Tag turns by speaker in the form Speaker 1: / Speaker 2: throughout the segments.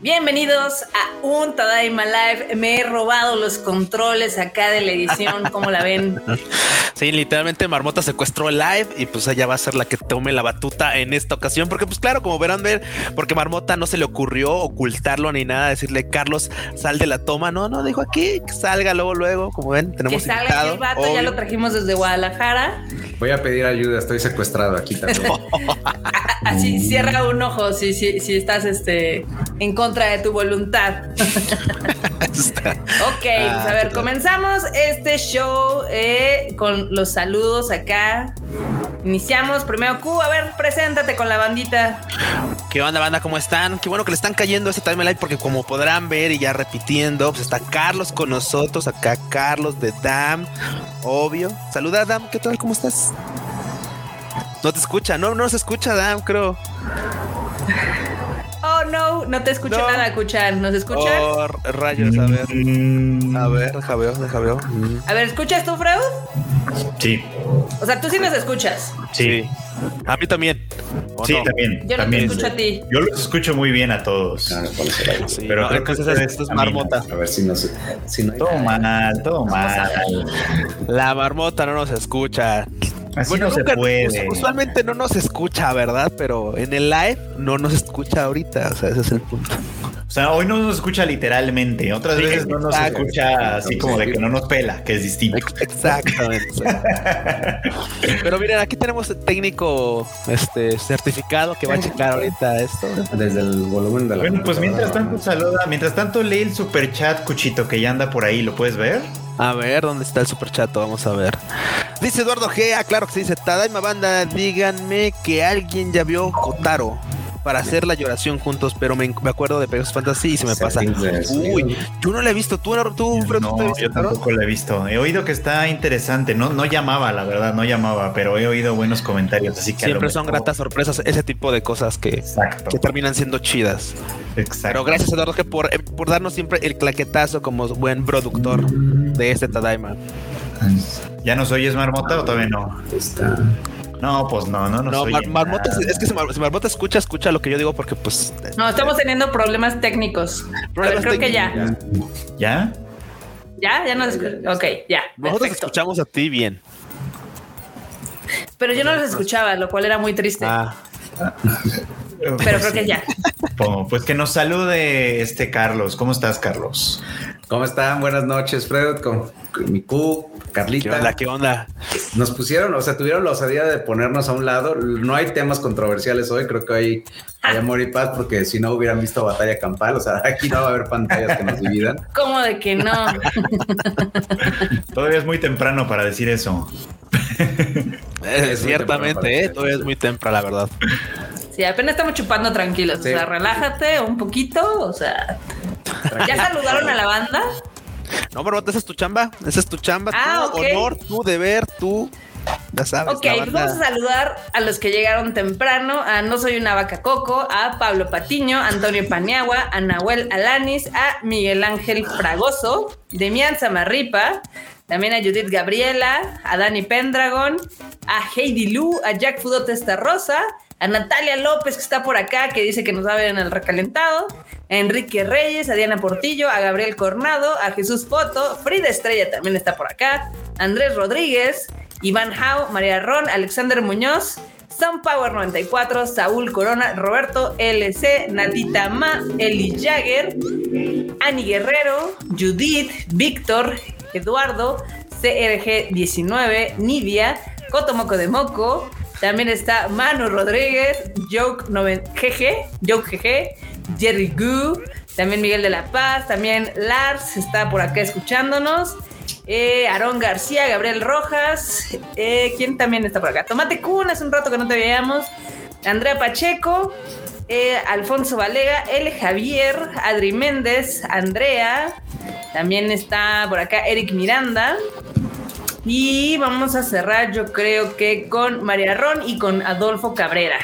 Speaker 1: bienvenidos a un Tadaima Live. Me he robado los controles acá de la edición, como la ven?
Speaker 2: Sí, literalmente Marmota secuestró el live y pues ella va a ser la que tome la batuta en esta ocasión, porque pues claro, como verán ver, porque Marmota no se le ocurrió ocultarlo ni nada, decirle Carlos, sal de la toma, no, no, dijo aquí, que salga luego, luego, como ven, tenemos
Speaker 1: que salga aquí el vato, obvio. ya lo trajimos desde Guadalajara.
Speaker 3: Voy a pedir ayuda, estoy secuestrado aquí también.
Speaker 1: Así cierra un ojo si, si, si estás este, en contra de tu voluntad. ok, ah, pues a ver, comenzamos este show eh, con los saludos acá. Iniciamos primero Q, a ver, preséntate con la bandita.
Speaker 2: ¿Qué onda, banda? ¿Cómo están? Qué bueno que le están cayendo este time live porque como podrán ver y ya repitiendo, pues está Carlos con nosotros, acá Carlos de Dam, obvio. Saluda, Dam, ¿qué tal? ¿Cómo estás? No te escucha, no, no se escucha, Dam, creo.
Speaker 1: Oh, no, no te escucho no. nada, Cuchan. ¿Nos escuchas?
Speaker 2: Oh, rayos, a ver.
Speaker 4: Mm,
Speaker 2: A ver, deja veo, deja veo.
Speaker 3: Mm.
Speaker 1: A ver, ¿escuchas tú, Freud?
Speaker 4: Sí.
Speaker 1: O sea, tú sí nos escuchas.
Speaker 4: Sí.
Speaker 2: A mí también.
Speaker 4: Sí, no? también.
Speaker 1: Yo
Speaker 4: también.
Speaker 1: No te escucho a ti.
Speaker 4: Yo los escucho muy bien a todos.
Speaker 3: Claro, por
Speaker 2: sí, pero creo que esto es marmota.
Speaker 3: Ah, A ver si nos. Si no
Speaker 4: todo mal, todo mal.
Speaker 2: La marmota no nos escucha.
Speaker 4: Así bueno, no nunca, se puede.
Speaker 2: Usualmente no nos escucha, ¿verdad? Pero en el live no nos escucha ahorita. O sea, ese es el punto.
Speaker 4: O sea, hoy no nos escucha literalmente. Otras sí, veces no nos escucha así como de que no nos pela, que es distinto.
Speaker 2: Exactamente. Pero miren, aquí tenemos el técnico este certificado que va a checar ahorita esto.
Speaker 3: Desde el volumen de la.
Speaker 4: Bueno, pues mientras tanto, saluda. Mientras tanto, lee el super chat, Cuchito, que ya anda por ahí. ¿Lo puedes ver?
Speaker 2: A ver, ¿dónde está el superchato? Vamos a ver. Dice Eduardo G. Ah, claro que se dice Tadaima Banda. Díganme que alguien ya vio Kotaro para hacer la lloración juntos, pero me, me acuerdo de Pegasus Fantasy y se me pasa. Uy, yo no la he visto. ¿Tú, tú,
Speaker 4: Fred, no, ¿tú yo tampoco la he visto. He oído que está interesante. No, no llamaba, la verdad, no llamaba, pero he oído buenos comentarios. Así que
Speaker 2: siempre son gratas sorpresas ese tipo de cosas que, que terminan siendo chidas.
Speaker 4: Exacto.
Speaker 2: Pero gracias Eduardo que por, eh, por darnos siempre el claquetazo como buen productor de este Tadaima.
Speaker 4: ¿Ya nos oyes Marmota o todavía no?
Speaker 3: Está.
Speaker 4: No, pues no, no, no. No,
Speaker 2: Mar Marmota, nada. es que si, Mar si, Marmota escucha, escucha lo que yo digo porque pues...
Speaker 1: No, estamos teniendo problemas técnicos. Problemas creo que ya.
Speaker 4: ¿Ya?
Speaker 1: ¿Ya? ¿Ya nos escuchamos? Ok, ya.
Speaker 2: Nosotros escuchamos a ti bien.
Speaker 1: Pero yo no los escuchaba, lo cual era muy triste. Ah. Pero creo que ya.
Speaker 4: Bueno, pues que nos salude este Carlos. ¿Cómo estás, Carlos?
Speaker 3: ¿Cómo están? Buenas noches, Fred, con, con mi Q, Carlita.
Speaker 2: ¿Qué onda? ¿Qué onda?
Speaker 3: Nos pusieron, o sea, tuvieron la osadía de ponernos a un lado. No hay temas controversiales hoy, creo que hoy hay amor y paz, porque si no hubieran visto batalla campal, o sea, aquí no va a haber pantallas que nos dividan.
Speaker 1: ¿Cómo de que no?
Speaker 4: Todavía es muy temprano para decir eso.
Speaker 2: Es ciertamente, ¿eh? todavía es muy temprano, la verdad.
Speaker 1: Sí, apenas estamos chupando tranquilos. Sí. O sea, relájate un poquito. O sea, ¿ya saludaron a la banda?
Speaker 2: No, pero esa es tu chamba. Esa es tu chamba. Ah, tu okay. honor, tu deber, tu. Ya sabes.
Speaker 1: Ok, pues vamos a saludar a los que llegaron temprano: a No Soy una Vaca Coco, a Pablo Patiño, a Antonio Paniagua, a Nahuel Alanis, a Miguel Ángel Fragoso, Demian Zamarripa, también a Judith Gabriela, a Dani Pendragon, a Heidi Lu, a Jack Fudo Testa Rosa, a Natalia López que está por acá, que dice que nos va a ver en el recalentado, a Enrique Reyes, a Diana Portillo, a Gabriel Cornado, a Jesús Foto, Frida Estrella también está por acá, Andrés Rodríguez, Iván Hau, María Ron, Alexander Muñoz, Sun Power 94, Saúl Corona, Roberto LC, Natita Ma, Eli Jagger, Ani Guerrero, Judith, Víctor, Eduardo, CRG19, Nidia, Cotomoco de Moco, también está Manu Rodríguez, Joke noven, GG, Joke GG, Jerry Gu, también Miguel de la Paz, también Lars está por acá escuchándonos. Eh, Aarón García, Gabriel Rojas, eh, ¿quién también está por acá? Tomate Kun, hace un rato que no te veíamos. Andrea Pacheco, eh, Alfonso Valega, El Javier, Adri Méndez, Andrea, también está por acá Eric Miranda. Y vamos a cerrar, yo creo que con María Ron y con Adolfo Cabrera.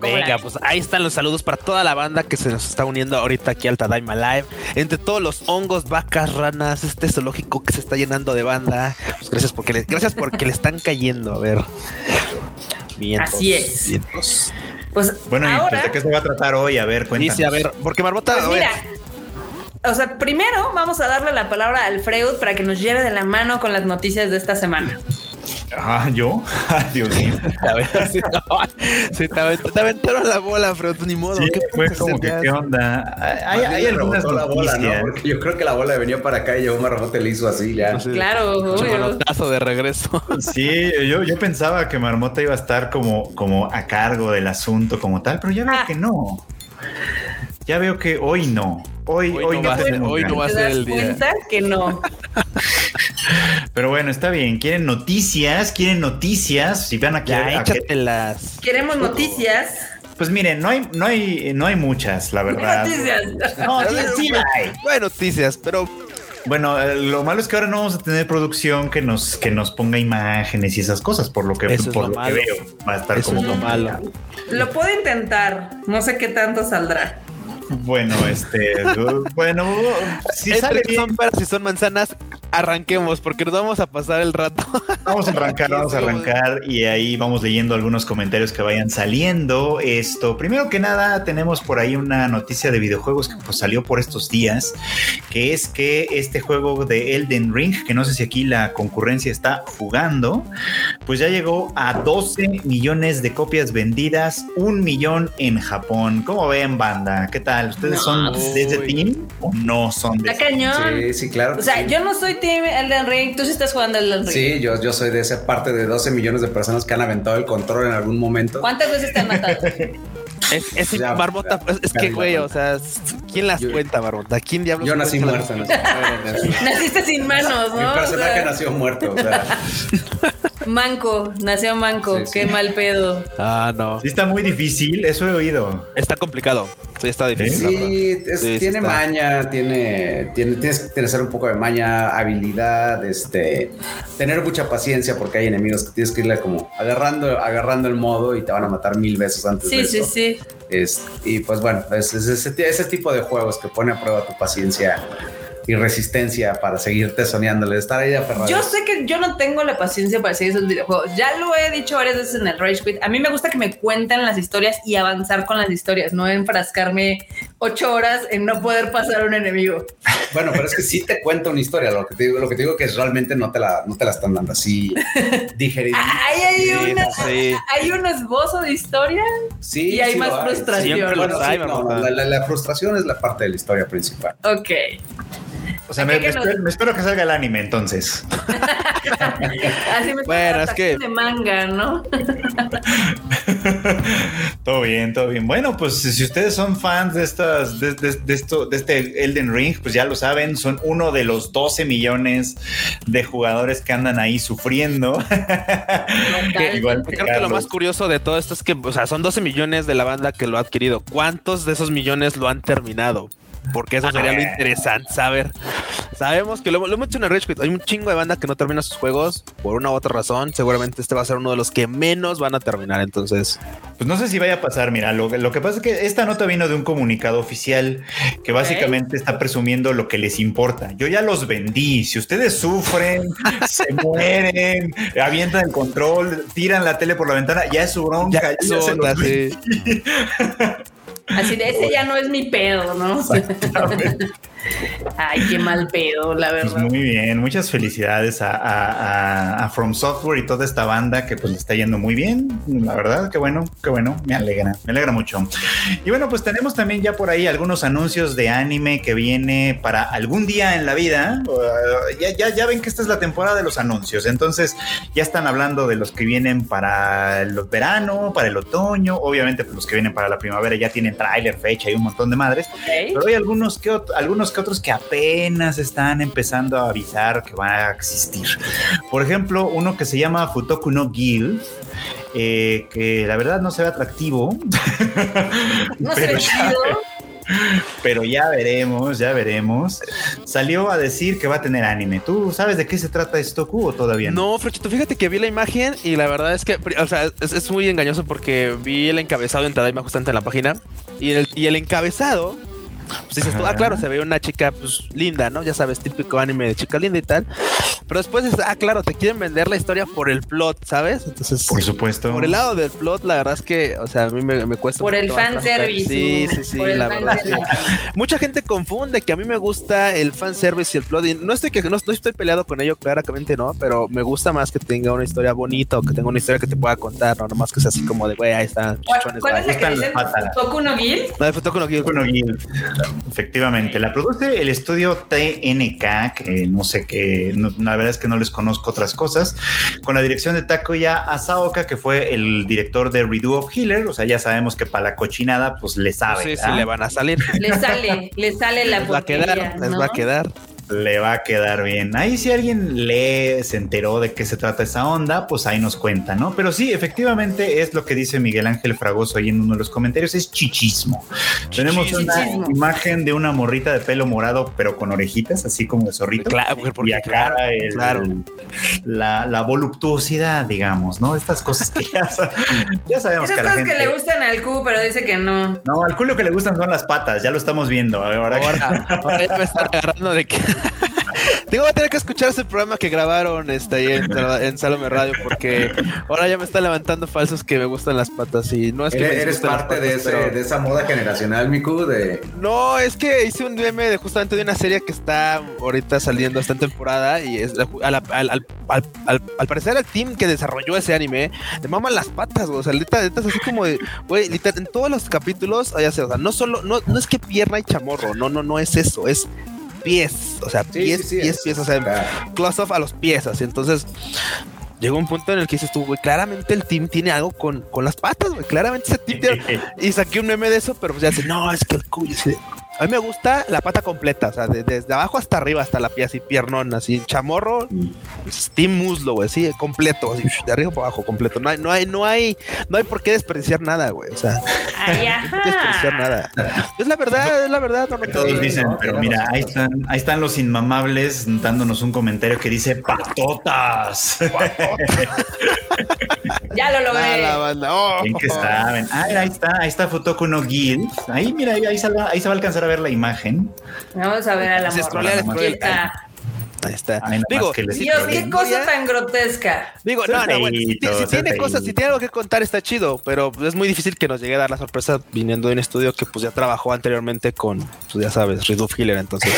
Speaker 2: Venga, pues ahí están los saludos para toda la banda que se nos está uniendo ahorita aquí al Tadaima Live. Entre todos los hongos, vacas, ranas, este zoológico que se está llenando de banda. Pues gracias porque le, gracias porque le están cayendo. A ver. pues,
Speaker 1: Vientos, Así es. Vientos. Pues
Speaker 4: Bueno, ¿y pues,
Speaker 1: ahora,
Speaker 4: de qué se va a tratar hoy? A ver, cuéntanos.
Speaker 2: Dice, a ver, porque Marmota.
Speaker 1: pues
Speaker 2: a ver,
Speaker 1: mira, o sea, primero vamos a darle la palabra al Freud para que nos lleve de la mano con las noticias de esta semana.
Speaker 4: Ah, ¿yo? Ay, Dios mío.
Speaker 2: a ver, sí, no, sí, te, avent- te aventaron la bola, pero ni modo.
Speaker 4: Sí,
Speaker 2: ¿qué
Speaker 4: fue
Speaker 2: puedes
Speaker 4: como
Speaker 2: hacer
Speaker 4: que,
Speaker 2: ya?
Speaker 4: ¿qué onda? Hay,
Speaker 3: Más bien
Speaker 4: hay
Speaker 3: le
Speaker 4: algunas
Speaker 3: rebotó la bola,
Speaker 4: noticias.
Speaker 3: ¿no? Porque yo creo que la bola venía para acá y yo Marmote le hizo así ya.
Speaker 2: Sí,
Speaker 1: Claro,
Speaker 2: un
Speaker 1: obvio.
Speaker 2: manotazo de regreso.
Speaker 4: Pues Sí, yo, yo pensaba que Marmota iba a estar como, como a cargo del asunto como tal, pero ya veo
Speaker 1: Ah.
Speaker 4: que no. Ya veo que hoy no. Hoy, hoy,
Speaker 2: Hoy no
Speaker 4: no
Speaker 2: va a ser-
Speaker 4: tenemos
Speaker 2: hoy no
Speaker 4: ganas.
Speaker 2: va a
Speaker 1: ¿Te
Speaker 2: ser
Speaker 1: das
Speaker 2: el día.
Speaker 1: cuenta que no?
Speaker 4: Pero bueno, está bien. ¿Quieren noticias? ¿Quieren noticias? Si van a querer.
Speaker 2: Ya,
Speaker 4: a que-
Speaker 2: échatelas.
Speaker 1: Queremos noticias.
Speaker 4: Pues miren, no hay, no hay, no hay muchas, la verdad.
Speaker 1: Noticias.
Speaker 4: No, sí, sí hay.
Speaker 2: No hay noticias, pero
Speaker 4: Bueno, eh, lo malo es que ahora no vamos a tener producción que nos, que nos ponga imágenes y esas cosas, por lo que,
Speaker 2: Eso es
Speaker 4: por
Speaker 2: lo
Speaker 4: lo que
Speaker 2: malo.
Speaker 4: veo. Va a estar
Speaker 2: eso
Speaker 4: como
Speaker 2: es lo malo.
Speaker 1: Lo puedo intentar. No sé qué tanto saldrá.
Speaker 4: Bueno, este, uh, bueno, si sale
Speaker 2: Entre que
Speaker 4: bien,
Speaker 2: son peras y son manzanas, arranquemos, porque nos vamos a pasar el rato.
Speaker 4: vamos a arrancar, vamos a arrancar y ahí vamos leyendo algunos comentarios que vayan saliendo. Esto, primero que nada, tenemos por ahí una noticia de videojuegos que pues, salió por estos días, que es que este juego de Elden Ring, que no sé si aquí la concurrencia está jugando, pues ya llegó a 12 millones de copias vendidas, un millón en Japón. ¿Cómo ven, banda? ¿Qué tal? ¿Ustedes son
Speaker 2: No.
Speaker 4: de ese team o no son de
Speaker 1: Está
Speaker 4: ese
Speaker 1: cañón.
Speaker 3: Sí, sí, claro.
Speaker 1: O
Speaker 3: que
Speaker 1: sea,
Speaker 3: sí.
Speaker 1: yo no soy Team Elden Ring. Tú sí estás jugando Elden Ring.
Speaker 3: Sí, yo, yo soy de esa parte de 12 millones de personas que han aventado el control en algún momento.
Speaker 1: ¿Cuántas veces te han matado?
Speaker 2: Es, es
Speaker 3: Ya,
Speaker 2: marmota,
Speaker 3: ya,
Speaker 2: es, es
Speaker 3: ya
Speaker 2: que
Speaker 3: vi la
Speaker 2: güey, o
Speaker 3: cuenta.
Speaker 2: sea, ¿quién las
Speaker 3: Yo-
Speaker 2: cuenta, marmota? ¿Quién diablos?
Speaker 3: Yo nací
Speaker 2: cuenta
Speaker 3: muerto.
Speaker 2: las-
Speaker 3: no sé.
Speaker 1: Naciste sin manos,
Speaker 3: Mi
Speaker 1: ¿no? O
Speaker 3: personaje
Speaker 1: sea,
Speaker 3: nació muerto. O sea,
Speaker 1: manco, nació manco.
Speaker 3: Sí, sí.
Speaker 1: Qué mal pedo.
Speaker 2: Ah, no.
Speaker 4: Sí está muy difícil, eso he oído.
Speaker 2: Está complicado. Sí, está difícil. la verdad.
Speaker 3: sí, es-
Speaker 2: Sí, sí
Speaker 3: tiene
Speaker 2: está.
Speaker 3: maña, tiene, tiene, tienes que tener un poco de maña, habilidad, este, tener mucha paciencia porque hay enemigos que tienes que irle como agarrando, agarrando el modo y te van a matar mil veces antes de
Speaker 1: Sí, sí,
Speaker 3: eso.
Speaker 1: sí.
Speaker 3: Es- y pues bueno, es, es ese, ti- ese tipo de juegos que pone a prueba tu paciencia y resistencia para seguirte soñándole, estar ahí aferrado.
Speaker 1: Yo sé que yo no tengo la paciencia para seguir esos videojuegos. Ya lo he dicho varias veces en el Rage Quit. A mí me gusta que me cuenten las historias y avanzar con las historias, no enfrascarme ocho horas en no poder pasar a un enemigo.
Speaker 3: Bueno, pero es que sí te cuenta una historia. Lo que te digo, lo que te digo que es realmente no te la, no te la están dando así digerida.
Speaker 1: Ahí hay,
Speaker 2: Sí,
Speaker 1: una-
Speaker 2: sí.
Speaker 1: hay un esbozo de historia.
Speaker 3: Sí,
Speaker 1: Y hay
Speaker 3: sí
Speaker 1: más
Speaker 3: lo
Speaker 1: frustración. Siempre
Speaker 2: lo
Speaker 3: Bueno, sí,
Speaker 2: hay,
Speaker 3: no,
Speaker 2: Marmota.
Speaker 3: la, la- la frustración es la parte de la historia principal.
Speaker 1: Ok.
Speaker 4: O sea, me,
Speaker 1: ¿Qué
Speaker 4: me
Speaker 1: nos-
Speaker 4: espero, me espero que salga el anime entonces.
Speaker 1: Así me
Speaker 2: Bueno, es
Speaker 1: ataques
Speaker 2: que-
Speaker 1: de manga, ¿no?
Speaker 4: todo bien, todo bien. Bueno, pues si ustedes son fans de estas, de, de- de esto, de este Elden Ring, pues ya lo saben, son uno de los 12 millones de jugadores que andan ahí sufriendo.
Speaker 1: Total.
Speaker 4: Igual
Speaker 2: Creo que lo más curioso de todo esto es que, o sea, son 12 millones de la banda que lo ha adquirido. ¿Cuántos de esos millones lo han terminado? Porque eso sería lo
Speaker 4: Ah.
Speaker 2: interesante saber. Sabemos que lo, lo hemos hecho en el Rage Quit. Hay un chingo de banda que no termina sus juegos por una u otra razón. Seguramente este va a ser uno de los que menos van a terminar. Entonces,
Speaker 4: Pues no sé si vaya a pasar, mira, lo, lo que pasa es que esta nota vino de un comunicado oficial que básicamente está presumiendo lo que les importa. Yo ya los vendí, si ustedes sufren, se mueren, avientan el control, tiran la tele por la ventana, ya es su bronca.
Speaker 2: ya
Speaker 4: yo ya
Speaker 2: es
Speaker 4: se los
Speaker 2: onda,
Speaker 4: vendí.
Speaker 2: sí.
Speaker 1: Así de ese ya no es mi pedo, ¿no? Ay, qué mal pedo, la
Speaker 4: Pues
Speaker 1: verdad.
Speaker 4: muy bien, muchas felicidades a, a- a- a From Software y toda esta banda que pues le está yendo muy bien. La verdad, qué bueno, qué bueno, me alegra, me alegra mucho. Y bueno, pues tenemos también ya por ahí algunos anuncios de anime que viene para algún día en la vida. Uh, ya, ya, ya ven que esta es la temporada de los anuncios, entonces ya están hablando de los que vienen para el verano, para el otoño, obviamente pues, los que vienen para la primavera ya tienen tráiler, fecha y un montón de madres.
Speaker 1: Ok.
Speaker 4: Pero hay algunos que, ot- algunos que otros que apenas están empezando a avisar que van a existir. Por ejemplo, uno que se llama Futoku no Guild, eh, que la verdad no se ve atractivo,
Speaker 1: No se ve chido.
Speaker 4: pero ya veremos, ya veremos. Salió a decir que va a tener anime. ¿Tú sabes de qué se trata esto, Q, o todavía no?
Speaker 2: No, Frechito, fíjate que vi la imagen y la verdad es que, o sea, es, es muy engañoso porque vi el encabezado en Tadaima justamente en la página y el, y el encabezado, pues dices tú, ah,
Speaker 4: Ajá.
Speaker 2: claro, se ve una chica pues linda, ¿no? Ya sabes, típico anime de chica linda y tal. Pero después es, ah, claro, te quieren vender la historia por el plot, ¿sabes? Entonces,
Speaker 4: Por supuesto.
Speaker 2: por el lado del plot, la verdad es que, o sea, a mí me, me cuesta.
Speaker 1: Por
Speaker 2: un
Speaker 1: el
Speaker 2: poquito más
Speaker 1: fanservice.
Speaker 2: trabajar. Sí, sí, sí,
Speaker 1: Por el
Speaker 2: la verdad. sí.
Speaker 1: fanservice.
Speaker 2: Mucha gente confunde que a mí me gusta el fanservice y el plot. y no estoy, que, no, no estoy peleado con ello, claramente no, pero me gusta más que tenga una historia bonita o que tenga una historia que te pueda contar, no nomás que sea así como de, güey, ahí están
Speaker 1: ¿Cuál,
Speaker 2: chichones,
Speaker 1: cuál es
Speaker 2: bye".
Speaker 1: la que
Speaker 4: Gustan
Speaker 1: dicen?
Speaker 4: las patas.
Speaker 1: ¿Toku no Gil?
Speaker 2: No, fue todo con lo que yo-
Speaker 4: Bueno, Gil. Efectivamente, la produce el estudio TNK, que no sé qué, no- la verdad es que no les conozco otras cosas, con la dirección de Takuya Asaoka, que fue el director de Redo of Healer, o sea, ya sabemos que para la cochinada, pues le sabe,
Speaker 2: Sí, sí,
Speaker 4: ¿verdad?
Speaker 2: le van a salir.
Speaker 1: Le sale, le sale la
Speaker 2: Les va a
Speaker 1: porquería,
Speaker 2: quedar, les
Speaker 1: ¿no?
Speaker 2: va a quedar.
Speaker 4: le va a quedar bien. Ahí si alguien lee, se enteró de qué se trata esa onda, pues ahí nos cuenta, ¿no? Pero sí, efectivamente es lo que dice Miguel Ángel Fragoso ahí en uno de los comentarios, es chichismo. Tenemos una
Speaker 1: Chichismo.
Speaker 4: imagen de una morrita de pelo morado, pero con orejitas, así como de zorrito.
Speaker 2: Claro,
Speaker 4: y
Speaker 2: porque
Speaker 4: aclara el-
Speaker 2: claro.
Speaker 4: la, la voluptuosidad, digamos, ¿no? Estas cosas que ya, sa- ya sabemos
Speaker 1: Esas
Speaker 4: que a la
Speaker 1: cosas que le
Speaker 4: gente...
Speaker 1: gustan al Q, pero dice que no.
Speaker 4: No, al culo que le gustan son las patas, ya lo estamos viendo. Ahora, que-
Speaker 2: Ahora, ahora ya me están agarrando de que. Tengo que tener que escuchar ese programa que grabaron este, ahí en, en Salome Radio porque ahora ya me están levantando falsos que me gustan las patas y no es que
Speaker 3: Eres,
Speaker 2: me
Speaker 3: eres
Speaker 2: disgusten las
Speaker 3: parte de,
Speaker 2: patas,
Speaker 3: ese-
Speaker 2: pero-
Speaker 3: de esa moda generacional, Miku, de...
Speaker 2: No, es que hice un meme de justamente de una serie que está ahorita saliendo, está en temporada y es la- a la- al, al- al- al- al parecer al team que desarrolló ese anime le maman las patas, güey. O sea, neta, neta es así como de, güey, literal, en todos los capítulos, ah, ya sé, o sea, no solo, no, no es que pierna y chamorro, no, no, no es eso, es pies, o sea,
Speaker 3: Sí,
Speaker 2: pies,
Speaker 3: sí, sí,
Speaker 2: pies,
Speaker 3: es-
Speaker 2: pies, o sea,
Speaker 3: o sea,
Speaker 2: close off a los pies, así. Entonces, llegó un punto en el que dices tú, güey, claramente el team tiene algo con, con las patas, güey. Claramente ese team tiene. Y saqué un meme de eso, pero pues ya dice, no, es que el cuyo. así de- A mí me gusta la pata completa, o sea, de- desde abajo hasta arriba, hasta la pie así, piernón, así, chamorro,
Speaker 3: mm.
Speaker 2: steam muslo, güey, sí, completo, así, de arriba para abajo, completo. No hay, no hay, no hay, no hay por qué desperdiciar nada, güey. O sea,
Speaker 1: Ay,
Speaker 2: no hay que desperdiciar
Speaker 1: ajá.
Speaker 2: nada. Es la verdad, es la verdad, no me
Speaker 4: Todos
Speaker 2: cae,
Speaker 4: dicen,
Speaker 2: ¿no?
Speaker 4: pero
Speaker 2: Tenemos-
Speaker 4: mira, ahí están, ahí están los inmamables dándonos un comentario que dice patotas.
Speaker 1: Ya lo
Speaker 2: Ah,
Speaker 1: logré.
Speaker 2: la banda, oh.
Speaker 4: Bien que saben. Ah, ahí está, ahí está Futoku no Guild. Ahí, mira, ahí, ahí se va, ahí se va a alcanzar a ver la imagen.
Speaker 1: Vamos a ver a la
Speaker 2: Se
Speaker 1: morra.
Speaker 2: scrollea,
Speaker 4: Nada más.
Speaker 1: Aquí
Speaker 2: scrollea.
Speaker 1: está.
Speaker 2: Ahí está.
Speaker 4: Ay, nada
Speaker 2: Digo,
Speaker 4: más que les-
Speaker 2: sí,
Speaker 1: Dios,
Speaker 2: pero
Speaker 1: qué
Speaker 2: bien,
Speaker 1: cosa
Speaker 2: ya-
Speaker 1: tan grotesca.
Speaker 2: Digo,
Speaker 4: Sea
Speaker 2: no, no, bueno, si, ti-
Speaker 4: feíto,
Speaker 2: si
Speaker 4: sea
Speaker 2: tiene cosas, si
Speaker 4: feíto.
Speaker 2: tiene algo que contar está chido, pero pues, es muy difícil que nos llegue a dar la sorpresa viniendo de un estudio que pues ya trabajó anteriormente con, pues ya sabes, Reed of Healer, entonces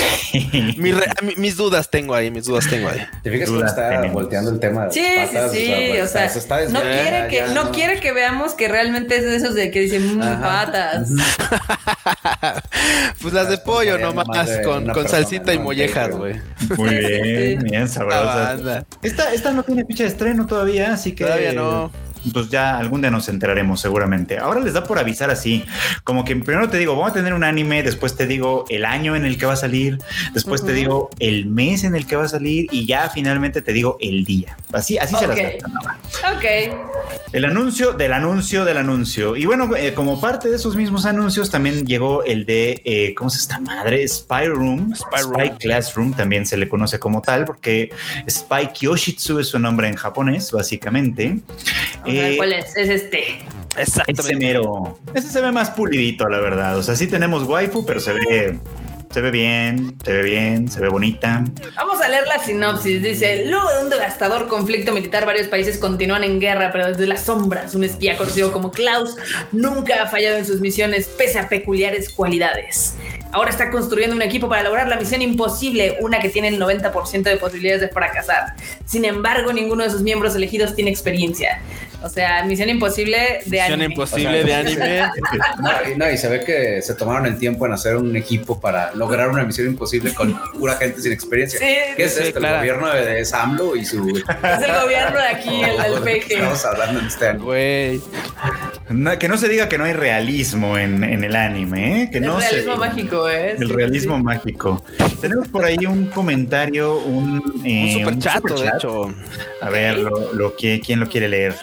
Speaker 2: mi re- mi- mis dudas tengo ahí, mis dudas tengo ahí.
Speaker 3: ¿Te fijas cómo
Speaker 4: Dudas
Speaker 3: está
Speaker 4: tenemos.
Speaker 3: volteando el tema? de las
Speaker 1: Sí,
Speaker 3: patas?
Speaker 1: sí, sí,
Speaker 3: bueno,
Speaker 1: o sea,
Speaker 3: se está
Speaker 1: no
Speaker 3: desviando,
Speaker 1: quiere
Speaker 3: ya,
Speaker 1: que,
Speaker 3: ya
Speaker 1: Ah, no quiere que veamos que realmente es de esos de que dicen "Mm,
Speaker 3: Ajá.
Speaker 1: patas.
Speaker 2: Pues las de
Speaker 3: Estamos
Speaker 2: pollo
Speaker 3: hablando
Speaker 2: nomás,
Speaker 3: más de
Speaker 2: con,
Speaker 3: una
Speaker 2: con
Speaker 3: persona,
Speaker 2: salsita y
Speaker 3: ¿no?
Speaker 2: mollejas,
Speaker 3: Ok,
Speaker 2: güey. Ah,
Speaker 4: Muy bien,
Speaker 1: Sí.
Speaker 4: bien
Speaker 2: La
Speaker 4: sabrosas.
Speaker 2: banda.
Speaker 4: Esta, esta no tiene fecha de estreno todavía, así que.
Speaker 2: Todavía no.
Speaker 4: Pues ya algún día nos enteraremos seguramente. Ahora les da por avisar así, como que primero te digo, vamos a tener un anime, después te digo el año en el que va a salir, después te
Speaker 1: Ujú.
Speaker 4: digo el mes en el que va a salir y ya finalmente te digo el día. Así, así
Speaker 1: Ok.
Speaker 4: se las gastan. ahora.
Speaker 1: Ok.
Speaker 4: El anuncio del anuncio del anuncio. Y bueno, eh, como parte de esos mismos anuncios también llegó el de, eh, ¿cómo se esta madre? Spy Room.
Speaker 2: Spy Room.
Speaker 4: Spy Classroom también se le conoce como tal porque Spy Kyoshitsu es su nombre en japonés, básicamente.
Speaker 1: Vamos a ver
Speaker 4: Eh,
Speaker 1: ¿Cuál es? Es este.
Speaker 4: ese
Speaker 2: Exactamente.
Speaker 4: mero. Ese se ve más pulidito, la verdad. O sea, sí tenemos waifu, pero se ve... Se ve bien, se ve bien, se ve bonita.
Speaker 1: Vamos a leer la sinopsis. Dice, luego de un devastador conflicto militar, varios países continúan en guerra, pero desde las sombras, un espía conocido como Klaus nunca ha fallado en sus misiones, pese a peculiares cualidades. Ahora está construyendo un equipo para lograr la misión imposible, una que tiene el 90% de posibilidades de fracasar. Sin embargo, ninguno de sus miembros elegidos tiene experiencia. O sea, misión imposible de
Speaker 2: Misión
Speaker 1: anime.
Speaker 2: imposible de anime.
Speaker 3: No, y- no, y se ve que se tomaron el tiempo en hacer un equipo para lograr una misión imposible con pura gente sin experiencia.
Speaker 1: Sí,
Speaker 3: ¿Qué es
Speaker 2: sí,
Speaker 3: esto?
Speaker 2: claro.
Speaker 3: El gobierno de es AMLO y su...
Speaker 1: es el gobierno de aquí, el, el peje.
Speaker 3: Estamos hablando de este anime.
Speaker 2: Güey,
Speaker 4: No- que no se diga que no hay realismo en, en el anime, ¿eh? que
Speaker 1: El
Speaker 4: no se-
Speaker 1: realismo mágico, ¿eh?
Speaker 4: El
Speaker 1: Sí,
Speaker 4: realismo
Speaker 1: sí.
Speaker 4: mágico. Tenemos por ahí un comentario, un,
Speaker 2: un
Speaker 4: eh,
Speaker 2: super
Speaker 4: un
Speaker 2: chato, de
Speaker 4: superchat.
Speaker 2: hecho.
Speaker 4: A ver, lo, lo que, ¿quién lo quiere leer?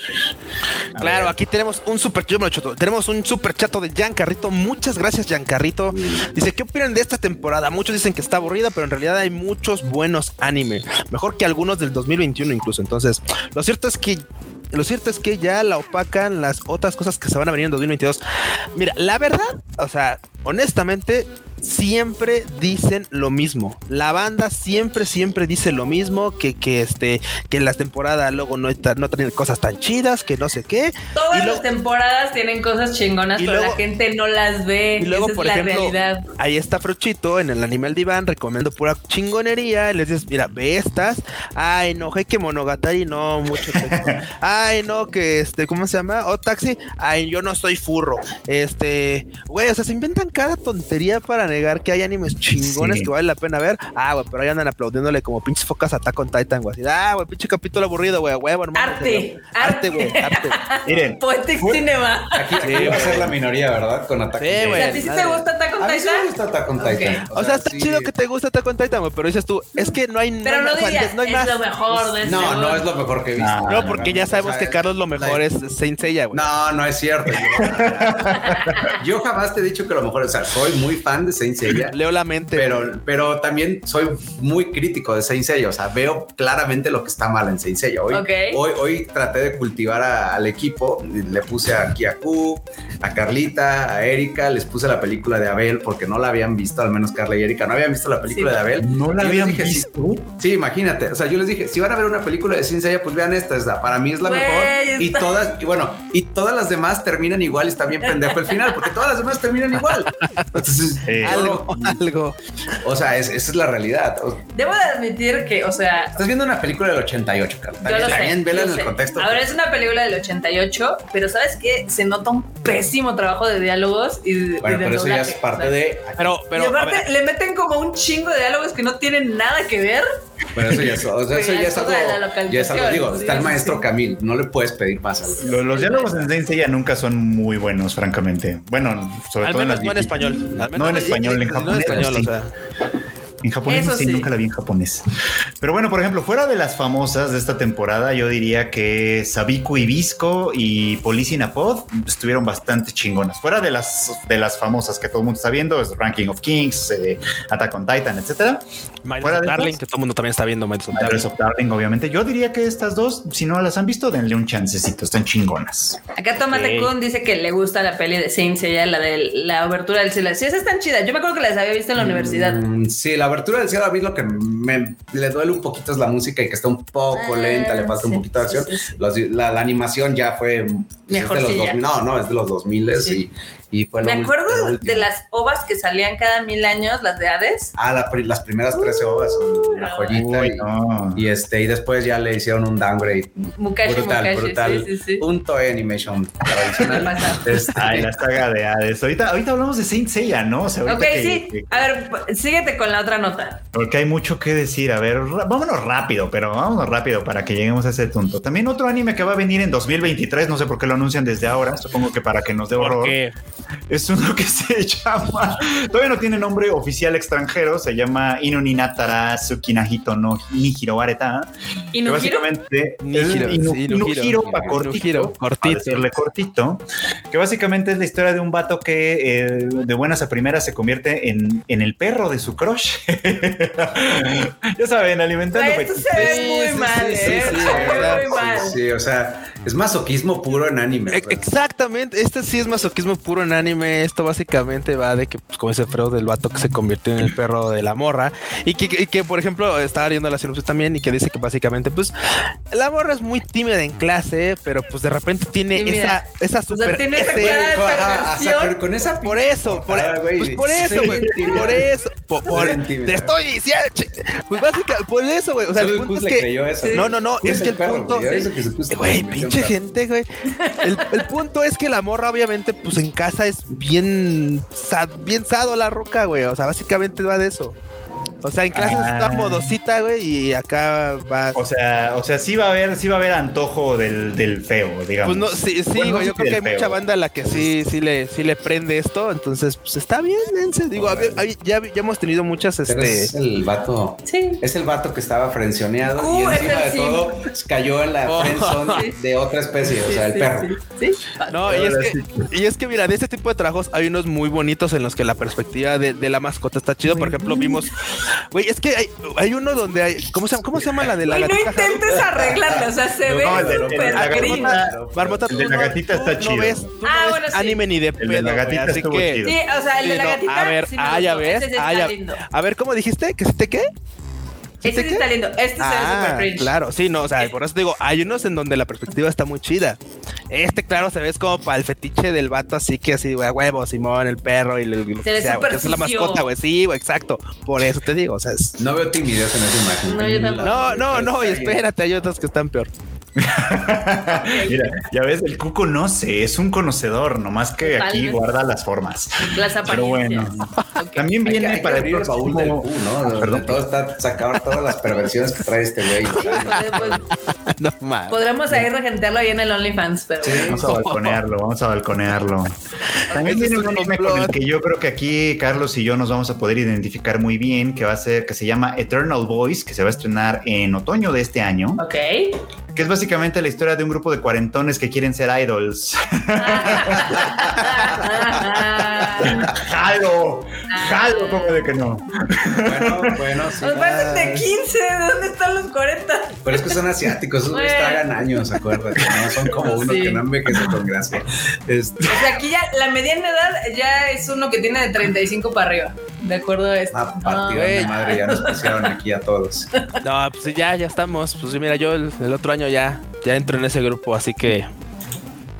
Speaker 4: A
Speaker 2: Claro,
Speaker 4: ver.
Speaker 2: aquí tenemos un super yo me lo chuto. Tenemos un super chato de Giancarrito. Muchas gracias, Giancarrito. Dice, ¿qué opinan de esta temporada? Muchos dicen que está aburrida, pero en realidad hay muchos buenos anime. Mejor que algunos del 2021 incluso. Entonces, lo cierto es que... Lo cierto es que ya la opacan las otras cosas que se van a venir en 2022. Mira, la verdad, o sea, honestamente, siempre dicen lo mismo. La banda siempre, siempre dice lo mismo, que, que este, que en las temporadas luego no, está- no traen cosas tan chidas, que no sé qué.
Speaker 1: Todas
Speaker 2: Y lo-
Speaker 1: las temporadas tienen cosas chingonas,
Speaker 2: y
Speaker 1: pero la
Speaker 2: luego-
Speaker 1: gente no las ve.
Speaker 2: Y luego,
Speaker 1: Esa
Speaker 2: por
Speaker 1: es la
Speaker 2: ejemplo,
Speaker 1: realidad.
Speaker 2: ahí está Frochito en el Animal Diván recomiendo pura chingonería. y Les dices, mira, ve estas. Ay, no, hay que Monogatari, no, mucho. sexo. Ay, no, que este, ¿cómo se llama? O Taxi. Ay, yo no soy furro. Este, güey, o sea, se inventan cada tontería para negar que hay animes chingones
Speaker 4: Sí.
Speaker 2: que vale la pena ver. Ah, güey, pero ahí andan aplaudiéndole como pinches focas a Attack on Titan, güey. así, Ah, güey, pinche capítulo aburrido, güey, huevo, hermano.
Speaker 1: Arte,
Speaker 2: Arte, güey, arte. güey.
Speaker 4: Miren,
Speaker 1: Poetic
Speaker 4: Fue-
Speaker 1: Cinema.
Speaker 3: Aquí, aquí va a ser la minoría, ¿verdad? Con ataque.
Speaker 2: Sí,
Speaker 1: O
Speaker 2: güey.
Speaker 1: sea, ¿a ti sí te
Speaker 2: madre.
Speaker 1: gusta Attack on
Speaker 3: A mí sí me
Speaker 1: Titan?
Speaker 3: gusta Attack on
Speaker 1: Ok.
Speaker 3: Titan.
Speaker 2: O sea, está
Speaker 3: sí.
Speaker 2: chido que te gusta Attack on Titan, güey, pero dices tú, es que no hay
Speaker 1: Pero no
Speaker 2: o sea,
Speaker 1: dirías,
Speaker 2: no hay
Speaker 1: es lo mejor de
Speaker 3: No,
Speaker 1: este
Speaker 3: no
Speaker 1: mundo".
Speaker 3: es lo mejor que he visto.
Speaker 4: No,
Speaker 2: No, porque ya sabemos
Speaker 3: Ah, O sea,
Speaker 2: que Carlos lo mejor
Speaker 3: la-
Speaker 2: es Saint Seiya, güey.
Speaker 3: No, no es cierto. Yo- Yo jamás te he dicho que lo mejor, o sea, soy muy fan de Saint Seiya,
Speaker 2: Leo la
Speaker 4: Este,
Speaker 2: mente. güey.
Speaker 3: pero, pero también soy muy crítico de Saint Seiya, o sea, veo claramente lo que está mal en Saint Seiya. Hoy,
Speaker 1: Ok.
Speaker 3: hoy, hoy traté de cultivar a- al equipo, le puse aquí a Q, a Carlita, a Erika, les puse la película de Abel porque no la habían visto, al menos Carla y Erika no habían visto la película
Speaker 1: Sí.
Speaker 3: de Abel.
Speaker 4: no
Speaker 3: Y yo
Speaker 4: la
Speaker 3: les
Speaker 4: habían
Speaker 3: dije, sí,
Speaker 4: visto.
Speaker 3: Sí, imagínate. O sea, yo les dije, si van a ver una película de ciencia, ya, pues vean esta, esta. Para mí es la
Speaker 1: Güey,
Speaker 3: mejor. Y
Speaker 1: está-
Speaker 3: todas, y bueno, y todas las demás terminan igual y está bien pendejo el final, porque todas las demás terminan igual. Entonces,
Speaker 4: Sí.
Speaker 3: yo
Speaker 2: Algo,
Speaker 3: no-
Speaker 2: algo.
Speaker 3: o sea, es- esa es la realidad. O-
Speaker 1: Debo de admitir que, o sea,
Speaker 3: estás viendo una película del 88, Carlos.
Speaker 1: yo
Speaker 3: También,
Speaker 1: lo sé.
Speaker 3: también vela
Speaker 1: yo
Speaker 3: en el
Speaker 1: sé.
Speaker 3: contexto. pues.
Speaker 1: Ahora es una película del 88, pero ¿sabes qué? Se nota un pésimo trabajo de diálogos y de,
Speaker 3: bueno,
Speaker 1: y de
Speaker 3: pero eso ya es
Speaker 1: doblaje,
Speaker 3: parte
Speaker 1: o sea.
Speaker 3: de.
Speaker 2: Pero, pero,
Speaker 1: y
Speaker 2: a
Speaker 1: aparte,
Speaker 2: ver,
Speaker 1: le meten como un chingo de diálogos que no tienen nada que ver.
Speaker 3: Bueno, eso ya es, o sea,
Speaker 1: Pero
Speaker 3: eso
Speaker 1: ya
Speaker 3: ya
Speaker 1: es
Speaker 3: es
Speaker 1: cosa
Speaker 3: algo.
Speaker 1: de la
Speaker 3: Ya es algo,
Speaker 1: localización,
Speaker 3: digo,
Speaker 1: sí,
Speaker 3: está el
Speaker 1: sí,
Speaker 3: maestro
Speaker 1: sí.
Speaker 3: Camil. No le puedes pedir más algo.
Speaker 4: Lo- Los diálogos en Saint Seiya nunca son muy buenos, francamente. Bueno, sobre
Speaker 2: al
Speaker 4: todo en
Speaker 2: menos
Speaker 4: las
Speaker 2: no en
Speaker 4: viejitas.
Speaker 2: español. Al menos
Speaker 4: No en
Speaker 2: las
Speaker 4: español, en
Speaker 2: viejitas,
Speaker 4: japonés.
Speaker 2: No en español,
Speaker 4: sí.
Speaker 2: o sea.
Speaker 4: En japonés
Speaker 1: Eso
Speaker 4: sí,
Speaker 1: sí.
Speaker 4: nunca la vi en japonés. Pero bueno, por ejemplo, fuera de las famosas de esta temporada, yo diría que Sabiku Hibisco y Policinapod estuvieron bastante chingonas. Fuera de las de las famosas que todo el mundo está viendo, es Ranking of Kings, eh, Attack on Titan, etcétera.
Speaker 2: Miles
Speaker 4: Fuera
Speaker 2: of
Speaker 4: de
Speaker 2: Darling,
Speaker 4: esas-
Speaker 2: que todo el mundo también está viendo Miles of
Speaker 4: Matters
Speaker 2: Darling.
Speaker 4: of Darling, obviamente. Yo diría que estas dos, si no las han visto, denle un chancecito, están chingonas.
Speaker 1: Acá Tomate
Speaker 2: Ok.
Speaker 1: Kun dice que le gusta la peli de Saint Seiya, la de la abertura del cielo. Sí, esa es tan chida. Yo me acuerdo que las había visto en la universidad.
Speaker 3: Mm, Sí, la abertura del cielo a mí lo que me le duele un poquito es la música y que está un poco
Speaker 1: Ah,
Speaker 3: lenta, le falta
Speaker 1: sí,
Speaker 3: un poquito de
Speaker 1: sí,
Speaker 3: acción.
Speaker 1: sí, sí.
Speaker 3: Los- la, la animación ya fue pues,
Speaker 1: Mejor
Speaker 3: es de
Speaker 1: sí,
Speaker 3: los
Speaker 1: ya.
Speaker 3: 2000, no, no, es de los 2000
Speaker 1: Sí.
Speaker 3: y, y fue
Speaker 1: Me
Speaker 3: lo
Speaker 1: acuerdo
Speaker 3: último.
Speaker 1: de las ovas que salían cada mil años, las de Hades.
Speaker 3: Ah, la pri- las primeras 13 obras son una
Speaker 1: no.
Speaker 3: joyita
Speaker 4: Uy,
Speaker 3: y,
Speaker 4: no.
Speaker 3: y este y después ya le hicieron un downgrade
Speaker 1: Mukashi,
Speaker 3: brutal,
Speaker 1: Mukashi.
Speaker 3: brutal.
Speaker 1: Sí, sí, sí.
Speaker 3: Un Toei Animation
Speaker 1: Me
Speaker 3: tradicional.
Speaker 1: pasa.
Speaker 3: Este,
Speaker 4: Ay, la saga de Hades. Ahorita, ahorita hablamos de Saint Seiya, ¿no? O sea, ahorita
Speaker 1: Ok,
Speaker 4: que-
Speaker 1: sí.
Speaker 4: que-
Speaker 1: A ver, p- síguete con la otra nota.
Speaker 4: Porque hay mucho que decir. A ver, ra- vámonos rápido, pero vámonos rápido para que lleguemos a ese punto. También otro anime que va a venir en 2023, no sé por qué lo anuncian desde ahora, supongo que para que nos dé horror.
Speaker 2: Porque
Speaker 4: Es uno que se llama, todavía no tiene nombre oficial extranjero, se llama Inuninatara Tsukinahito no Nihiro Areta.
Speaker 1: ¿Y
Speaker 4: Que
Speaker 1: no giro?
Speaker 4: básicamente
Speaker 2: Nihiro,
Speaker 4: es Inu-
Speaker 2: sí, Nihiro,
Speaker 4: Inuhiro pa'
Speaker 2: Nihiro,
Speaker 4: cortito, Ah,
Speaker 2: cortito.
Speaker 4: para decirle cortito, que básicamente es la historia de un vato que eh, de buenas a primeras se convierte en, en el perro de su crush. ya saben, alimentando
Speaker 1: Esto
Speaker 3: Pues,
Speaker 1: se
Speaker 4: fetiches.
Speaker 1: ve muy
Speaker 2: sí,
Speaker 1: mal,
Speaker 2: sí, sí,
Speaker 1: ¿eh?
Speaker 2: sí,
Speaker 1: Se
Speaker 2: la
Speaker 1: ve
Speaker 2: verdad,
Speaker 1: muy mal.
Speaker 3: sí, sí, o sea, es masoquismo puro en anime. pues.
Speaker 2: E- Exactamente, este sí es masoquismo puro en anime. Esto básicamente va de que, pues, como ese Fredo del vato que se convirtió en el perro de la morra. Y que, y que, por ejemplo, estaba viendo la sinopsis también y que dice que básicamente, pues, la morra es muy tímida en clase, pero pues de repente tiene
Speaker 1: Tímida.
Speaker 2: esa, esa
Speaker 1: O sea,
Speaker 2: super.
Speaker 1: tiene esa
Speaker 2: ese-
Speaker 1: cara de
Speaker 3: Ajá, ajá,
Speaker 1: perversión.
Speaker 3: pero con esa
Speaker 2: por eso, por,
Speaker 3: Ah, güey,
Speaker 2: pues, por eso,
Speaker 3: sí,
Speaker 2: güey,
Speaker 3: tímida.
Speaker 2: por eso, por, por-
Speaker 3: Bien tímida.
Speaker 2: te estoy diciendo, ch- pues básicamente, por eso, güey, o sea, el
Speaker 3: Solo
Speaker 2: punto
Speaker 3: Cus
Speaker 2: es
Speaker 3: le
Speaker 2: que,
Speaker 3: creyó eso.
Speaker 2: no, no, no,
Speaker 3: Cus
Speaker 2: es que el
Speaker 3: perro,
Speaker 2: punto,
Speaker 3: güey, eso que se puso-
Speaker 2: Güey, pinche gente, güey. El, el punto es que la morra, obviamente, pues en casa es bien, sa- bien sado la roca, güey. O sea, básicamente va de eso. O sea, en clase
Speaker 4: Ah.
Speaker 2: es una modosita, güey, y acá va.
Speaker 4: O sea, o sea, sí va a haber, sí va a haber antojo del, del feo, digamos.
Speaker 2: pues no, sí, sí,
Speaker 4: Bueno,
Speaker 2: güey. Yo
Speaker 4: sí,
Speaker 2: creo que hay
Speaker 4: el feo.
Speaker 2: mucha banda a la que sí, sí le, sí le prende esto. Entonces, pues está bien, dense. Digo, a ver, hay- ya, ya hemos tenido muchas,
Speaker 3: Pero es
Speaker 2: este.
Speaker 3: el vato.
Speaker 1: Sí.
Speaker 3: Es el vato que estaba frenzoneado y
Speaker 1: Uh, es
Speaker 3: encima
Speaker 1: el
Speaker 3: de
Speaker 1: sim.
Speaker 3: todo pues, cayó en la
Speaker 2: Oh.
Speaker 3: friendzone de otra especie, o sea, el
Speaker 1: Sí,
Speaker 3: perro.
Speaker 1: Sí. sí.
Speaker 2: No, y es, que, y es que, mira, de este tipo de trabajos hay unos muy bonitos en los que la perspectiva de, de la mascota está chido. Por ejemplo, vimos Güey, es que hay, hay uno donde hay. ¿Cómo se, cómo se llama la de la
Speaker 1: Güey, no
Speaker 2: gatita? Haru?
Speaker 1: intentes arreglarla, o sea, se ve
Speaker 4: No, el de- el de
Speaker 1: súper
Speaker 4: la
Speaker 1: gris.
Speaker 4: garganta.
Speaker 2: Marmota,
Speaker 4: El de
Speaker 2: tú
Speaker 4: la
Speaker 2: no-
Speaker 4: gatita
Speaker 2: tú
Speaker 4: está
Speaker 2: no
Speaker 4: chido.
Speaker 2: ves- tú no
Speaker 1: Ah,
Speaker 2: ves
Speaker 1: bueno, sí.
Speaker 2: anime ni de
Speaker 4: de
Speaker 2: pedo.
Speaker 4: la
Speaker 2: güey,
Speaker 4: gatita
Speaker 2: así
Speaker 4: estuvo
Speaker 2: que-
Speaker 4: chido.
Speaker 1: Sí, o sea, el
Speaker 2: Sí,
Speaker 1: de la
Speaker 2: no,
Speaker 1: gatita.
Speaker 2: a ver,
Speaker 1: sí me
Speaker 2: ah, ya
Speaker 1: gustó.
Speaker 2: ves.
Speaker 1: Ese sí
Speaker 2: ah,
Speaker 1: está
Speaker 2: ya-
Speaker 1: lindo.
Speaker 2: A ver, ¿cómo dijiste? ¿Que se te qué? ¿Sí
Speaker 1: Este
Speaker 2: te
Speaker 1: sí
Speaker 2: qué?
Speaker 1: está lindo. Este se ve
Speaker 2: Ah,
Speaker 1: súper cringe.
Speaker 2: claro, sí, no, o sea, por eso te digo, hay unos en donde la perspectiva está muy chida. Este, claro, se ve es como para el fetiche del vato, así que así, güey, a huevo, Simón, el perro y lo lo
Speaker 1: Se
Speaker 2: que
Speaker 1: ve
Speaker 2: sea, güey, que es la
Speaker 1: superficio.
Speaker 2: mascota, güey, sí, güey, exacto. Por eso te digo, o sea, es-
Speaker 3: No veo timidez en esa imagen.
Speaker 1: No, yo tampoco.
Speaker 2: No, no, pues, no, y espérate, hay otros que están peor.
Speaker 4: Mira, ya ves, el Q conoce, es un conocedor, nomás que
Speaker 1: Tal
Speaker 4: aquí
Speaker 1: vez.
Speaker 4: guarda las formas.
Speaker 1: Las
Speaker 4: Pero
Speaker 1: apariencias.
Speaker 4: bueno, también
Speaker 3: Hay que-
Speaker 4: viene
Speaker 3: hay que
Speaker 4: para
Speaker 3: abrir el baúl del
Speaker 4: próximo- Ah,
Speaker 3: Q, ¿no? Donde
Speaker 4: Perdón.
Speaker 3: todo está sacar todas las perversiones que trae este güey.
Speaker 1: Híjole, pues,
Speaker 2: No mames.
Speaker 1: Podremos ahí regentearlo ahí en el OnlyFans, pero
Speaker 3: Sí.
Speaker 4: Vamos a balconearlo, vamos a balconearlo. También viene un anime con el que yo creo que aquí Carlos y yo nos vamos a poder identificar muy bien, que va a ser, que se llama Eternal Boys, que se va a estrenar en otoño de este año,
Speaker 1: Ok.
Speaker 4: que es básicamente la historia de un grupo de cuarentones que quieren ser idols. ¡Jalo! ¡Jalo! ¿Cómo de que no?
Speaker 3: Bueno, bueno, sí.
Speaker 1: Nos parecen de
Speaker 3: ah,
Speaker 1: 15, ¿de dónde están los 40?
Speaker 3: Pero es que son asiáticos, esos güeyes
Speaker 1: Güey.
Speaker 3: tragan años, acuérdate. ¿no? Son como uno
Speaker 1: Sí.
Speaker 3: que no envejece con gracia. Este,
Speaker 1: O sea, aquí ya la mediana edad ya es uno que tiene de 35 para arriba, de acuerdo a esto.
Speaker 4: Ah,
Speaker 3: una
Speaker 1: No.
Speaker 3: partida ah, de madre ya nos pusieron aquí a todos.
Speaker 2: No, pues ya, ya estamos. Pues mira, yo el, el otro año ya, ya entro en ese grupo, así que.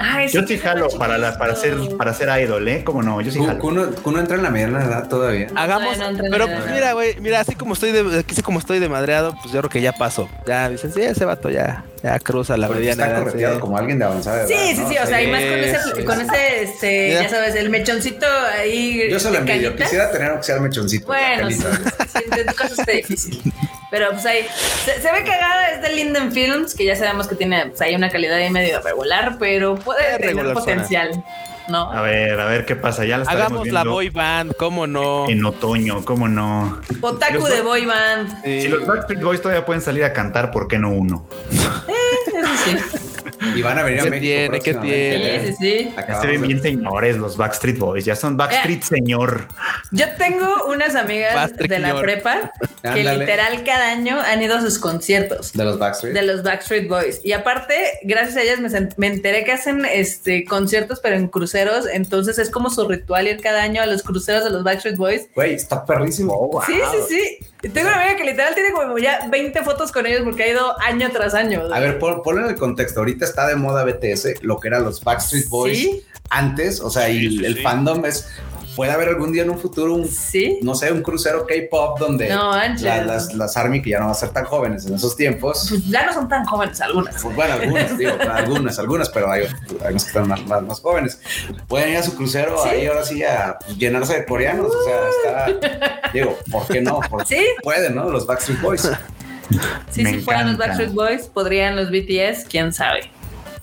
Speaker 1: Ay,
Speaker 4: Yo
Speaker 1: Ah, sí,
Speaker 4: sí jalo para, la, para, ser, para ser idol, ¿eh? ¿Cómo no? Yo sí
Speaker 3: Q-
Speaker 4: jalo.
Speaker 3: Q no Q no entra en la mediana edad todavía.
Speaker 2: Hagamos.
Speaker 1: Bueno, entre
Speaker 2: pero
Speaker 1: la-
Speaker 2: pues, mira, güey, mira, así como estoy de, aquí sí como estoy de madreado, pues yo creo que ya paso. Ya dicen, sí, ese vato ya, ya cruza
Speaker 4: Ah,
Speaker 2: la
Speaker 3: Porque
Speaker 2: mediana.
Speaker 3: está
Speaker 2: edad,
Speaker 3: correteado
Speaker 2: sí.
Speaker 3: como alguien de avanzada edad,
Speaker 1: Sí, sí,
Speaker 3: ¿no?
Speaker 1: sí, o sea, y más con
Speaker 2: sí,
Speaker 1: ese,
Speaker 2: sí,
Speaker 1: con
Speaker 2: sí.
Speaker 1: ese, este,
Speaker 2: Mira.
Speaker 1: ya sabes, el mechoncito ahí.
Speaker 3: Yo solo
Speaker 1: de
Speaker 3: envidio.
Speaker 1: canitas.
Speaker 3: Quisiera tener aunque sea el mechoncito.
Speaker 1: Bueno, sí,
Speaker 3: calita.
Speaker 1: sí, en tu caso está difícil. Pero pues ahí, se, se ve cagada, es de Linden Films, que ya sabemos que tiene pues, ahí una calidad ahí medio regular, pero puede
Speaker 2: Eh,
Speaker 1: tener
Speaker 2: regular
Speaker 1: potencial, ¿no?
Speaker 4: A ver, a ver qué pasa. Ya la estaremos
Speaker 2: Hagamos la
Speaker 4: viendo
Speaker 2: boy band, cómo no.
Speaker 4: en otoño, ¿cómo no?
Speaker 1: Otaku
Speaker 4: Los-
Speaker 1: de boy band.
Speaker 2: Sí.
Speaker 4: Si los Backstreet Boys todavía pueden salir a cantar, ¿por qué no uno?
Speaker 1: Eso sí.
Speaker 3: Y van a venir a
Speaker 2: ¿Qué
Speaker 3: México.
Speaker 2: tiene? ¿Qué
Speaker 3: próximamente,
Speaker 2: tiene?
Speaker 3: ¿eh?
Speaker 1: Sí, sí, sí.
Speaker 4: Ya
Speaker 3: Acabamos
Speaker 4: se ven
Speaker 3: de-
Speaker 4: bien señores los Backstreet Boys, ya son Backstreet señor.
Speaker 1: Yo tengo unas amigas
Speaker 2: Patrick
Speaker 1: de la
Speaker 2: York.
Speaker 1: prepa que
Speaker 3: Ándale.
Speaker 1: literal cada año han ido a sus conciertos
Speaker 3: De los Backstreet.
Speaker 1: de los Backstreet Boys. Y aparte, gracias a ellas me, sen- me enteré que hacen este conciertos, pero en cruceros. Entonces es como su ritual ir cada año a los cruceros de los Backstreet Boys.
Speaker 3: Güey, está perrísimo.
Speaker 1: Sí, sí, sí. Tengo una amiga que literal tiene como ya 20 fotos con ellos porque ha ido año tras año.
Speaker 3: A ver, pon- ponlo en el contexto. Ahorita está de moda BTS, lo que eran los Backstreet Boys
Speaker 1: Sí,
Speaker 3: antes. O sea, y
Speaker 2: Sí, sí,
Speaker 3: el
Speaker 2: sí.
Speaker 3: fandom es. Puede haber algún día en un futuro un.
Speaker 1: sí.
Speaker 3: No sé, un crucero K-pop donde
Speaker 1: No, manches.
Speaker 3: la- las, las Army, que ya no van a ser tan jóvenes en esos tiempos.
Speaker 1: Pues ya no son tan jóvenes algunas.
Speaker 3: Pues bueno, algunas, digo, algunas, algunas, pero hay, hay unos que están más, más, más jóvenes. Pueden ir a su crucero
Speaker 1: Sí.
Speaker 3: ahí ahora sí a pues, llenarse de coreanos. O sea, está. Digo, ¿por qué no? Por-
Speaker 1: Sí,
Speaker 3: Pueden, ¿no? Los Backstreet Boys.
Speaker 1: sí,
Speaker 4: Me
Speaker 1: si fueran los
Speaker 4: encanta.
Speaker 1: Backstreet Boys, podrían los BTS, quién sabe.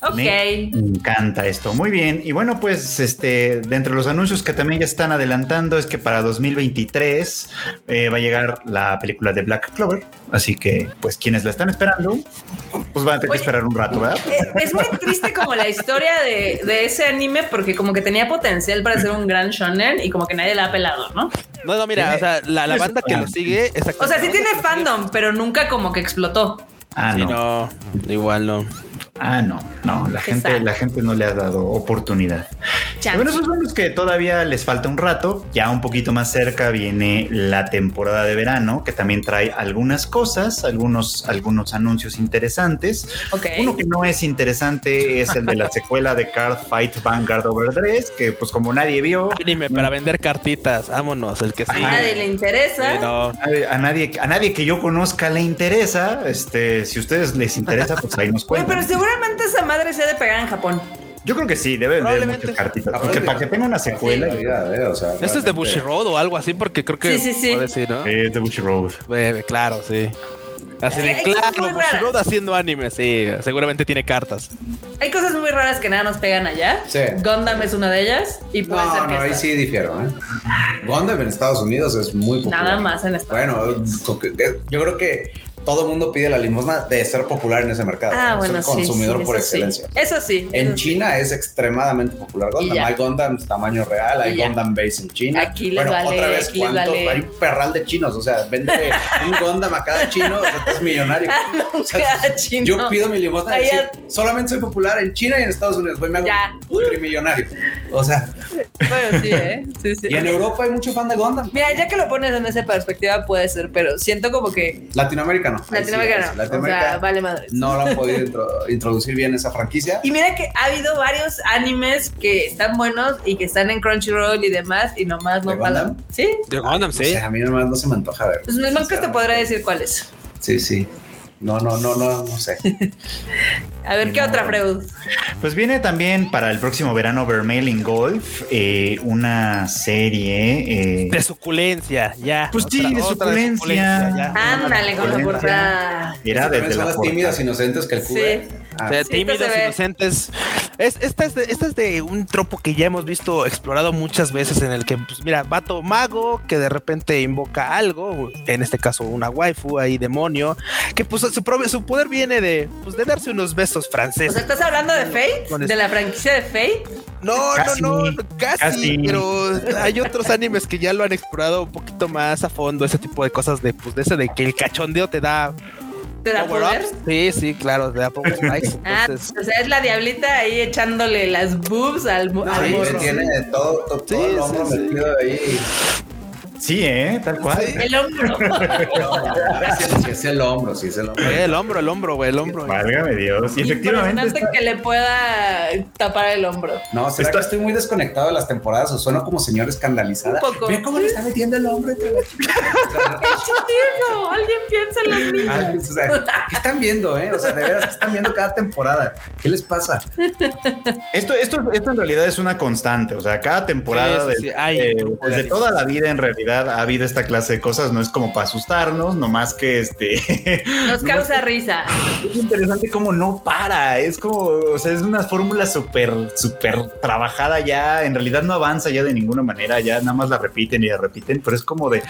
Speaker 1: Ok.
Speaker 4: Me encanta esto. Muy bien. Y bueno, pues este, de entre los anuncios que también ya están adelantando es que para 2023 eh, va a llegar la película de Black Clover. Así que, pues, quienes la están esperando, pues van a tener que
Speaker 1: Oye.
Speaker 4: esperar un rato, ¿verdad?
Speaker 1: Eh, Es muy triste como la historia de, de ese anime porque como que tenía potencial para ser un gran shonen y como que nadie la ha pelado, ¿no?
Speaker 2: No, no, mira,
Speaker 4: Tiene-
Speaker 2: o sea, la, la
Speaker 4: tiene su
Speaker 2: banda que
Speaker 4: fan.
Speaker 2: lo sigue. exacto,
Speaker 1: O sea,
Speaker 2: la
Speaker 1: sí
Speaker 2: banda
Speaker 1: tiene
Speaker 2: que lo
Speaker 1: fandom, pero nunca como que explotó.
Speaker 4: Ah,
Speaker 2: sigue- Sí,
Speaker 4: no.
Speaker 2: no, igual no.
Speaker 4: Ah, no. No, la
Speaker 1: Qué
Speaker 4: gente,
Speaker 1: sad.
Speaker 4: la gente no le ha dado oportunidad.
Speaker 1: Chance.
Speaker 4: Bueno, esos son los que todavía les falta un rato. Ya un poquito más cerca viene la temporada de verano, que también trae algunas cosas, algunos, algunos anuncios interesantes.
Speaker 1: Ok.
Speaker 4: Uno que no es interesante es el de la secuela de Card Fight Vanguard Overdress, que pues como nadie vio,
Speaker 2: Anime para vender cartitas, vámonos, el que sí.
Speaker 1: A nadie le
Speaker 2: Sí,
Speaker 3: Eh,
Speaker 1: interesa.
Speaker 2: no.
Speaker 4: a a nadie, a nadie que yo conozca le interesa. Este, si a ustedes les interesa, pues ahí nos
Speaker 1: Güey, pero este
Speaker 4: cuentan.
Speaker 1: seguramente esa madre se ha de pegar en Japón.
Speaker 4: Yo creo que sí, deben de haber
Speaker 2: Probablemente.
Speaker 4: muchas cartitas. Porque para que tenga una secuela,
Speaker 3: Sí, la vida, eh, o sea,
Speaker 2: Esto es de
Speaker 3: realmente.
Speaker 2: Bushiroad o algo así, porque creo que.
Speaker 1: Sí, sí, sí.
Speaker 2: puede ser, ¿no?
Speaker 4: es de Bush eh, Road.
Speaker 2: Bebe, claro, sí. Así de
Speaker 1: Hay cosas
Speaker 2: claro,
Speaker 1: muy raras.
Speaker 2: Bushiroad haciendo anime, sí, seguramente tiene cartas.
Speaker 1: Hay cosas muy raras que nada nos pegan allá.
Speaker 3: Sí.
Speaker 1: Gundam es una de ellas y puede ser
Speaker 3: No,
Speaker 1: que
Speaker 3: no, ahí
Speaker 1: esta.
Speaker 3: sí difiero. ¿eh? Gundam en Estados Unidos es muy popular.
Speaker 1: Nada más en Estados
Speaker 3: Bueno, eh,
Speaker 1: Unidos.
Speaker 3: yo creo que todo el mundo pide la limosna de ser popular en ese mercado.
Speaker 1: Ah,
Speaker 3: Es
Speaker 1: bueno,
Speaker 3: el
Speaker 1: sí,
Speaker 3: consumidor
Speaker 1: sí,
Speaker 3: por
Speaker 1: eso sí.
Speaker 3: excelencia.
Speaker 1: Eso sí.
Speaker 3: En
Speaker 1: eso sí.
Speaker 3: China es extremadamente popular
Speaker 1: Y
Speaker 3: Gundam.
Speaker 1: ya.
Speaker 3: Hay Gundams tamaño real, hay
Speaker 1: Y ya.
Speaker 3: Gundam Base en China.
Speaker 1: Aquí les
Speaker 3: bueno,
Speaker 1: vale,
Speaker 3: otra vez,
Speaker 1: aquí les
Speaker 3: ¿cuántos?
Speaker 1: vale.
Speaker 3: Hay un perral de chinos, o sea, vende un Gundam a cada chino, o sea, estás millonario. O sea,
Speaker 1: Ah, Cada chino.
Speaker 3: Yo pido mi limosna
Speaker 1: Ahí
Speaker 3: y decir, solamente soy popular en China y en Estados Unidos, voy me hago
Speaker 1: Ya.
Speaker 3: millonario. O sea,
Speaker 1: Bueno, sí, ¿eh? Sí, sí.
Speaker 3: y en Europa hay mucho fan de Gundam.
Speaker 1: Mira, ya que lo pones en esa perspectiva puede ser, pero siento como que
Speaker 3: Latinoamérica no. Ahí sí,
Speaker 1: Latinoamérica
Speaker 3: ahí
Speaker 1: no.
Speaker 3: sí,
Speaker 1: O
Speaker 3: Latinoamérica
Speaker 1: sea, vale madre.
Speaker 3: no lo han podido intro- introducir bien esa franquicia.
Speaker 1: Y mira que ha habido varios animes que están buenos y que están en Crunchyroll y demás y nomás no
Speaker 3: ¿De
Speaker 1: pagan.
Speaker 3: Gundam?
Speaker 1: ¿Sí?
Speaker 2: De Gundam,
Speaker 3: O
Speaker 2: sí.
Speaker 3: sea, a mí nomás no se me antoja ver.
Speaker 1: Pues nunca te podrá decir cuál es.
Speaker 3: Sí, sí. No, no, no, no, no sé.
Speaker 1: A ver,
Speaker 4: Sí,
Speaker 1: ¿qué
Speaker 4: no,
Speaker 1: otra,
Speaker 4: no.
Speaker 1: Freud?
Speaker 4: Pues viene también para el próximo verano Vermailing Golf, eh, una serie. eh,
Speaker 2: De suculencia, ya.
Speaker 4: Pues sí, de suculencia.
Speaker 2: ya.
Speaker 1: Ándale con la
Speaker 4: Polenta.
Speaker 1: portada.
Speaker 4: mira,
Speaker 3: También
Speaker 4: desde
Speaker 3: son
Speaker 4: la
Speaker 3: las tímidas
Speaker 4: portada.
Speaker 3: inocentes que el
Speaker 1: Sí.
Speaker 3: cubre.
Speaker 2: O
Speaker 3: Ah,
Speaker 2: sea,
Speaker 1: Sí,
Speaker 2: tímidos,
Speaker 1: esto se ve.
Speaker 2: inocentes. Es, esta, es de, esta es de un tropo que ya hemos visto explorado muchas veces en el que, pues mira, vato mago que de repente invoca algo, en este caso una waifu ahí, demonio, que pues su, pro- su poder viene de, pues, de darse unos besos
Speaker 1: O sea,
Speaker 2: franceses.
Speaker 1: ¿estás hablando de Fate?
Speaker 2: Con este-
Speaker 1: ¿De
Speaker 2: eso.
Speaker 1: la franquicia de Fate?
Speaker 2: No,
Speaker 4: Casi,
Speaker 2: no, no, casi,
Speaker 4: casi.
Speaker 2: pero hay otros animes que ya lo han explorado un poquito más a fondo, ese tipo de cosas de, pues, de ese de que el cachondeo te da
Speaker 1: ¿De la poder?
Speaker 2: power-ups. Sí, sí, claro, te da power spikes,
Speaker 1: Ah,
Speaker 2: entonces-
Speaker 1: o sea, es la diablita ahí echándole las boobs al, mo- al
Speaker 3: ahí
Speaker 1: morro.
Speaker 3: tiene todo, todo, todo
Speaker 2: Sí,
Speaker 3: el hombro
Speaker 2: sí, sí.
Speaker 3: metido ahí.
Speaker 4: Sí, eh, tal cual.
Speaker 1: El hombro.
Speaker 3: A ver si, si es el hombro, si es el hombro.
Speaker 2: Eh, el hombro, el hombro, güey, el hombro.
Speaker 4: Válgame Dios. Y efectivamente.
Speaker 1: Impresionante
Speaker 4: está-
Speaker 1: que le pueda tapar el hombro.
Speaker 3: No, ¿será
Speaker 4: Esto-
Speaker 3: que estoy muy desconectado de las temporadas o sueno como señor escandalizada.
Speaker 1: Un poco.
Speaker 3: Ve cómo le está metiendo el hombro entre las chicas.
Speaker 2: Ah.
Speaker 3: O
Speaker 1: Chiquito, alguien piensa en los niños.
Speaker 3: sea, ay, o sea, ¿Qué están viendo, eh? O sea, de veras, ¿qué están viendo cada temporada? ¿Qué les pasa?
Speaker 4: Esto, esto, esto en realidad es una constante. O sea, cada temporada
Speaker 2: Sí, sí,
Speaker 4: de-
Speaker 2: sí, hay
Speaker 4: eh,
Speaker 2: un grupo de
Speaker 4: desde
Speaker 2: animes.
Speaker 4: toda la vida, en realidad, ha habido esta clase de cosas. No es como para asustarnos, nomás que este.
Speaker 1: Nos causa risa.
Speaker 4: Es interesante cómo no para. Es como, o sea, es una fórmula súper, súper trabajada ya. En realidad no avanza ya de ninguna manera. Ya nada más la repiten y la repiten, pero es como de,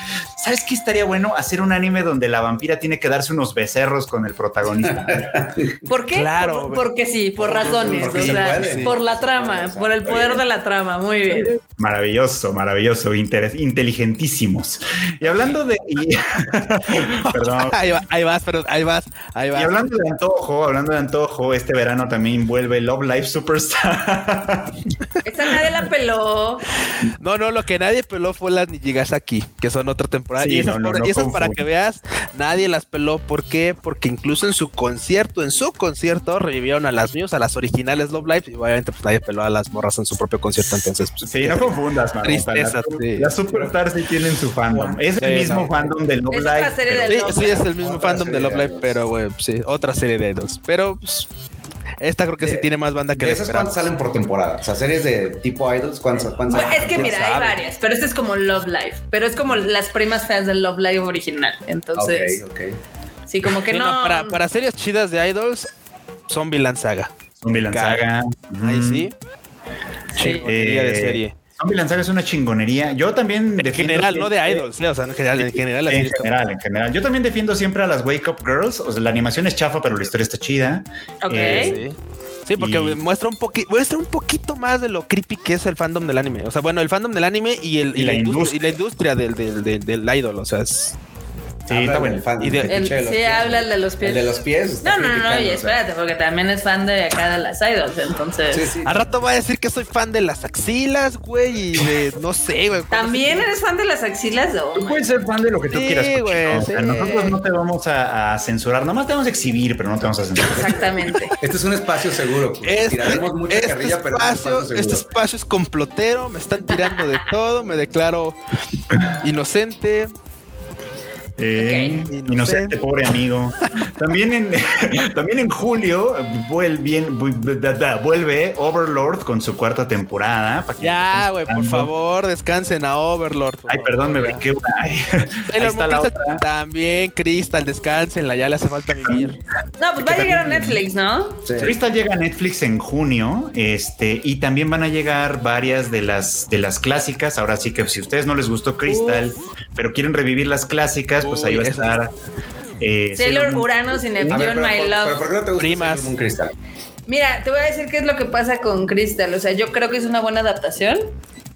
Speaker 4: ¿sabes qué estaría bueno? Hacer un anime donde la vampira tiene que darse unos becerros con el protagonista.
Speaker 1: ¿Por qué?
Speaker 2: Claro,
Speaker 1: Por-
Speaker 2: güey.
Speaker 1: porque sí, por razones.
Speaker 3: Porque
Speaker 1: o
Speaker 3: se
Speaker 1: sea,
Speaker 3: puede.
Speaker 1: por la trama, por el poder de la trama. Muy bien.
Speaker 4: Maravilloso, maravilloso, interes- inteligentísimos. Y hablando de. y- perdón.
Speaker 2: Ahí, va- ahí vas, pero ahí vas, ahí
Speaker 4: Y
Speaker 2: vas.
Speaker 4: hablando de antojo, hablando de antojo, este verano también vuelve Love Life Superstar.
Speaker 1: Esa nadie la peló.
Speaker 2: No, no, lo que nadie peló fue las Nijigasaki, que son otra temporada.
Speaker 4: Sí,
Speaker 2: y esas,
Speaker 4: no, no,
Speaker 2: por-
Speaker 4: no
Speaker 2: y esas para
Speaker 4: confundas.
Speaker 2: que veas, nadie las peló. ¿Por qué? Porque incluso en su concierto, en su concierto, revivieron a las míos, a las originales Love Live, y obviamente pues nadie peló a las morras en su propio concierto, entonces pues,
Speaker 4: Sí, no confundas, Marmota.
Speaker 2: Tristeza,
Speaker 4: Las-
Speaker 2: sí.
Speaker 4: Las Superstars sí tienen su fandom. Es el
Speaker 2: Sí,
Speaker 4: mismo
Speaker 3: no.
Speaker 4: fandom de Love
Speaker 1: Es otra
Speaker 4: Live.
Speaker 1: serie de-
Speaker 4: pero-
Speaker 2: Sí, sí, es el mismo
Speaker 3: Otra
Speaker 2: fandom de
Speaker 3: serie
Speaker 2: Love
Speaker 3: de
Speaker 2: Live,
Speaker 3: idols.
Speaker 2: pero güey, sí, otra serie de idols. Pero pues, esta creo que sí
Speaker 3: De-
Speaker 2: tiene más banda que
Speaker 3: ¿De
Speaker 2: la
Speaker 3: esas
Speaker 2: esperada.
Speaker 3: cuántas salen por temporada? O sea, series de tipo idols, ¿cuántas? cuántas
Speaker 1: Bueno, Pues, es que
Speaker 3: ¿Quién
Speaker 1: mira, hay
Speaker 3: sabe?
Speaker 1: varias, pero esta es como Love Life. Pero es como las primas feas del Love Live original.
Speaker 2: Pues,
Speaker 1: Entonces,
Speaker 3: Ok, ok.
Speaker 1: sí, como que
Speaker 2: Sí, no,
Speaker 1: no.
Speaker 2: para, para series chidas de idols, son Villain Saga.
Speaker 4: Zombieland Saga.
Speaker 3: Mm,
Speaker 2: Ahí
Speaker 4: Ujú.
Speaker 2: sí.
Speaker 1: Sí.
Speaker 2: Chingonería de
Speaker 4: Eh,
Speaker 2: serie.
Speaker 4: Zombieland Saga es una chingonería. Yo también.
Speaker 2: En general, no de idols, ¿eh? o sea, en general, en general, la serie
Speaker 4: En
Speaker 2: está-
Speaker 4: general, en general. Yo también defiendo siempre a las Wake Up Girls. O sea, la animación es chafa, pero la historia está chida.
Speaker 1: Ok.
Speaker 4: Eh,
Speaker 2: Sí. Sí, porque
Speaker 4: Y-
Speaker 2: muestra un poquito, muestra un poquito más de lo creepy que es el fandom del anime. O sea, bueno, el fandom del anime y el
Speaker 4: Y la
Speaker 2: y la industria del, del, del, del idol. O sea, es-
Speaker 4: Sí,
Speaker 3: Habla
Speaker 4: está
Speaker 3: del
Speaker 4: bueno.
Speaker 3: fan,
Speaker 2: Y de-
Speaker 3: del
Speaker 1: El-
Speaker 3: fetiche de los
Speaker 1: sí,
Speaker 3: pies.
Speaker 1: habla el de los pies.
Speaker 3: El de los pies.
Speaker 1: No,
Speaker 3: está
Speaker 1: no, no,
Speaker 3: criticando,
Speaker 1: y
Speaker 3: o sea.
Speaker 1: espérate, porque también es fan de acá de las idols, entonces.
Speaker 3: Sí, sí.
Speaker 2: al rato va a decir que soy fan de las axilas, güey, y de no sé, güey.
Speaker 1: ¿También eres fan de las axilas? Oh,
Speaker 4: Tú
Speaker 1: my
Speaker 4: puedes ser fan de lo que tú
Speaker 2: Sí,
Speaker 4: quieras. Cochino.
Speaker 2: güey,
Speaker 4: O sea,
Speaker 2: sí.
Speaker 4: Nosotros no te vamos a, a censurar. Nomás te vamos a exhibir, pero no te vamos a censurar.
Speaker 1: Exactamente.
Speaker 3: Este es un espacio seguro.
Speaker 2: Este,
Speaker 3: Tiraremos mucha
Speaker 2: este
Speaker 3: carrilla, pero
Speaker 2: espacio,
Speaker 3: es un espacio
Speaker 2: este
Speaker 3: seguro.
Speaker 2: espacio es complotero, me están tirando de todo, me declaro inocente.
Speaker 4: Eh,
Speaker 2: Ok.
Speaker 4: Inocente, Inocente, pobre amigo. También en, también en julio vuelve, bien- vu- vu- da- da- vuelve Overlord con su cuarta temporada. para que
Speaker 2: Ya,
Speaker 4: estén
Speaker 2: güey, por
Speaker 4: esperando.
Speaker 2: favor, descansen a Overlord. por
Speaker 4: Ay,
Speaker 2: favor,
Speaker 4: perdón, me
Speaker 2: ya.
Speaker 4: brinqué una. Ay, Ahí
Speaker 2: Sailor Moon
Speaker 4: está la
Speaker 2: Crystal
Speaker 4: otra.
Speaker 2: también, Crystal, descánsenla, ya le hace falta vivir.
Speaker 1: No, pues va a llegar a Netflix, ¿no?
Speaker 3: Sí.
Speaker 4: Crystal llega a Netflix en junio, este, y también van a llegar varias de las de las clásicas. Ahora sí que si a ustedes no les gustó Crystal, pero quieren revivir las clásicas, pues
Speaker 2: Uy,
Speaker 4: ahí va a
Speaker 2: esa-
Speaker 4: estar eh,
Speaker 1: Sailor
Speaker 4: Moon.
Speaker 1: Uranus y
Speaker 3: A ver,
Speaker 1: Neptune,
Speaker 3: pero,
Speaker 1: My
Speaker 3: por-
Speaker 1: Love.
Speaker 3: pero ¿por qué no te gusta
Speaker 2: Primas.
Speaker 3: Sailor Moon Crystal?
Speaker 1: Mira, te voy a decir qué es lo que pasa con Crystal. O sea, yo creo que es una buena adaptación,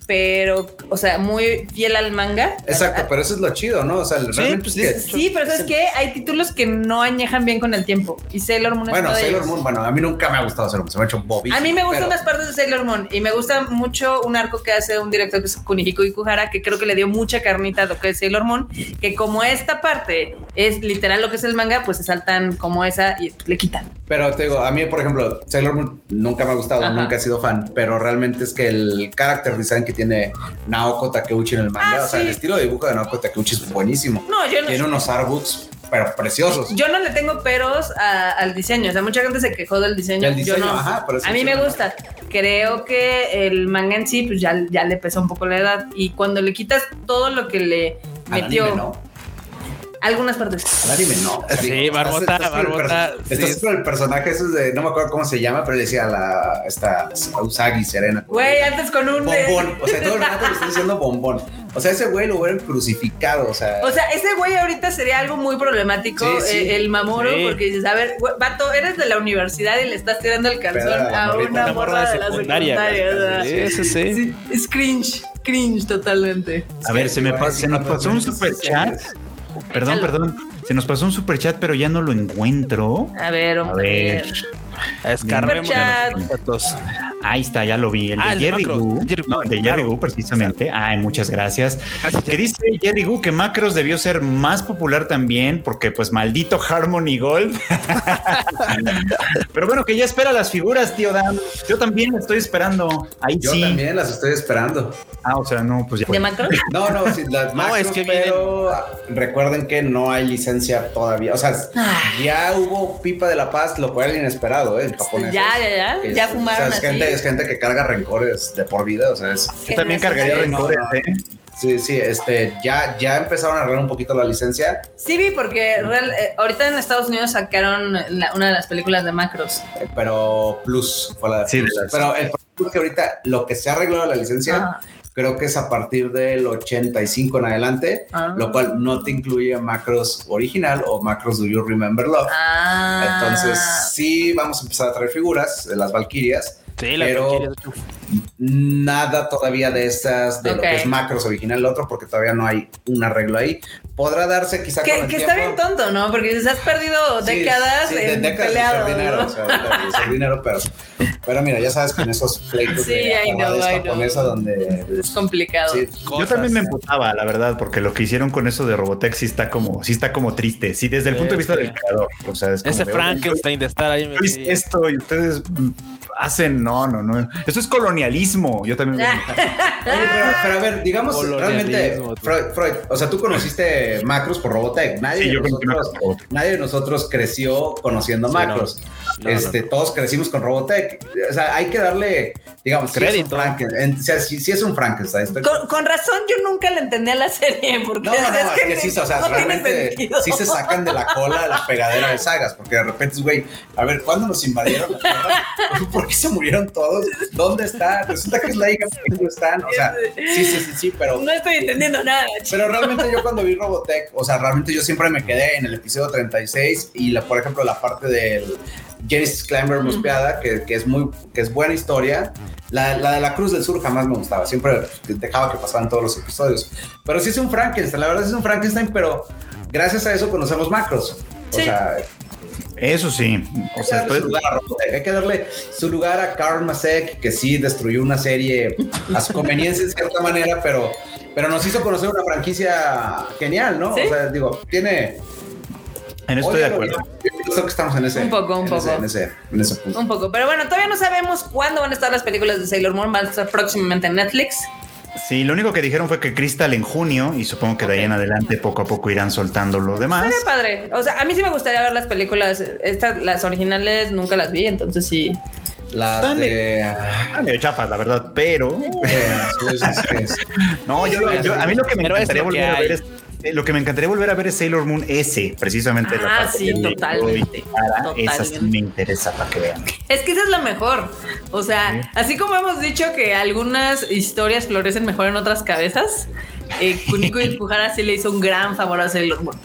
Speaker 1: pero, o sea, muy fiel al manga.
Speaker 3: Exacto, pero eso es lo chido, ¿no? O sea, realmente
Speaker 2: pues,
Speaker 3: es que-
Speaker 1: Sí, pero ¿sabes qué? Hay títulos que no añejan bien con el tiempo. Y Sailor Moon es
Speaker 3: Bueno,
Speaker 1: uno de
Speaker 3: Sailor
Speaker 1: ellos.
Speaker 3: Moon, bueno, a mí nunca me ha gustado Sailor Moon, se me ha hecho bobísimo.
Speaker 1: A mí me gustan
Speaker 3: pero-
Speaker 1: las partes de Sailor Moon y me gusta mucho un arco que hace un director que es Kunihiko Ikuhara, que creo que le dio mucha carnita a lo que es Sailor Moon, que como esta parte es literal lo que es el manga, pues se saltan como esa y le quitan.
Speaker 3: Pero te digo, a mí, por ejemplo, Sailor Moon nunca me ha gustado,
Speaker 1: Ajá.
Speaker 3: nunca he sido fan, pero realmente es que el character design que tiene Naoko Takeuchi en el manga,
Speaker 1: Ah,
Speaker 3: o sea,
Speaker 1: sí.
Speaker 3: el estilo de dibujo de Naoko Takeuchi es buenísimo.
Speaker 1: No, yo no.
Speaker 3: Tiene unos artbooks, pero preciosos.
Speaker 1: Yo no le tengo peros a- al diseño. O sea, mucha gente se quejó del diseño.
Speaker 3: Del diseño,
Speaker 1: yo no.
Speaker 3: ajá, pero es
Speaker 1: a mí
Speaker 3: el
Speaker 1: me
Speaker 3: diseño.
Speaker 1: gusta. Creo que el manga en sí, pues ya, ya le pesa un poco la edad. Y cuando le quitas todo lo que le
Speaker 3: Al
Speaker 1: metió,
Speaker 3: anime no.
Speaker 1: algunas partes.
Speaker 3: Al anime no.
Speaker 2: Sí,
Speaker 3: Digo,
Speaker 2: Barbota,
Speaker 3: estás- estás con el per-
Speaker 2: Barbota,
Speaker 3: Estás
Speaker 2: sí.
Speaker 3: con el personaje, eso es de, no me acuerdo cómo se llama, pero le decía a la, esta a Usagi Serena.
Speaker 1: Güey, antes con un. eh,
Speaker 3: Bombón. O sea, todo el rato le están diciendo bombón. O sea, ese güey lo hubieran crucificado. O sea,
Speaker 1: O sea, ese güey ahorita sería algo muy problemático,
Speaker 3: Sí, sí.
Speaker 1: eh, el Mamoro,
Speaker 2: Sí.
Speaker 1: porque dices, a ver, güey, vato, eres de la universidad y le estás tirando el calzón
Speaker 3: Pero la
Speaker 1: a
Speaker 3: morrita,
Speaker 1: una
Speaker 3: la
Speaker 1: morra de la secundaria. o sea,
Speaker 2: güey. Sí, sí, sí.
Speaker 1: sí, es cringe, cringe totalmente.
Speaker 4: A ver, se me pa- se nos pasó un super chat. Perdón, perdón. Se nos pasó un super chat, pero ya no lo encuentro.
Speaker 1: A ver,
Speaker 4: A
Speaker 1: hombre.
Speaker 4: ver.
Speaker 2: Escarbemos
Speaker 1: Superchat.
Speaker 2: los datos.
Speaker 4: Ahí está, ya lo vi. El de
Speaker 2: Ah, el de
Speaker 4: Jerry
Speaker 2: Macros.
Speaker 4: Gu.
Speaker 2: Jerry Gu,
Speaker 4: No, de Jerry
Speaker 2: claro.
Speaker 4: Gu, precisamente. Ay, muchas gracias.
Speaker 2: Gracias,
Speaker 4: Que dice Jerry Gu que Macros debió ser más popular también, porque pues maldito Harmony Gold. Pero bueno, que ya espera las figuras, tío Dan. Yo también estoy esperando. Ahí
Speaker 3: Yo
Speaker 4: sí.
Speaker 3: también las estoy esperando.
Speaker 4: Ah, o sea, no, pues ya.
Speaker 1: ¿De macro?
Speaker 3: No, no, sí, las
Speaker 2: No,
Speaker 3: macros,
Speaker 2: es que
Speaker 3: pero recuerden que no hay licencia todavía. O sea,
Speaker 1: Ah,
Speaker 3: ya hubo pipa de la paz, lo cual era inesperado, ¿eh? En japonés.
Speaker 1: Ya, ya, ya. Ya fumaron
Speaker 3: es,
Speaker 1: así.
Speaker 3: gente, es gente que carga rencores de por vida. O sea, es,
Speaker 4: Yo también cargaría
Speaker 3: Sí, no,
Speaker 4: rencores,
Speaker 3: no.
Speaker 4: ¿eh?
Speaker 3: sí, sí, este, ya, ya empezaron a arreglar un poquito la licencia.
Speaker 1: Sí, vi, porque real- eh, ahorita en Estados Unidos sacaron la- una de las películas de macros.
Speaker 3: Eh, pero Plus fue la de
Speaker 4: Sí,
Speaker 3: Plus.
Speaker 4: de las-
Speaker 3: Pero el problema es que ahorita lo que se ha arreglado la licencia,
Speaker 1: Ah.
Speaker 3: creo que es a partir del 85 en adelante,
Speaker 1: Ah.
Speaker 3: lo cual no te incluye macros original o macros Do You Remember Love.
Speaker 1: Ah.
Speaker 3: Entonces, sí, vamos a empezar a traer figuras de las Valkyrias.
Speaker 2: Sí, la
Speaker 3: Pero-
Speaker 2: Valkyria, de hecho.
Speaker 3: Nada todavía de estas, de lo que
Speaker 1: Ok.
Speaker 3: es macros original, el otro, porque todavía no hay un arreglo ahí. Podrá darse quizá con
Speaker 1: Que,
Speaker 3: el
Speaker 1: que está bien
Speaker 3: tiempo.
Speaker 1: tonto, ¿no? Porque dices, has perdido
Speaker 3: Sí,
Speaker 1: décadas
Speaker 3: sí, de
Speaker 1: en
Speaker 3: décadas de
Speaker 1: peleado,
Speaker 3: usar dinero,
Speaker 1: ¿no?
Speaker 3: o sea, de usar dinero, pero, pero mira, ya sabes, con esos pleitos
Speaker 1: Sí,
Speaker 3: de
Speaker 1: I know,
Speaker 3: acabades
Speaker 1: I know.
Speaker 3: japonesa donde...
Speaker 1: Es complicado.
Speaker 3: sí,
Speaker 4: Yo también me emputaba, la verdad, porque lo que hicieron con eso de Robotech sí está como, sí está como triste. Sí, desde el punto de vista
Speaker 2: Este.
Speaker 4: del creador. O sea, es como
Speaker 2: Ese
Speaker 4: de,
Speaker 2: Frankenstein de estar ahí.
Speaker 4: Yo hice esto y ustedes mm, hacen, no, no, no. Eso es colonialismo. Yo
Speaker 1: Ah.
Speaker 4: también.
Speaker 3: Oye, pero, pero a ver, digamos
Speaker 2: Colonialismo,
Speaker 3: realmente,
Speaker 2: tú.
Speaker 3: Freud, Freud, o sea, tú conociste macros por Robotech. Nadie,
Speaker 4: Sí,
Speaker 3: de
Speaker 4: yo creo que no.
Speaker 3: nosotros, nadie de nosotros creció conociendo
Speaker 2: Sí,
Speaker 3: macros.
Speaker 2: no. No,
Speaker 3: este, Todos crecimos con Robotech. O sea, hay que darle, digamos,
Speaker 2: Crédito.
Speaker 3: Si es un Frankenstein. Si, es un Frankenstein. estoy-
Speaker 1: Con, con razón yo nunca le entendí a la serie, porque
Speaker 3: No, no,
Speaker 1: es
Speaker 3: no, es que sí, o sea,
Speaker 1: no tiene
Speaker 3: realmente
Speaker 1: sentido.
Speaker 3: sí se sacan de la cola la pegadera de sagas, porque de repente, güey, a ver, ¿cuándo nos invadieron la Tierra? ¿Por qué se murieron todos? ¿Dónde está? Resulta que es la hija, pero no están, o sea, sí, sí, sí, sí, pero...
Speaker 1: No estoy entendiendo nada. ch-
Speaker 3: Pero realmente yo cuando vi Robotech, o sea, realmente yo siempre me quedé en el episodio 36 y, la, por ejemplo, la parte del Genesis Climber Muspeada, que, que es muy, que es buena historia. La, la de la Cruz del Sur jamás me gustaba, siempre dejaba que pasaran todos los episodios. Pero sí es un Frankenstein, la verdad sí es un Frankenstein, pero gracias a eso conocemos macros. O
Speaker 1: Sí.
Speaker 3: sea,
Speaker 4: Eso sí. O
Speaker 3: hay que
Speaker 4: sea,
Speaker 3: darle
Speaker 4: estoy-
Speaker 3: su lugar a Robotech, hay que darle su lugar a Karl Masek, que sí destruyó una serie a su conveniencia en cierta manera, pero, pero nos hizo conocer una franquicia genial, ¿no?
Speaker 1: Sí.
Speaker 3: O sea, digo, tiene.
Speaker 4: en eso estoy de acuerdo.
Speaker 3: Creo que estamos en ese.
Speaker 1: Un poco, un
Speaker 3: en
Speaker 1: poco.
Speaker 3: ese- en, ese, en ese punto.
Speaker 1: Un poco, pero bueno, todavía no sabemos cuándo van a estar las películas de Sailor Moon, van a estar próximamente en Netflix.
Speaker 4: Sí, lo único que dijeron fue que Crystal en junio y supongo que de ahí en adelante poco a poco irán soltando lo demás.
Speaker 1: Está padre. O sea, a mí sí me gustaría ver las películas, estas, las originales nunca las vi, entonces sí.
Speaker 3: Las
Speaker 4: Dale.
Speaker 3: de.
Speaker 4: Ah, medio chafas, la verdad, pero
Speaker 3: eh, Suicide Squad.
Speaker 4: no, yo, lo- yo- a mí lo que me
Speaker 2: Pero es
Speaker 4: encantaría
Speaker 2: lo que
Speaker 4: volver a
Speaker 2: hay.
Speaker 4: ver es eh, lo que me encantaría volver a ver es Sailor Moon S, precisamente la
Speaker 1: Ah,
Speaker 4: parte
Speaker 1: sí,
Speaker 4: que le-
Speaker 1: totalmente,
Speaker 4: Ara, Ah, Esa sí
Speaker 1: totalmente.
Speaker 4: me interesa para que vean.
Speaker 1: Es que esa es la mejor. O sea,
Speaker 4: Sí.
Speaker 1: así como hemos dicho que algunas historias florecen mejor en otras cabezas, eh, Kuniko y Kuhara sí le hizo un gran favor a Sailor Moon.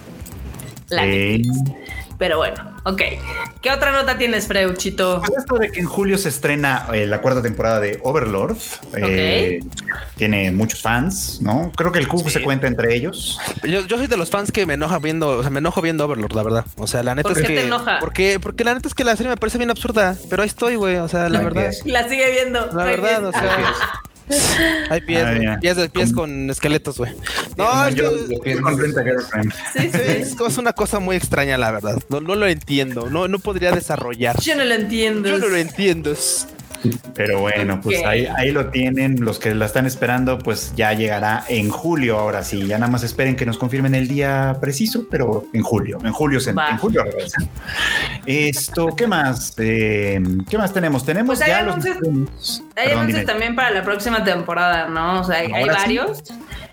Speaker 1: La
Speaker 4: Sí.
Speaker 1: Pero bueno, ok. ¿Qué otra nota tienes, Freuchito?
Speaker 4: Pues esto de que en julio se estrena eh, la cuarta temporada de Overlord. eh, tiene muchos fans, ¿no? Creo que el cubo se cuenta entre ellos.
Speaker 2: Yo, yo soy de los fans que me enoja viendo, o sea, me enojo viendo Overlord, la verdad. O sea, la neta
Speaker 1: ¿Por
Speaker 2: es
Speaker 1: qué
Speaker 2: que.
Speaker 1: te enoja?
Speaker 2: Porque, porque la neta es que la serie me parece bien absurda, pero ahí estoy, güey. O sea, la
Speaker 3: Ahí
Speaker 2: verdad.
Speaker 3: empieza.
Speaker 1: La sigue viendo.
Speaker 2: La verdad, o sea. Hay pies,
Speaker 4: Ah, ya.
Speaker 2: pies de pies
Speaker 4: Como-
Speaker 2: con esqueletos, güey. No, es
Speaker 4: yo
Speaker 2: que-
Speaker 4: lo pienso con Rent a Girlfriend.
Speaker 1: Ah, Sí,
Speaker 2: Sí,
Speaker 1: sí.
Speaker 2: es, es una cosa muy extraña, la verdad. No, no lo entiendo. No, no podría desarrollar.
Speaker 1: Yo no lo entiendo.
Speaker 2: Yo no lo entiendo.
Speaker 4: Pero bueno, pues
Speaker 1: Ok.
Speaker 4: ahí, ahí lo tienen. Los que la están esperando, pues ya llegará en julio. Ahora sí, ya nada más esperen que nos confirmen el día preciso, pero en julio. En julio se
Speaker 1: Va.
Speaker 4: en julio regresa. Esto, ¿qué más? Eh, ¿Qué más tenemos? Tenemos
Speaker 1: Pues hay
Speaker 4: ya
Speaker 1: anuncios-
Speaker 4: los.
Speaker 1: Hay
Speaker 4: Perdón,
Speaker 1: anuncios
Speaker 4: dime.
Speaker 1: también para la próxima temporada, ¿no? O sea, hay, hay
Speaker 4: Ahora sí.
Speaker 1: varios.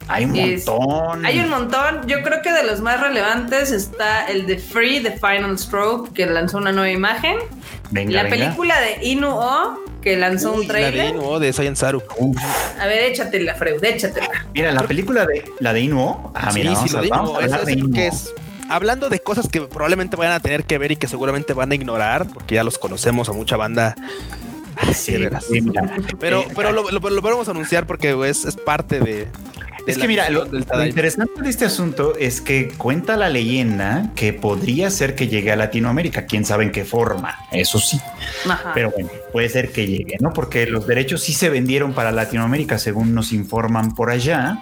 Speaker 4: Hay un
Speaker 1: Es-
Speaker 4: montón.
Speaker 1: Hay un montón. Yo creo que de los más relevantes está el de Free, The Final Stroke, que lanzó una nueva imagen.
Speaker 4: Venga,
Speaker 1: la
Speaker 4: venga.
Speaker 1: película de Inu O, que lanzó
Speaker 2: Uy,
Speaker 1: un
Speaker 2: la de
Speaker 1: trailer.
Speaker 2: Inu, de Saiyan Saru.
Speaker 4: Uf,
Speaker 1: A ver, échatela, Freud, échatela.
Speaker 4: mira, la película de la de Inuo. Ah, mira,
Speaker 2: sí, sí,
Speaker 4: vamos, a,
Speaker 2: lo de
Speaker 4: vamos
Speaker 2: Inu,
Speaker 4: a
Speaker 2: eso
Speaker 4: hablar de
Speaker 2: es
Speaker 4: Inuo.
Speaker 2: porque es. Hablando de cosas que probablemente vayan a tener que ver y que seguramente van a ignorar, porque ya los conocemos a mucha banda.
Speaker 4: Sí,
Speaker 2: de veras.
Speaker 4: Ah, sí, mira.
Speaker 2: Pero,
Speaker 4: Eh,
Speaker 2: pero lo, lo, lo podemos anunciar porque güey, es, es parte de. de
Speaker 4: Es
Speaker 2: la
Speaker 4: que mira, lo,
Speaker 2: misión del
Speaker 4: lo
Speaker 2: Tadaima.
Speaker 4: interesante de este asunto es que cuenta la leyenda que podría ser que llegue a Latinoamérica, quién sabe en qué forma, eso sí,
Speaker 1: Ajá.
Speaker 4: pero bueno, puede ser que llegue, ¿no? Porque los derechos sí se vendieron para Latinoamérica, según nos informan por allá,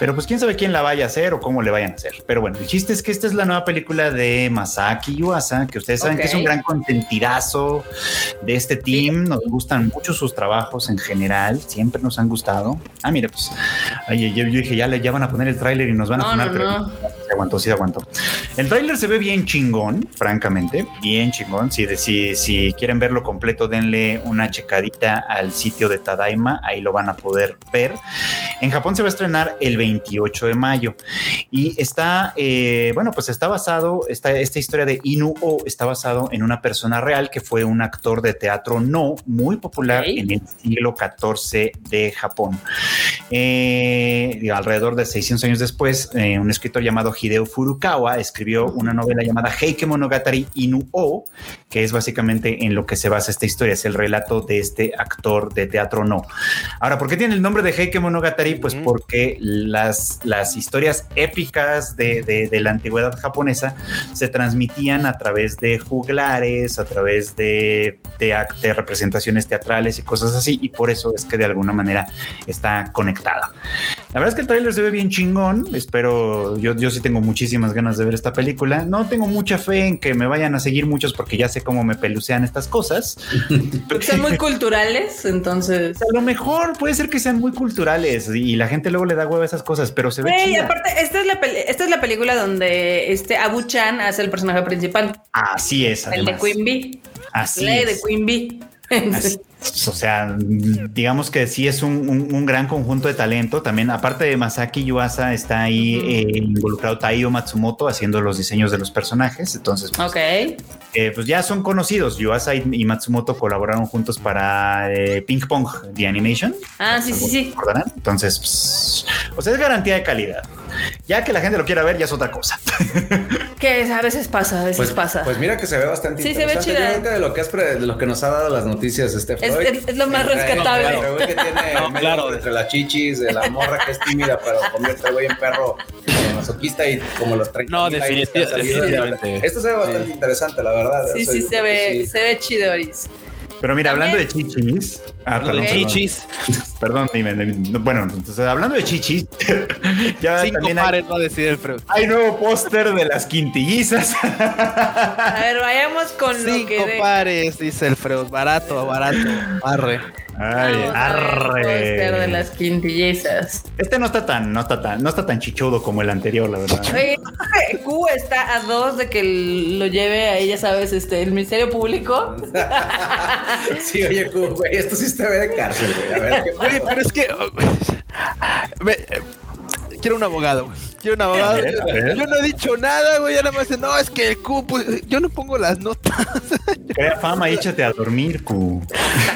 Speaker 4: pero pues quién sabe quién la vaya a hacer o cómo le vayan a hacer. Pero bueno, el chiste es que esta es la nueva película de Masaki Yuasa, que ustedes saben que es un
Speaker 1: Ok.
Speaker 4: gran contentirazo de este team, nos gustan mucho sus trabajos en general, siempre nos han gustado. Ah, mire, pues Ay, yo, yo dije, ya, le, ya van a poner el tráiler y nos van a
Speaker 1: No,
Speaker 4: funar,
Speaker 1: no,
Speaker 4: pero
Speaker 1: no.
Speaker 4: se aguantó, sí se aguantó. El tráiler se ve bien chingón, francamente, bien chingón. Si, de- si, si quieren verlo completo, denle una checadita al sitio de Tadaima, ahí lo van a poder ver. En Japón se va a estrenar el 28 de mayo y está, eh, bueno, pues está basado, está, esta historia de Inu O está basado en una persona real que fue un actor de teatro no muy popular
Speaker 1: Ok.
Speaker 4: en el siglo XIV de Japón. Eh, digo, alrededor de 600 años después, eh, un escritor llamado Hideo Furukawa escribió una novela llamada Heike Monogatari Inu O, que es básicamente en lo que se basa esta historia, es el relato de este actor de teatro no. Ahora, ¿por qué tiene el nombre de Heike Monogatari? Pues
Speaker 2: Ujú.
Speaker 4: porque las, las historias épicas de, de- de la antigüedad japonesa se transmitían a través de juglares, a través de, de, ac- de representaciones teatrales y cosas así, y por eso es que de alguna manera está conectada. La verdad es que el tráiler se ve bien chingón, espero, yo, yo sí tengo muchísimas ganas de ver esta película, no tengo mucha fe en que me vayan a seguir muchos porque ya sé cómo me pelucean estas cosas.
Speaker 1: Porque son muy culturales, entonces.
Speaker 4: A lo mejor puede ser que sean muy culturales y, y la gente luego le da hueva a esas cosas, pero se ve
Speaker 1: Güey,
Speaker 4: chida.
Speaker 1: aparte, esta es, la pel- esta es la película donde este Abu Chan hace el personaje principal,
Speaker 4: Así es,
Speaker 1: el de
Speaker 4: además.
Speaker 1: Queen Bee.
Speaker 4: Así
Speaker 1: Ley de
Speaker 4: es.
Speaker 1: Queen Bee.
Speaker 4: Así es. O sea, digamos que sí es un, un- un gran conjunto de talento. También, aparte de Masaki Yuasa, está ahí
Speaker 1: Ujú.
Speaker 4: eh, involucrado Taiyo Matsumoto haciendo los diseños de los personajes. Entonces, pues,
Speaker 1: Ok.
Speaker 4: eh, pues ya son conocidos. Yuasa y, y Matsumoto colaboraron juntos para eh, Ping Pong The Animation.
Speaker 1: Ah, sí, sí, sí.
Speaker 4: ¿Recordarán? Entonces, pues, o sea, es garantía de calidad. Ya que la gente lo quiera ver, ya es otra cosa.
Speaker 1: Que es- a veces pasa, a veces
Speaker 3: Pues,
Speaker 1: pasa.
Speaker 3: pues mira que se ve bastante
Speaker 1: Sí, se ve
Speaker 3: interesante.
Speaker 1: chida.
Speaker 3: Yo creo que de lo que, has pre- de lo que nos ha dado las noticias este
Speaker 1: Es-
Speaker 3: Freud,
Speaker 1: es- es lo más
Speaker 3: entre-
Speaker 1: rescatable.
Speaker 3: entre el güey que tiene
Speaker 2: No,
Speaker 3: en medio
Speaker 2: claro.
Speaker 3: entre las chichis, de la morra que es tímida, pero convierte al güey en perro eh, masoquista y como los 30
Speaker 2: No,
Speaker 3: mil años que han
Speaker 2: definitiva-
Speaker 3: salido.
Speaker 2: definitivamente.
Speaker 3: Esto se ve bastante interesante, la verdad.
Speaker 1: sí,
Speaker 3: Eso
Speaker 1: sí,
Speaker 3: yo
Speaker 1: se
Speaker 3: creo que
Speaker 1: ve,
Speaker 3: sí.
Speaker 1: se ve chido, Oris.
Speaker 4: Pero mira,
Speaker 1: También-
Speaker 4: hablando de chichis. Ah,
Speaker 2: Hablando de
Speaker 4: perdón, perdón.
Speaker 2: chichis,
Speaker 4: Perdón, dime, dime. No, Bueno, entonces, hablando de chichis, ya
Speaker 2: cinco
Speaker 4: también hay,
Speaker 2: pares va a decir el Freud.
Speaker 4: hay nuevo póster de las quintillizas.
Speaker 1: A ver, vayamos con lo que
Speaker 2: Cinco
Speaker 1: de-
Speaker 2: pares, dice el Freud. Barato, barato. Arre.
Speaker 4: Ay,
Speaker 1: Vamos a ver el póster de
Speaker 4: arre.
Speaker 1: las quintillizas.
Speaker 4: Este no está tan, no está tan, no está tan chichudo como el anterior, la verdad.
Speaker 1: Oye, Q está a dos de que lo lleve ahí, ya sabes, este, el Ministerio Público.
Speaker 3: Sí, oye, Q, güey, esto sí se ve de cárcel, güey. A ver, ¿qué
Speaker 2: Oye,
Speaker 3: pedo?
Speaker 2: pero es que. me- eh, quiero un abogado, güey. Quiero un abogado.
Speaker 4: A ver, a ver.
Speaker 2: Yo no he dicho nada, güey. Ya nada más dicen, no, es que el Q, pues, yo no pongo las notas
Speaker 4: Crea fama, échate a dormir, cu.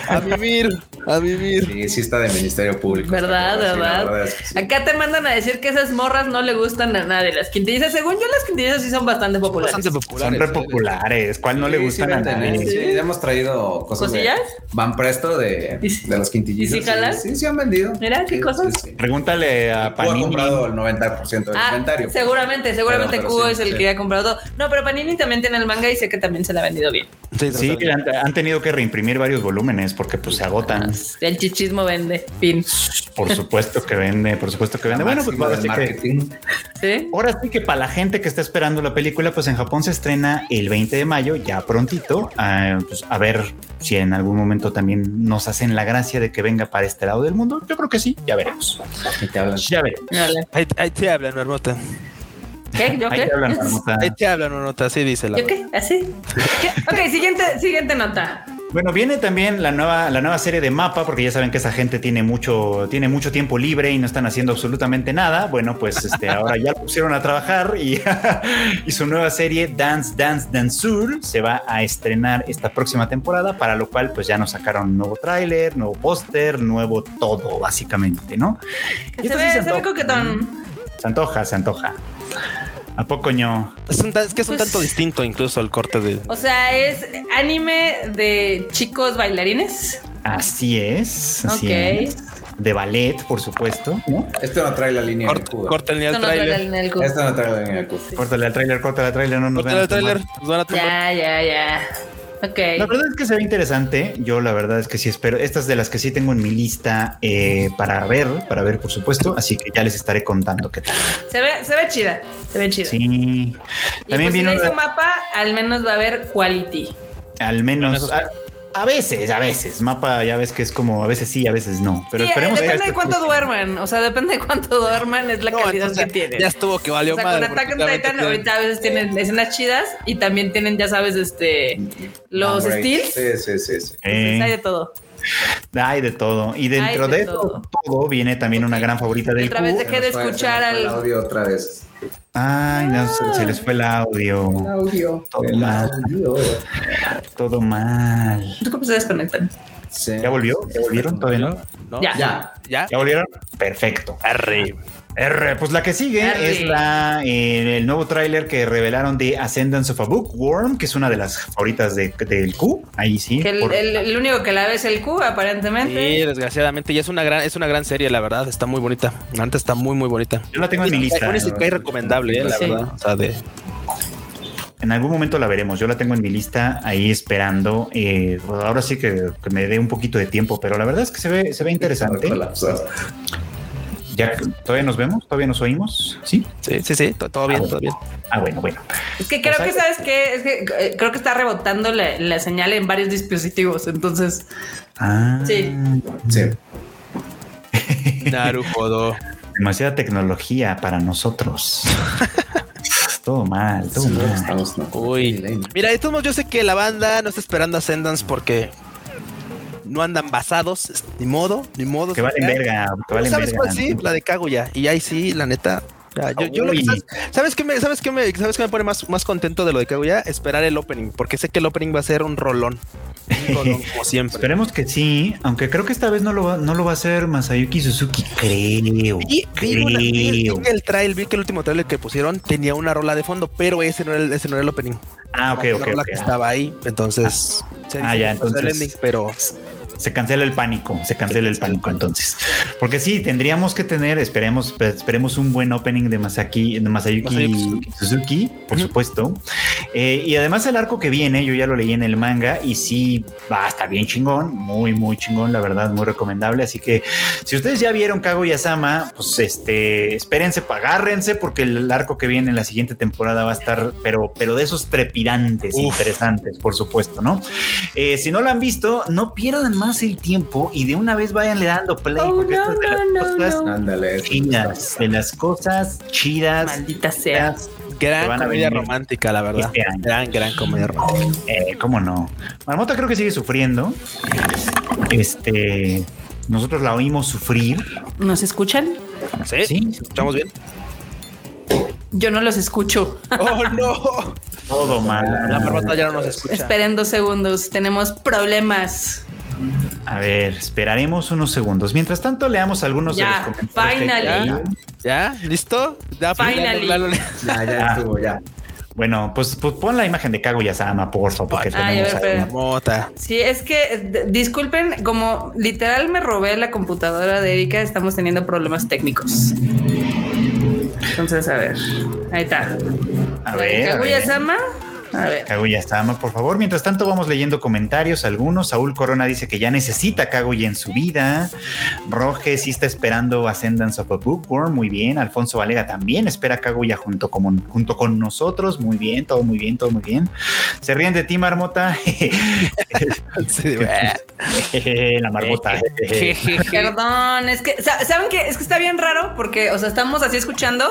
Speaker 2: a vivir. A vivir.
Speaker 3: Sí, sí está de Ministerio Público.
Speaker 1: ¿Verdad,
Speaker 3: está cabrón, sí, la
Speaker 1: verdad?
Speaker 3: es que sí.
Speaker 1: Acá te mandan a decir que esas morras no le gustan a nadie. Las quintillizas, según yo, las quintillizas sí son bastante populares.
Speaker 2: Bastante
Speaker 4: Son
Speaker 2: populares.
Speaker 4: re populares. ¿Cuál no le
Speaker 3: Sí,
Speaker 4: gustan
Speaker 3: sí,
Speaker 4: a
Speaker 3: venden, ¿eh?
Speaker 4: nadie?
Speaker 3: Sí, ya hemos traído cosas de
Speaker 1: ¿Cosillas?
Speaker 3: van presto de,
Speaker 1: ¿Y si-
Speaker 3: de los quintillizos.
Speaker 1: y si jalan?
Speaker 3: Sí, sí han vendido.
Speaker 1: Mira, qué
Speaker 3: Sí,
Speaker 1: cosas.
Speaker 3: sí, sí.
Speaker 4: Pregúntale a
Speaker 3: Cuba ha
Speaker 4: Ah, Panini.
Speaker 3: comprado el 90% del
Speaker 1: Ah,
Speaker 3: inventario.
Speaker 1: seguramente, seguramente
Speaker 3: Pero- pero
Speaker 1: Cubo
Speaker 3: sí,
Speaker 1: es el
Speaker 3: sí.
Speaker 1: que ha comprado todo. No, pero Panini también tiene el manga y sé que también se le ha vendido bien.
Speaker 4: Sí,
Speaker 2: totalmente.
Speaker 4: han, han tenido que reimprimir varios volúmenes porque pues se agotan.
Speaker 1: El chichismo vende, fin.
Speaker 4: Por supuesto que vende, por supuesto que vende.
Speaker 3: La
Speaker 4: Bueno, pues
Speaker 3: máxima
Speaker 4: ahora
Speaker 3: del
Speaker 4: sí que
Speaker 3: marketing.
Speaker 1: ¿Sí?
Speaker 4: Ahora sí que para la gente que está esperando la película, pues en Japón se estrena el 20 de mayo, ya prontito. Ah, pues, a ver si en algún momento también nos hacen la gracia de que venga para este lado del mundo. Yo creo que sí, ya veremos.
Speaker 3: Y te hablan.
Speaker 4: Ya veremos.
Speaker 1: Hola.
Speaker 2: Ahí, ahí te hablan, Marmota.
Speaker 1: ¿Qué? ¿Yo
Speaker 4: Ahí
Speaker 1: qué?
Speaker 4: te hablan, Marmota.
Speaker 2: Ahí te hablan, Marmota. Así dice la.
Speaker 1: ¿Yo qué? ¿Así? ¿Qué? Ok, siguiente, siguiente nota.
Speaker 4: Bueno, viene también la nueva, la nueva serie de mapa, porque ya saben que esa gente tiene mucho, tiene mucho tiempo libre y no están haciendo absolutamente nada. Bueno, pues este, ahora ya lo pusieron a trabajar y, y su nueva serie Dance, Dance, Danceur se va a estrenar esta próxima temporada, para lo cual pues ya nos sacaron un nuevo tráiler, nuevo póster, nuevo todo, básicamente, ¿no?
Speaker 1: Que
Speaker 4: Y
Speaker 1: Se
Speaker 4: esto sí
Speaker 1: ve, se ve
Speaker 4: antoja.
Speaker 1: coquetón.
Speaker 4: Se antoja, se antoja. ¿A poco ño?
Speaker 2: Es, un tan- es que es un
Speaker 1: Pues-
Speaker 2: tanto distinto incluso al corte de.
Speaker 1: O sea, es anime de chicos bailarines.
Speaker 4: Así es, así
Speaker 1: Ok.
Speaker 4: es. De ballet, por supuesto, ¿no?
Speaker 3: Esto no trae la línea del
Speaker 2: Cort-
Speaker 3: cubo.
Speaker 2: Córtenle
Speaker 1: Esto
Speaker 2: al
Speaker 1: no trae la
Speaker 2: tráiler.
Speaker 1: línea del cubo.
Speaker 3: Esto no trae la línea del cubo.
Speaker 4: Córtale al tráiler, córtale al tráiler, no nos
Speaker 2: Córtenle
Speaker 4: vean.
Speaker 2: al tráiler. Nos van a tumbar.
Speaker 1: Ya, ya, ya.
Speaker 4: La
Speaker 1: Ok.
Speaker 4: verdad es que se ve interesante. Yo la verdad es que sí espero. Estas de las que sí tengo en mi lista eh, para ver, para ver, por supuesto. Así que ya les estaré contando qué tal.
Speaker 1: Se ve, se ve chida. Se ve chida.
Speaker 4: Sí.
Speaker 1: Y pues
Speaker 4: También
Speaker 1: si
Speaker 4: vino
Speaker 1: no hizo
Speaker 4: una-
Speaker 1: mapa, al menos va a haber quality.
Speaker 4: al menos a, a veces, a veces. Mapa ya ves que es como a veces sí, a veces no. Pero
Speaker 1: Sí, eh,
Speaker 4: esperemos que este
Speaker 1: depende de
Speaker 4: estas
Speaker 1: cuánto
Speaker 4: gusten.
Speaker 1: duerman. O sea, depende de cuánto duerman es la
Speaker 2: No,
Speaker 1: calidad
Speaker 2: entonces,
Speaker 1: que tienen.
Speaker 2: Ya estuvo que valió
Speaker 1: o sea, con
Speaker 2: madre.
Speaker 1: Attack on
Speaker 2: porque
Speaker 1: Titan
Speaker 2: claramente
Speaker 1: ahorita a veces tienen escenas chidas y también tienen, ya sabes, este los
Speaker 3: Downgrade.
Speaker 1: steals.
Speaker 3: Sí, sí, sí. sí.
Speaker 1: Entonces, Pues, hay de
Speaker 4: Eh,
Speaker 1: todo.
Speaker 4: hay de todo. Y dentro
Speaker 1: Hay de
Speaker 4: de, todo.
Speaker 1: todo.
Speaker 4: viene también una gran favorita
Speaker 1: Y
Speaker 4: del
Speaker 1: otra vez
Speaker 4: Q.
Speaker 1: dejé de
Speaker 3: Se nos fue-
Speaker 1: escuchar
Speaker 3: se nos fue
Speaker 1: al-
Speaker 3: el audio otra vez.
Speaker 4: Ay, no, se, se les fue el audio.
Speaker 3: audio.
Speaker 4: Todo
Speaker 3: El
Speaker 4: mal.
Speaker 3: audio.
Speaker 4: Todo mal.
Speaker 1: ¿Tú cómo se desconectan?
Speaker 3: Sí.
Speaker 4: ¿Ya volvió? ¿Ya volvieron? ¿Todavía no?
Speaker 2: ¿no?
Speaker 1: Ya.
Speaker 3: Ya.
Speaker 2: Ya.
Speaker 4: ¿Ya volvieron? Perfecto.
Speaker 2: Arre.
Speaker 4: R, pues la que sigue
Speaker 1: Arre.
Speaker 4: es la eh, el nuevo tráiler que revelaron de Ascendance of a Bookworm, que es una de las favoritas de- del Q. Ahí sí.
Speaker 1: Que el,
Speaker 4: por-
Speaker 1: el- el único que la ve es el Q,
Speaker 2: Sí,
Speaker 1: aparentemente.
Speaker 2: desgraciadamente. Y es una gran, es una gran serie, la verdad. Está muy bonita. Antes está muy, muy bonita.
Speaker 4: Yo la tengo en mi lista.
Speaker 2: Un isekai recomendable, eh, la
Speaker 1: Sí.
Speaker 2: verdad. O sea, de.
Speaker 4: En algún momento la veremos. Yo la tengo en mi lista ahí esperando. eh, ahora sí que, que me dé un poquito de tiempo, pero la verdad es que se ve, se ve interesante.
Speaker 3: Colapsó.
Speaker 4: Ya, ¿Todavía nos vemos? ¿Todavía nos oímos? Sí.
Speaker 2: Sí, sí, sí. to- Todo bien, todo bien.
Speaker 4: Ah, bueno, bueno.
Speaker 1: Es que creo
Speaker 4: O sea,
Speaker 1: que, ¿sabes qué? Es que eh, creo que está rebotando la, la señal en varios dispositivos. Entonces,
Speaker 4: Ah,
Speaker 1: Sí.
Speaker 3: Sí.
Speaker 2: Narujodo.
Speaker 4: Demasiada tecnología para nosotros. todo mal, todo
Speaker 3: Sí,
Speaker 4: mal.
Speaker 3: Estamos, no.
Speaker 2: Uy. Mira, de todos modos, yo sé que la banda no está esperando Ascendance porque no andan basados. es- Ni modo, ni modo.
Speaker 4: Que valen verga, que valen
Speaker 2: ¿Sabes
Speaker 4: verga.
Speaker 2: cuál sí? La de Kaguya. Y ahí sí, la neta. ya, yo, yo lo que-
Speaker 4: Uy.
Speaker 2: ¿sabes, sabes qué me, sabes qué me, sabes qué me pone más, más contento de lo de Kaguya? Esperar el opening, porque sé que el opening va a ser un rolón. Un rolón como siempre.
Speaker 4: Esperemos que sí, aunque creo que esta vez no lo va, no lo va a hacer Masayuki Suzuki, creo.
Speaker 2: Y vi, una- vi- vi
Speaker 4: creo.
Speaker 2: que el trail, vi que el último trailer que pusieron tenía una rola de fondo, pero ese no era el, ese no era el opening.
Speaker 4: Ah, ok,
Speaker 2: Era
Speaker 4: ok.
Speaker 2: una rola
Speaker 4: ok.
Speaker 2: que estaba ahí, entonces. se
Speaker 4: Ah,
Speaker 2: dice
Speaker 4: ya,
Speaker 2: que fue el
Speaker 4: entonces-
Speaker 2: ending, pero
Speaker 4: Se cancela el pánico, se cancela el pánico entonces. Porque sí, tendríamos que tener, esperemos, pues, esperemos un buen opening de Masaki, de Masayuki
Speaker 2: Masayuki
Speaker 4: Suzuki,
Speaker 2: Suzuki.
Speaker 4: por
Speaker 2: Ujú.
Speaker 4: supuesto. Eh, y además el arco que viene, yo ya lo leí en el manga y sí, va, está bien chingón, muy, muy chingón, la verdad, muy recomendable. Así que si ustedes ya vieron Kaguya-sama, pues este, espérense, agárrense, porque el arco que viene en la siguiente temporada va a estar, pero, pero de esos trepidantes,
Speaker 2: Uf.
Speaker 4: interesantes, por supuesto, ¿no? Eh, si no lo han visto, no pierdan más el tiempo y de una vez vayan le dando play,
Speaker 1: Oh,
Speaker 4: porque
Speaker 1: no,
Speaker 4: esto es de las
Speaker 1: no, no,
Speaker 4: cosas
Speaker 1: no.
Speaker 3: Ándale. eso
Speaker 4: chidas, de las cosas chidas.
Speaker 1: maldita sea.
Speaker 4: chidas.
Speaker 2: gran
Speaker 4: van a
Speaker 2: Ah, comedia
Speaker 4: venir
Speaker 2: romántica, la verdad.
Speaker 4: este año.
Speaker 2: Gran, gran comedia romántica.
Speaker 4: Eh, ¿Cómo no? Marmota creo que sigue sufriendo. Este, nosotros la oímos sufrir.
Speaker 1: ¿Nos escuchan?
Speaker 2: ¿Sí?
Speaker 4: Sí.
Speaker 2: ¿Estamos bien?
Speaker 1: Yo no los escucho.
Speaker 2: ¡Oh, no!
Speaker 4: Todo mal. Ah.
Speaker 2: La marmota ya no nos escucha.
Speaker 1: Esperen dos segundos. Tenemos problemas.
Speaker 4: A ver, esperaremos unos segundos. Mientras tanto, leamos algunos de los
Speaker 1: Ya,
Speaker 4: comentarios. que hay por ahí.
Speaker 1: finally.
Speaker 2: ¿Ya? ¿Listo? Ya, pues,
Speaker 1: Finally.
Speaker 2: Lalo, Lalo,
Speaker 3: Ya, ya
Speaker 4: Ah.
Speaker 3: estuvo, ya.
Speaker 4: Bueno, pues, pues pon la imagen de Kaguya Sama, por favor, porque
Speaker 2: Ay,
Speaker 4: tenemos
Speaker 1: a ver,
Speaker 4: ahí.
Speaker 1: espera.
Speaker 2: Mota.
Speaker 1: Sí, es que eh, d- disculpen, como literal me robé la computadora de Erika, estamos teniendo problemas técnicos. Entonces, a ver, ahí está.
Speaker 4: A ver, a ver.
Speaker 1: Kaguya-sama. A ver.
Speaker 4: Kaguya Sama, por favor. Mientras tanto, vamos leyendo comentarios. Algunos. Saúl Corona dice que ya necesita a Kaguya en su vida. Roge sí está esperando Ascendance of a Bookworm. Muy bien. Alfonso Valera también espera a Kaguya junto, como- junto con nosotros. Muy bien, todo muy bien, todo muy bien. Se ríen de ti, Marmota.
Speaker 2: Sí,
Speaker 4: Eh, La Marmota. eh,
Speaker 1: Perdón, es que, sa- ¿saben qué? Es que está bien raro porque, o sea, estamos así escuchando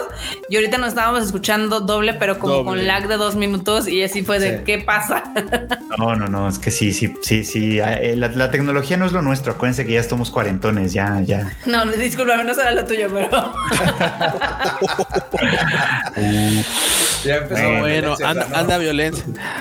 Speaker 1: y ahorita nos estábamos escuchando doble, pero como
Speaker 2: Doble.
Speaker 1: con lag de dos minutos y así fue de,
Speaker 3: Sí.
Speaker 1: ¿qué pasa?
Speaker 4: No, no, no. Es que sí, sí, sí, sí. Eh, La, la tecnología no es lo nuestro. Acuérdense que ya estamos cuarentones. Ya, ya.
Speaker 1: No, discúlpame, no será lo tuyo,
Speaker 4: Pues
Speaker 1: pero...
Speaker 3: Ya empezó.
Speaker 2: No,
Speaker 3: la
Speaker 2: bueno,
Speaker 3: violencia,
Speaker 2: anda,
Speaker 3: ¿no?
Speaker 2: anda violenta.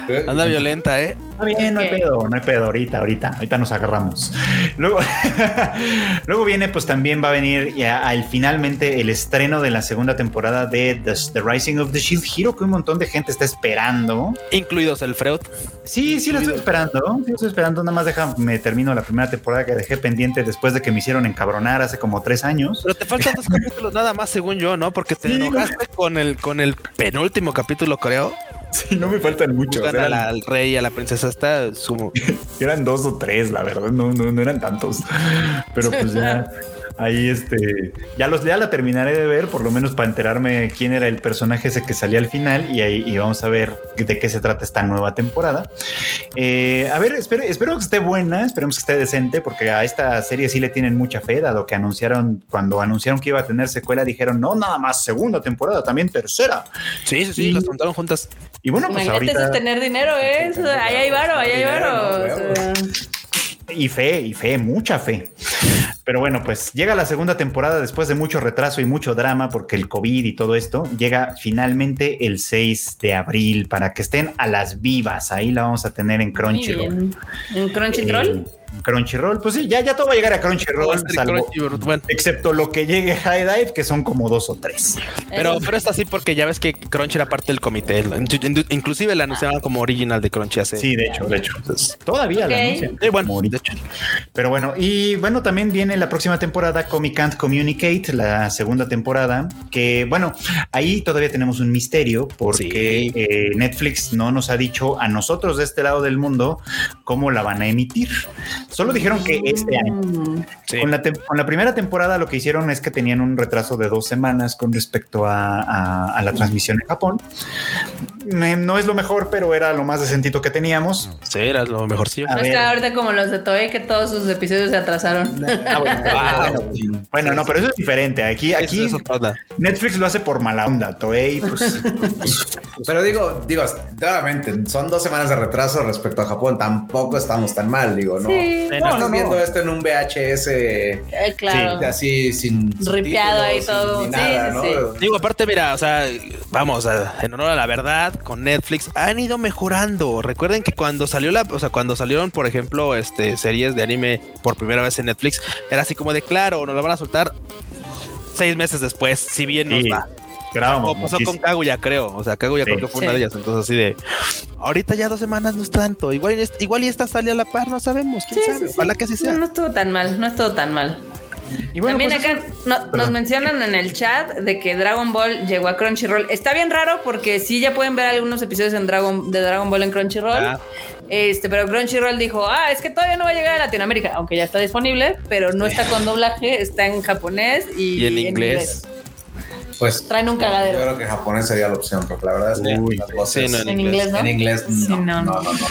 Speaker 3: Eh,
Speaker 2: Anda violenta, ¿eh?
Speaker 4: Está bien, no hay
Speaker 1: Ok.
Speaker 4: pedo, no hay pedo ahorita, ahorita, ahorita nos agarramos. Luego, luego viene, pues también va a venir ya al finalmente el estreno de la segunda temporada de The, The Rising of the Shield Hero, que un montón de gente está esperando.
Speaker 2: Incluidos el Freud.
Speaker 4: Sí, sí la estoy esperando, sí la estoy esperando, nada más déjame termino la primera temporada que dejé pendiente después de que me hicieron encabronar hace como tres años.
Speaker 2: Pero te faltan dos capítulos nada más, según yo, ¿no? Porque te
Speaker 4: Sí,
Speaker 2: enojaste con el con el penúltimo capítulo, creo.
Speaker 4: Sí, no me faltan muchos,
Speaker 2: Buscan a
Speaker 4: eran,
Speaker 2: la- al rey y a la princesa hasta su
Speaker 4: eran dos o tres, la verdad, no, no, no eran tantos, pero pues ya... Ahí este, ya los ya la terminaré de ver, por lo menos para enterarme quién era el personaje ese que salía al final y ahí y vamos a ver de qué se trata esta nueva temporada. Eh, a ver, espero, espero que esté buena, esperemos que esté decente, porque a esta serie sí le tienen mucha fe, dado que anunciaron, cuando anunciaron que iba a tener secuela, dijeron no, nada más segunda temporada, también tercera.
Speaker 2: Sí, sí, sí,
Speaker 4: Y-
Speaker 2: las montaron juntas.
Speaker 4: Y bueno, pues
Speaker 1: Imagínate eso
Speaker 4: ahorita
Speaker 1: es tener dinero, ¿eh? Eso, Ahí hay varo, ahí hay
Speaker 3: Dinero,
Speaker 1: varo.
Speaker 3: ¿no?
Speaker 1: o sea.
Speaker 4: y fe, y fe, mucha fe. Pero bueno, pues llega la segunda temporada después de mucho retraso y mucho drama porque el COVID y todo esto llega finalmente el 6 de abril para que estén a las vivas. Ahí la vamos a tener en
Speaker 1: Muy
Speaker 4: Crunchyroll.
Speaker 1: bien. ¿En Crunchyroll?
Speaker 4: Eh, en Crunchyroll, pues sí, ya, ya todo va a llegar a Crunchyroll, salvo-
Speaker 2: Crunchyroll, bueno,
Speaker 4: excepto lo que llegue a High Dive, que son como dos o tres.
Speaker 2: pero,
Speaker 1: Eh,
Speaker 2: pero está así porque ya ves que Crunchy era parte del comité. la- in- Inclusive la anunciaban como original de Crunchy hace.
Speaker 4: Sí, de hecho, de hecho. este, pues, Todavía
Speaker 1: Ok.
Speaker 4: la anuncian.
Speaker 2: Sí, bueno,
Speaker 4: Morí.
Speaker 2: de hecho.
Speaker 4: Pero bueno, y bueno, también viene la próxima temporada Comic Can't Communicate, la segunda temporada, que bueno, ahí todavía tenemos un misterio porque
Speaker 2: Sí.
Speaker 4: eh, Netflix no nos ha dicho a nosotros de este lado del mundo cómo la van a emitir. Solo dijeron que este año.
Speaker 1: mm,
Speaker 2: Sí.
Speaker 4: Con, la tem- con la primera temporada lo que hicieron es que tenían un retraso de dos semanas con respecto a, a- a la transmisión en Japón. Eh, No es lo mejor, pero era lo más decentito que teníamos.
Speaker 2: Sí, era lo mejorcillo.
Speaker 4: A
Speaker 1: No
Speaker 4: ver.
Speaker 1: está ahorita como los de Toei que todos sus episodios se atrasaron.
Speaker 4: Ah, bueno, pero-
Speaker 2: Ah,
Speaker 4: Bueno, no, pero eso es diferente. Aquí, aquí
Speaker 2: Eso es otra onda.
Speaker 4: Netflix lo hace por mala onda, Toei, pues
Speaker 3: Pero digo, digo, claramente, son dos semanas de retraso respecto a Japón. Tampoco estamos tan mal, digo, ¿no?
Speaker 1: Sí,
Speaker 3: No,
Speaker 4: no,
Speaker 3: estás
Speaker 4: no.
Speaker 3: viendo esto en un VHS
Speaker 1: eh, claro.
Speaker 3: así sin
Speaker 1: Ripeado ahí
Speaker 3: subtítulos,
Speaker 1: todo.
Speaker 3: sin
Speaker 1: Sí,
Speaker 3: nada,
Speaker 1: sí,
Speaker 3: ¿no?
Speaker 1: sí.
Speaker 2: Digo, aparte, mira, o sea, vamos, a- en honor a la verdad, con Netflix han ido mejorando. Recuerden que cuando salió la, o sea, cuando salieron, por ejemplo, este series de anime por primera vez en Netflix, era así como de claro, nos la van a soltar seis meses después, si bien nos
Speaker 4: Sí,
Speaker 2: va.
Speaker 4: grabamos.
Speaker 2: O pasó
Speaker 4: muchísimo.
Speaker 2: con Kaguya, creo. O sea, Kaguya
Speaker 4: Sí.
Speaker 2: creo que fue una
Speaker 1: Sí.
Speaker 2: de ellas. Entonces, así de ahorita ya dos semanas no es tanto. Igual, y esta- igual y esta sale a la par, no sabemos. ¿Quién
Speaker 1: Sí,
Speaker 2: sabe?
Speaker 1: sí, sí.
Speaker 2: Ojalá que así sea.
Speaker 1: No, no estuvo tan mal, no estuvo tan mal.
Speaker 4: Y bueno,
Speaker 1: También
Speaker 4: pues,
Speaker 1: acá no- nos
Speaker 4: Perdón.
Speaker 1: mencionan en el chat de que Dragon Ball llegó a Crunchyroll. Está bien raro porque sí ya pueden ver algunos episodios en Dragon, de Dragon Ball en Crunchyroll.
Speaker 2: Ah.
Speaker 1: Este, pero Crunchyroll dijo, ah, es que todavía no va a llegar a Latinoamérica, aunque ya está disponible, pero no está con doblaje, está en japonés y,
Speaker 2: Y en inglés.
Speaker 3: Pues
Speaker 1: Traen un
Speaker 3: Yo
Speaker 1: cagadero.
Speaker 3: creo que japonés sería la opción, porque la verdad es que
Speaker 4: Uy.
Speaker 3: las voces
Speaker 2: Sí, no,
Speaker 3: en,
Speaker 1: En inglés, ¿no?
Speaker 3: inglés
Speaker 1: Sí,
Speaker 3: no,
Speaker 1: no,
Speaker 3: no,
Speaker 1: no.
Speaker 3: no, no, no.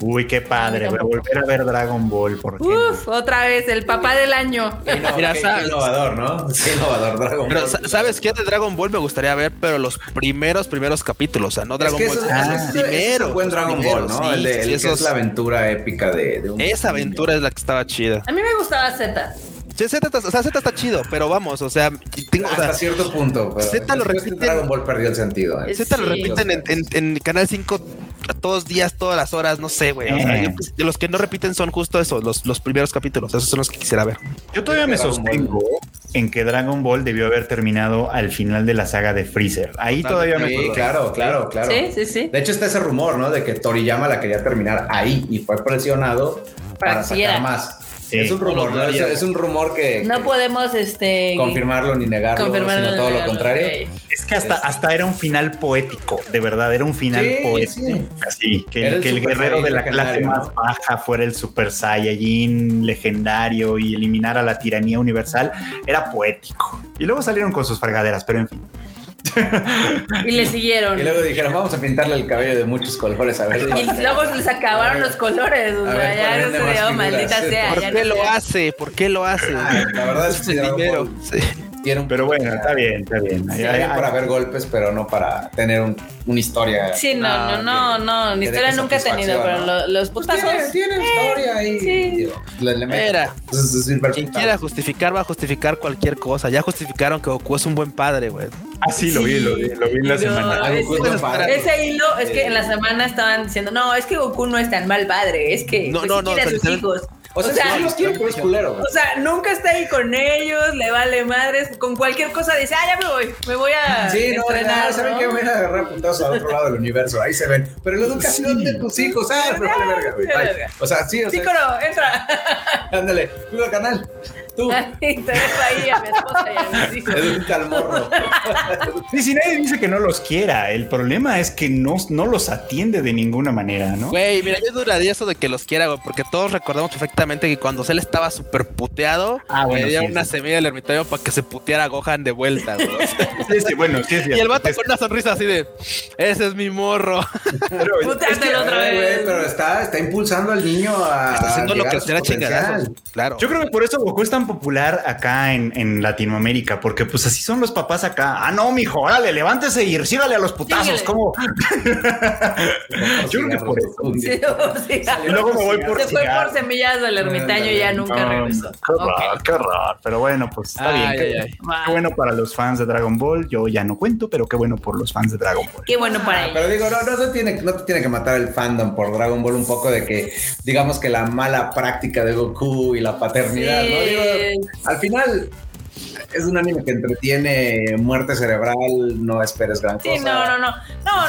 Speaker 4: uy, qué padre, voy a volver a ver Dragon Ball porque
Speaker 1: Uf, otra vez, el papá del año.
Speaker 3: Qué inno-
Speaker 2: Mira,
Speaker 3: qué- qué
Speaker 2: sabes-
Speaker 3: innovador, ¿no? Qué innovador, Dragon
Speaker 2: Pero
Speaker 3: Ball.
Speaker 2: sa- sabes qué de Dragon Ball me gustaría ver, pero los primeros primeros capítulos, o sea, no
Speaker 3: Es
Speaker 2: Dragon
Speaker 3: que
Speaker 2: Ball,
Speaker 3: eso-
Speaker 2: sino
Speaker 4: ah,
Speaker 2: los
Speaker 3: es- es- es
Speaker 2: primeros,
Speaker 3: un buen
Speaker 2: los
Speaker 3: Dragon Ball,
Speaker 2: primeros,
Speaker 3: ¿no?
Speaker 2: sí,
Speaker 3: el de,
Speaker 2: sí,
Speaker 3: el que
Speaker 2: esos-
Speaker 3: es la aventura épica de, de un
Speaker 2: esa aventura es la que estaba chida.
Speaker 1: A mí me gustaba Z.
Speaker 2: Sí, Z, está- o sea, Z está chido, pero vamos, o sea, tengo, o
Speaker 3: Hasta
Speaker 2: sea,
Speaker 3: cierto punto, pero
Speaker 2: Z lo
Speaker 3: después
Speaker 2: repiten-
Speaker 3: Dragon Ball perdió el sentido. ¿eh?
Speaker 2: Z lo
Speaker 1: Sí.
Speaker 2: repiten en, en- en Canal 5 a todos días, todas las horas, no sé, güey. O sea,
Speaker 4: Eh.
Speaker 2: yo, pues, de los que no repiten son justo esos, los, los primeros capítulos. Esos son los que quisiera ver.
Speaker 4: Yo todavía me
Speaker 3: Dragon
Speaker 4: sostengo en que Dragon Ball debió haber terminado al final de la saga de Freezer. Ahí todavía me
Speaker 3: Sí,
Speaker 4: sostengo.
Speaker 3: claro, claro, claro.
Speaker 1: Sí, sí, sí.
Speaker 3: De hecho, está ese rumor, ¿no? De que Toriyama la quería terminar ahí y fue presionado para,
Speaker 1: que siguiera.
Speaker 3: sacar más.
Speaker 4: Sí.
Speaker 3: Es un rumor, ¿no? Es, es un rumor que,
Speaker 1: No podemos, este.
Speaker 3: confirmarlo ni negarlo,
Speaker 1: confirmarlo,
Speaker 3: sino todo lo
Speaker 1: negarlo,
Speaker 3: contrario.
Speaker 1: ok.
Speaker 4: Es que hasta, hasta era un final poético, de verdad, era un final
Speaker 3: Sí,
Speaker 4: poético.
Speaker 3: sí.
Speaker 4: Así, que,
Speaker 3: Era
Speaker 4: el-
Speaker 3: el
Speaker 4: que el
Speaker 3: Super
Speaker 4: guerrero de la
Speaker 3: Saiyan
Speaker 4: clase
Speaker 3: legendario,
Speaker 4: más baja fuera el Super Saiyajin legendario y eliminara la tiranía universal, era poético. Y luego salieron con sus fregaderas, pero en fin.
Speaker 1: Y le siguieron.
Speaker 3: Y luego dijeron, vamos a pintarle el cabello de muchos colores, a ver.
Speaker 1: Y luego les acabaron los colores. O
Speaker 3: A
Speaker 1: sea,
Speaker 3: ver,
Speaker 1: ya
Speaker 3: ¿cuál
Speaker 1: no
Speaker 3: vende
Speaker 1: se
Speaker 3: más
Speaker 1: dio,
Speaker 3: figuras?
Speaker 1: maldita
Speaker 3: Sí.
Speaker 1: sea. ya
Speaker 2: ¿Por qué
Speaker 1: no
Speaker 2: lo
Speaker 1: sé.
Speaker 2: hace? ¿Por qué lo hace?
Speaker 4: Ah,
Speaker 3: La verdad es
Speaker 2: Es
Speaker 3: que
Speaker 2: el
Speaker 3: Dragon
Speaker 2: dinero.
Speaker 3: Ball
Speaker 2: Sí.
Speaker 3: tiene un-
Speaker 4: Pero bueno, está bien, está bien.
Speaker 3: Está bien para ver golpes, pero no para tener un- una historia.
Speaker 1: Sí, no, no,
Speaker 3: Ah,
Speaker 1: no,
Speaker 3: ok.
Speaker 1: no. Ni
Speaker 3: que
Speaker 1: historia
Speaker 3: deje
Speaker 1: nunca he tenido, pero
Speaker 3: satisfacción, ¿no?
Speaker 1: lo- los
Speaker 3: Pues
Speaker 1: putazos.
Speaker 3: tiene, tiene historia ahí.
Speaker 1: Eh, sí.
Speaker 3: digo, le- le meten.
Speaker 2: Mira,
Speaker 3: Entonces, es súper
Speaker 2: Quien
Speaker 3: pintado.
Speaker 2: quiera justificar va a justificar cualquier cosa. Ya justificaron que Goku es un buen padre, güey.
Speaker 4: Así lo vi, lo vi, lo vi en la
Speaker 1: Sí,
Speaker 4: semana.
Speaker 1: no,
Speaker 3: Goku es
Speaker 1: ese-
Speaker 3: buen padre.
Speaker 1: Ese hilo es que en la
Speaker 3: Eh.
Speaker 1: semana estaban diciendo, no, es que Goku no es tan mal padre, es que
Speaker 2: No,
Speaker 1: pues,
Speaker 2: no,
Speaker 1: sí
Speaker 2: no,
Speaker 1: quiere a
Speaker 2: pero
Speaker 1: sus
Speaker 2: literal-
Speaker 1: hijos.
Speaker 3: O sea,
Speaker 1: o sea,
Speaker 3: sí los quiere, pero es culero. güey.
Speaker 1: O sea, nunca está ahí con ellos, le vale madres, con cualquier cosa dice, ah, ya me voy, me voy a
Speaker 3: Sí, no, de
Speaker 1: entrenar,
Speaker 3: nada, ¿saben
Speaker 1: ¿no?
Speaker 3: qué? Voy a ir a agarrar puntados al otro lado del universo, ahí se ven. Pero la educación de tus hijos, ah, pero vale verga, güey.
Speaker 1: Vale
Speaker 3: bye.
Speaker 1: verga.
Speaker 3: O sea, sí, o
Speaker 1: Sí,
Speaker 3: sea,
Speaker 1: coro, entra.
Speaker 3: ándale, cuida el canal, tú,
Speaker 1: Y te dejo ahí a mi esposa y a mis hijos.
Speaker 3: educa al morro.
Speaker 4: Y si nadie dice que no los quiera, el problema es que no, no los atiende de ninguna manera, ¿no?
Speaker 2: Güey, mira, yo duraría eso de que los quiera, güey, porque todos recordamos perfectamente que cuando Cell estaba súper puteado,
Speaker 4: Ah, bueno,
Speaker 2: le dio
Speaker 4: sí,
Speaker 2: una
Speaker 4: sí.
Speaker 2: semilla del ermitaño para que se puteara a Gohan de vuelta, güey.
Speaker 4: Sí, sí, bueno, sí, sí,
Speaker 2: y el vato
Speaker 4: es-
Speaker 2: con una sonrisa así de, ese es mi morro.
Speaker 4: pero-
Speaker 1: Puteátelo otra
Speaker 3: Ay, güey,
Speaker 1: vez.
Speaker 3: Pero está, está impulsando al niño a.
Speaker 2: Está haciendo lo
Speaker 3: llegar
Speaker 2: que
Speaker 3: a su
Speaker 2: será chingadazos.
Speaker 3: potencial.
Speaker 2: Claro.
Speaker 4: Yo creo que por eso Goku es tan popular acá en, en Latinoamérica, porque pues así son los papás acá. Ah, no, mijo, órale, levántese y sígale a los putazos.
Speaker 1: Síguele.
Speaker 4: ¿Cómo? Yo creo que por eso.
Speaker 3: Un día.
Speaker 1: Sí, o sea,
Speaker 4: Y luego me voy por
Speaker 1: Se fue por
Speaker 4: cigarros.
Speaker 1: semillas del ermitaño y ya nunca
Speaker 4: No,
Speaker 1: regresó.
Speaker 4: Qué horror,
Speaker 1: Ok.
Speaker 4: qué horror. Pero bueno, pues está
Speaker 2: Ay,
Speaker 4: bien.
Speaker 2: ay,
Speaker 4: qué-
Speaker 2: ay.
Speaker 4: Qué bueno para los fans de Dragon Ball. Yo ya no cuento, pero qué bueno por los fans de Dragon Ball.
Speaker 1: Qué bueno para ella.
Speaker 3: Ah, Pero digo, no, no, te tiene, no te tiene que matar el fandom por Dragon Ball un poco de que, digamos que la mala práctica de Goku y la paternidad, ¿no?
Speaker 1: Sí.
Speaker 3: Digo, al final es un anime que entretiene muerte cerebral, no esperes gran
Speaker 1: Sí,
Speaker 3: cosa.
Speaker 1: no, no, no. No,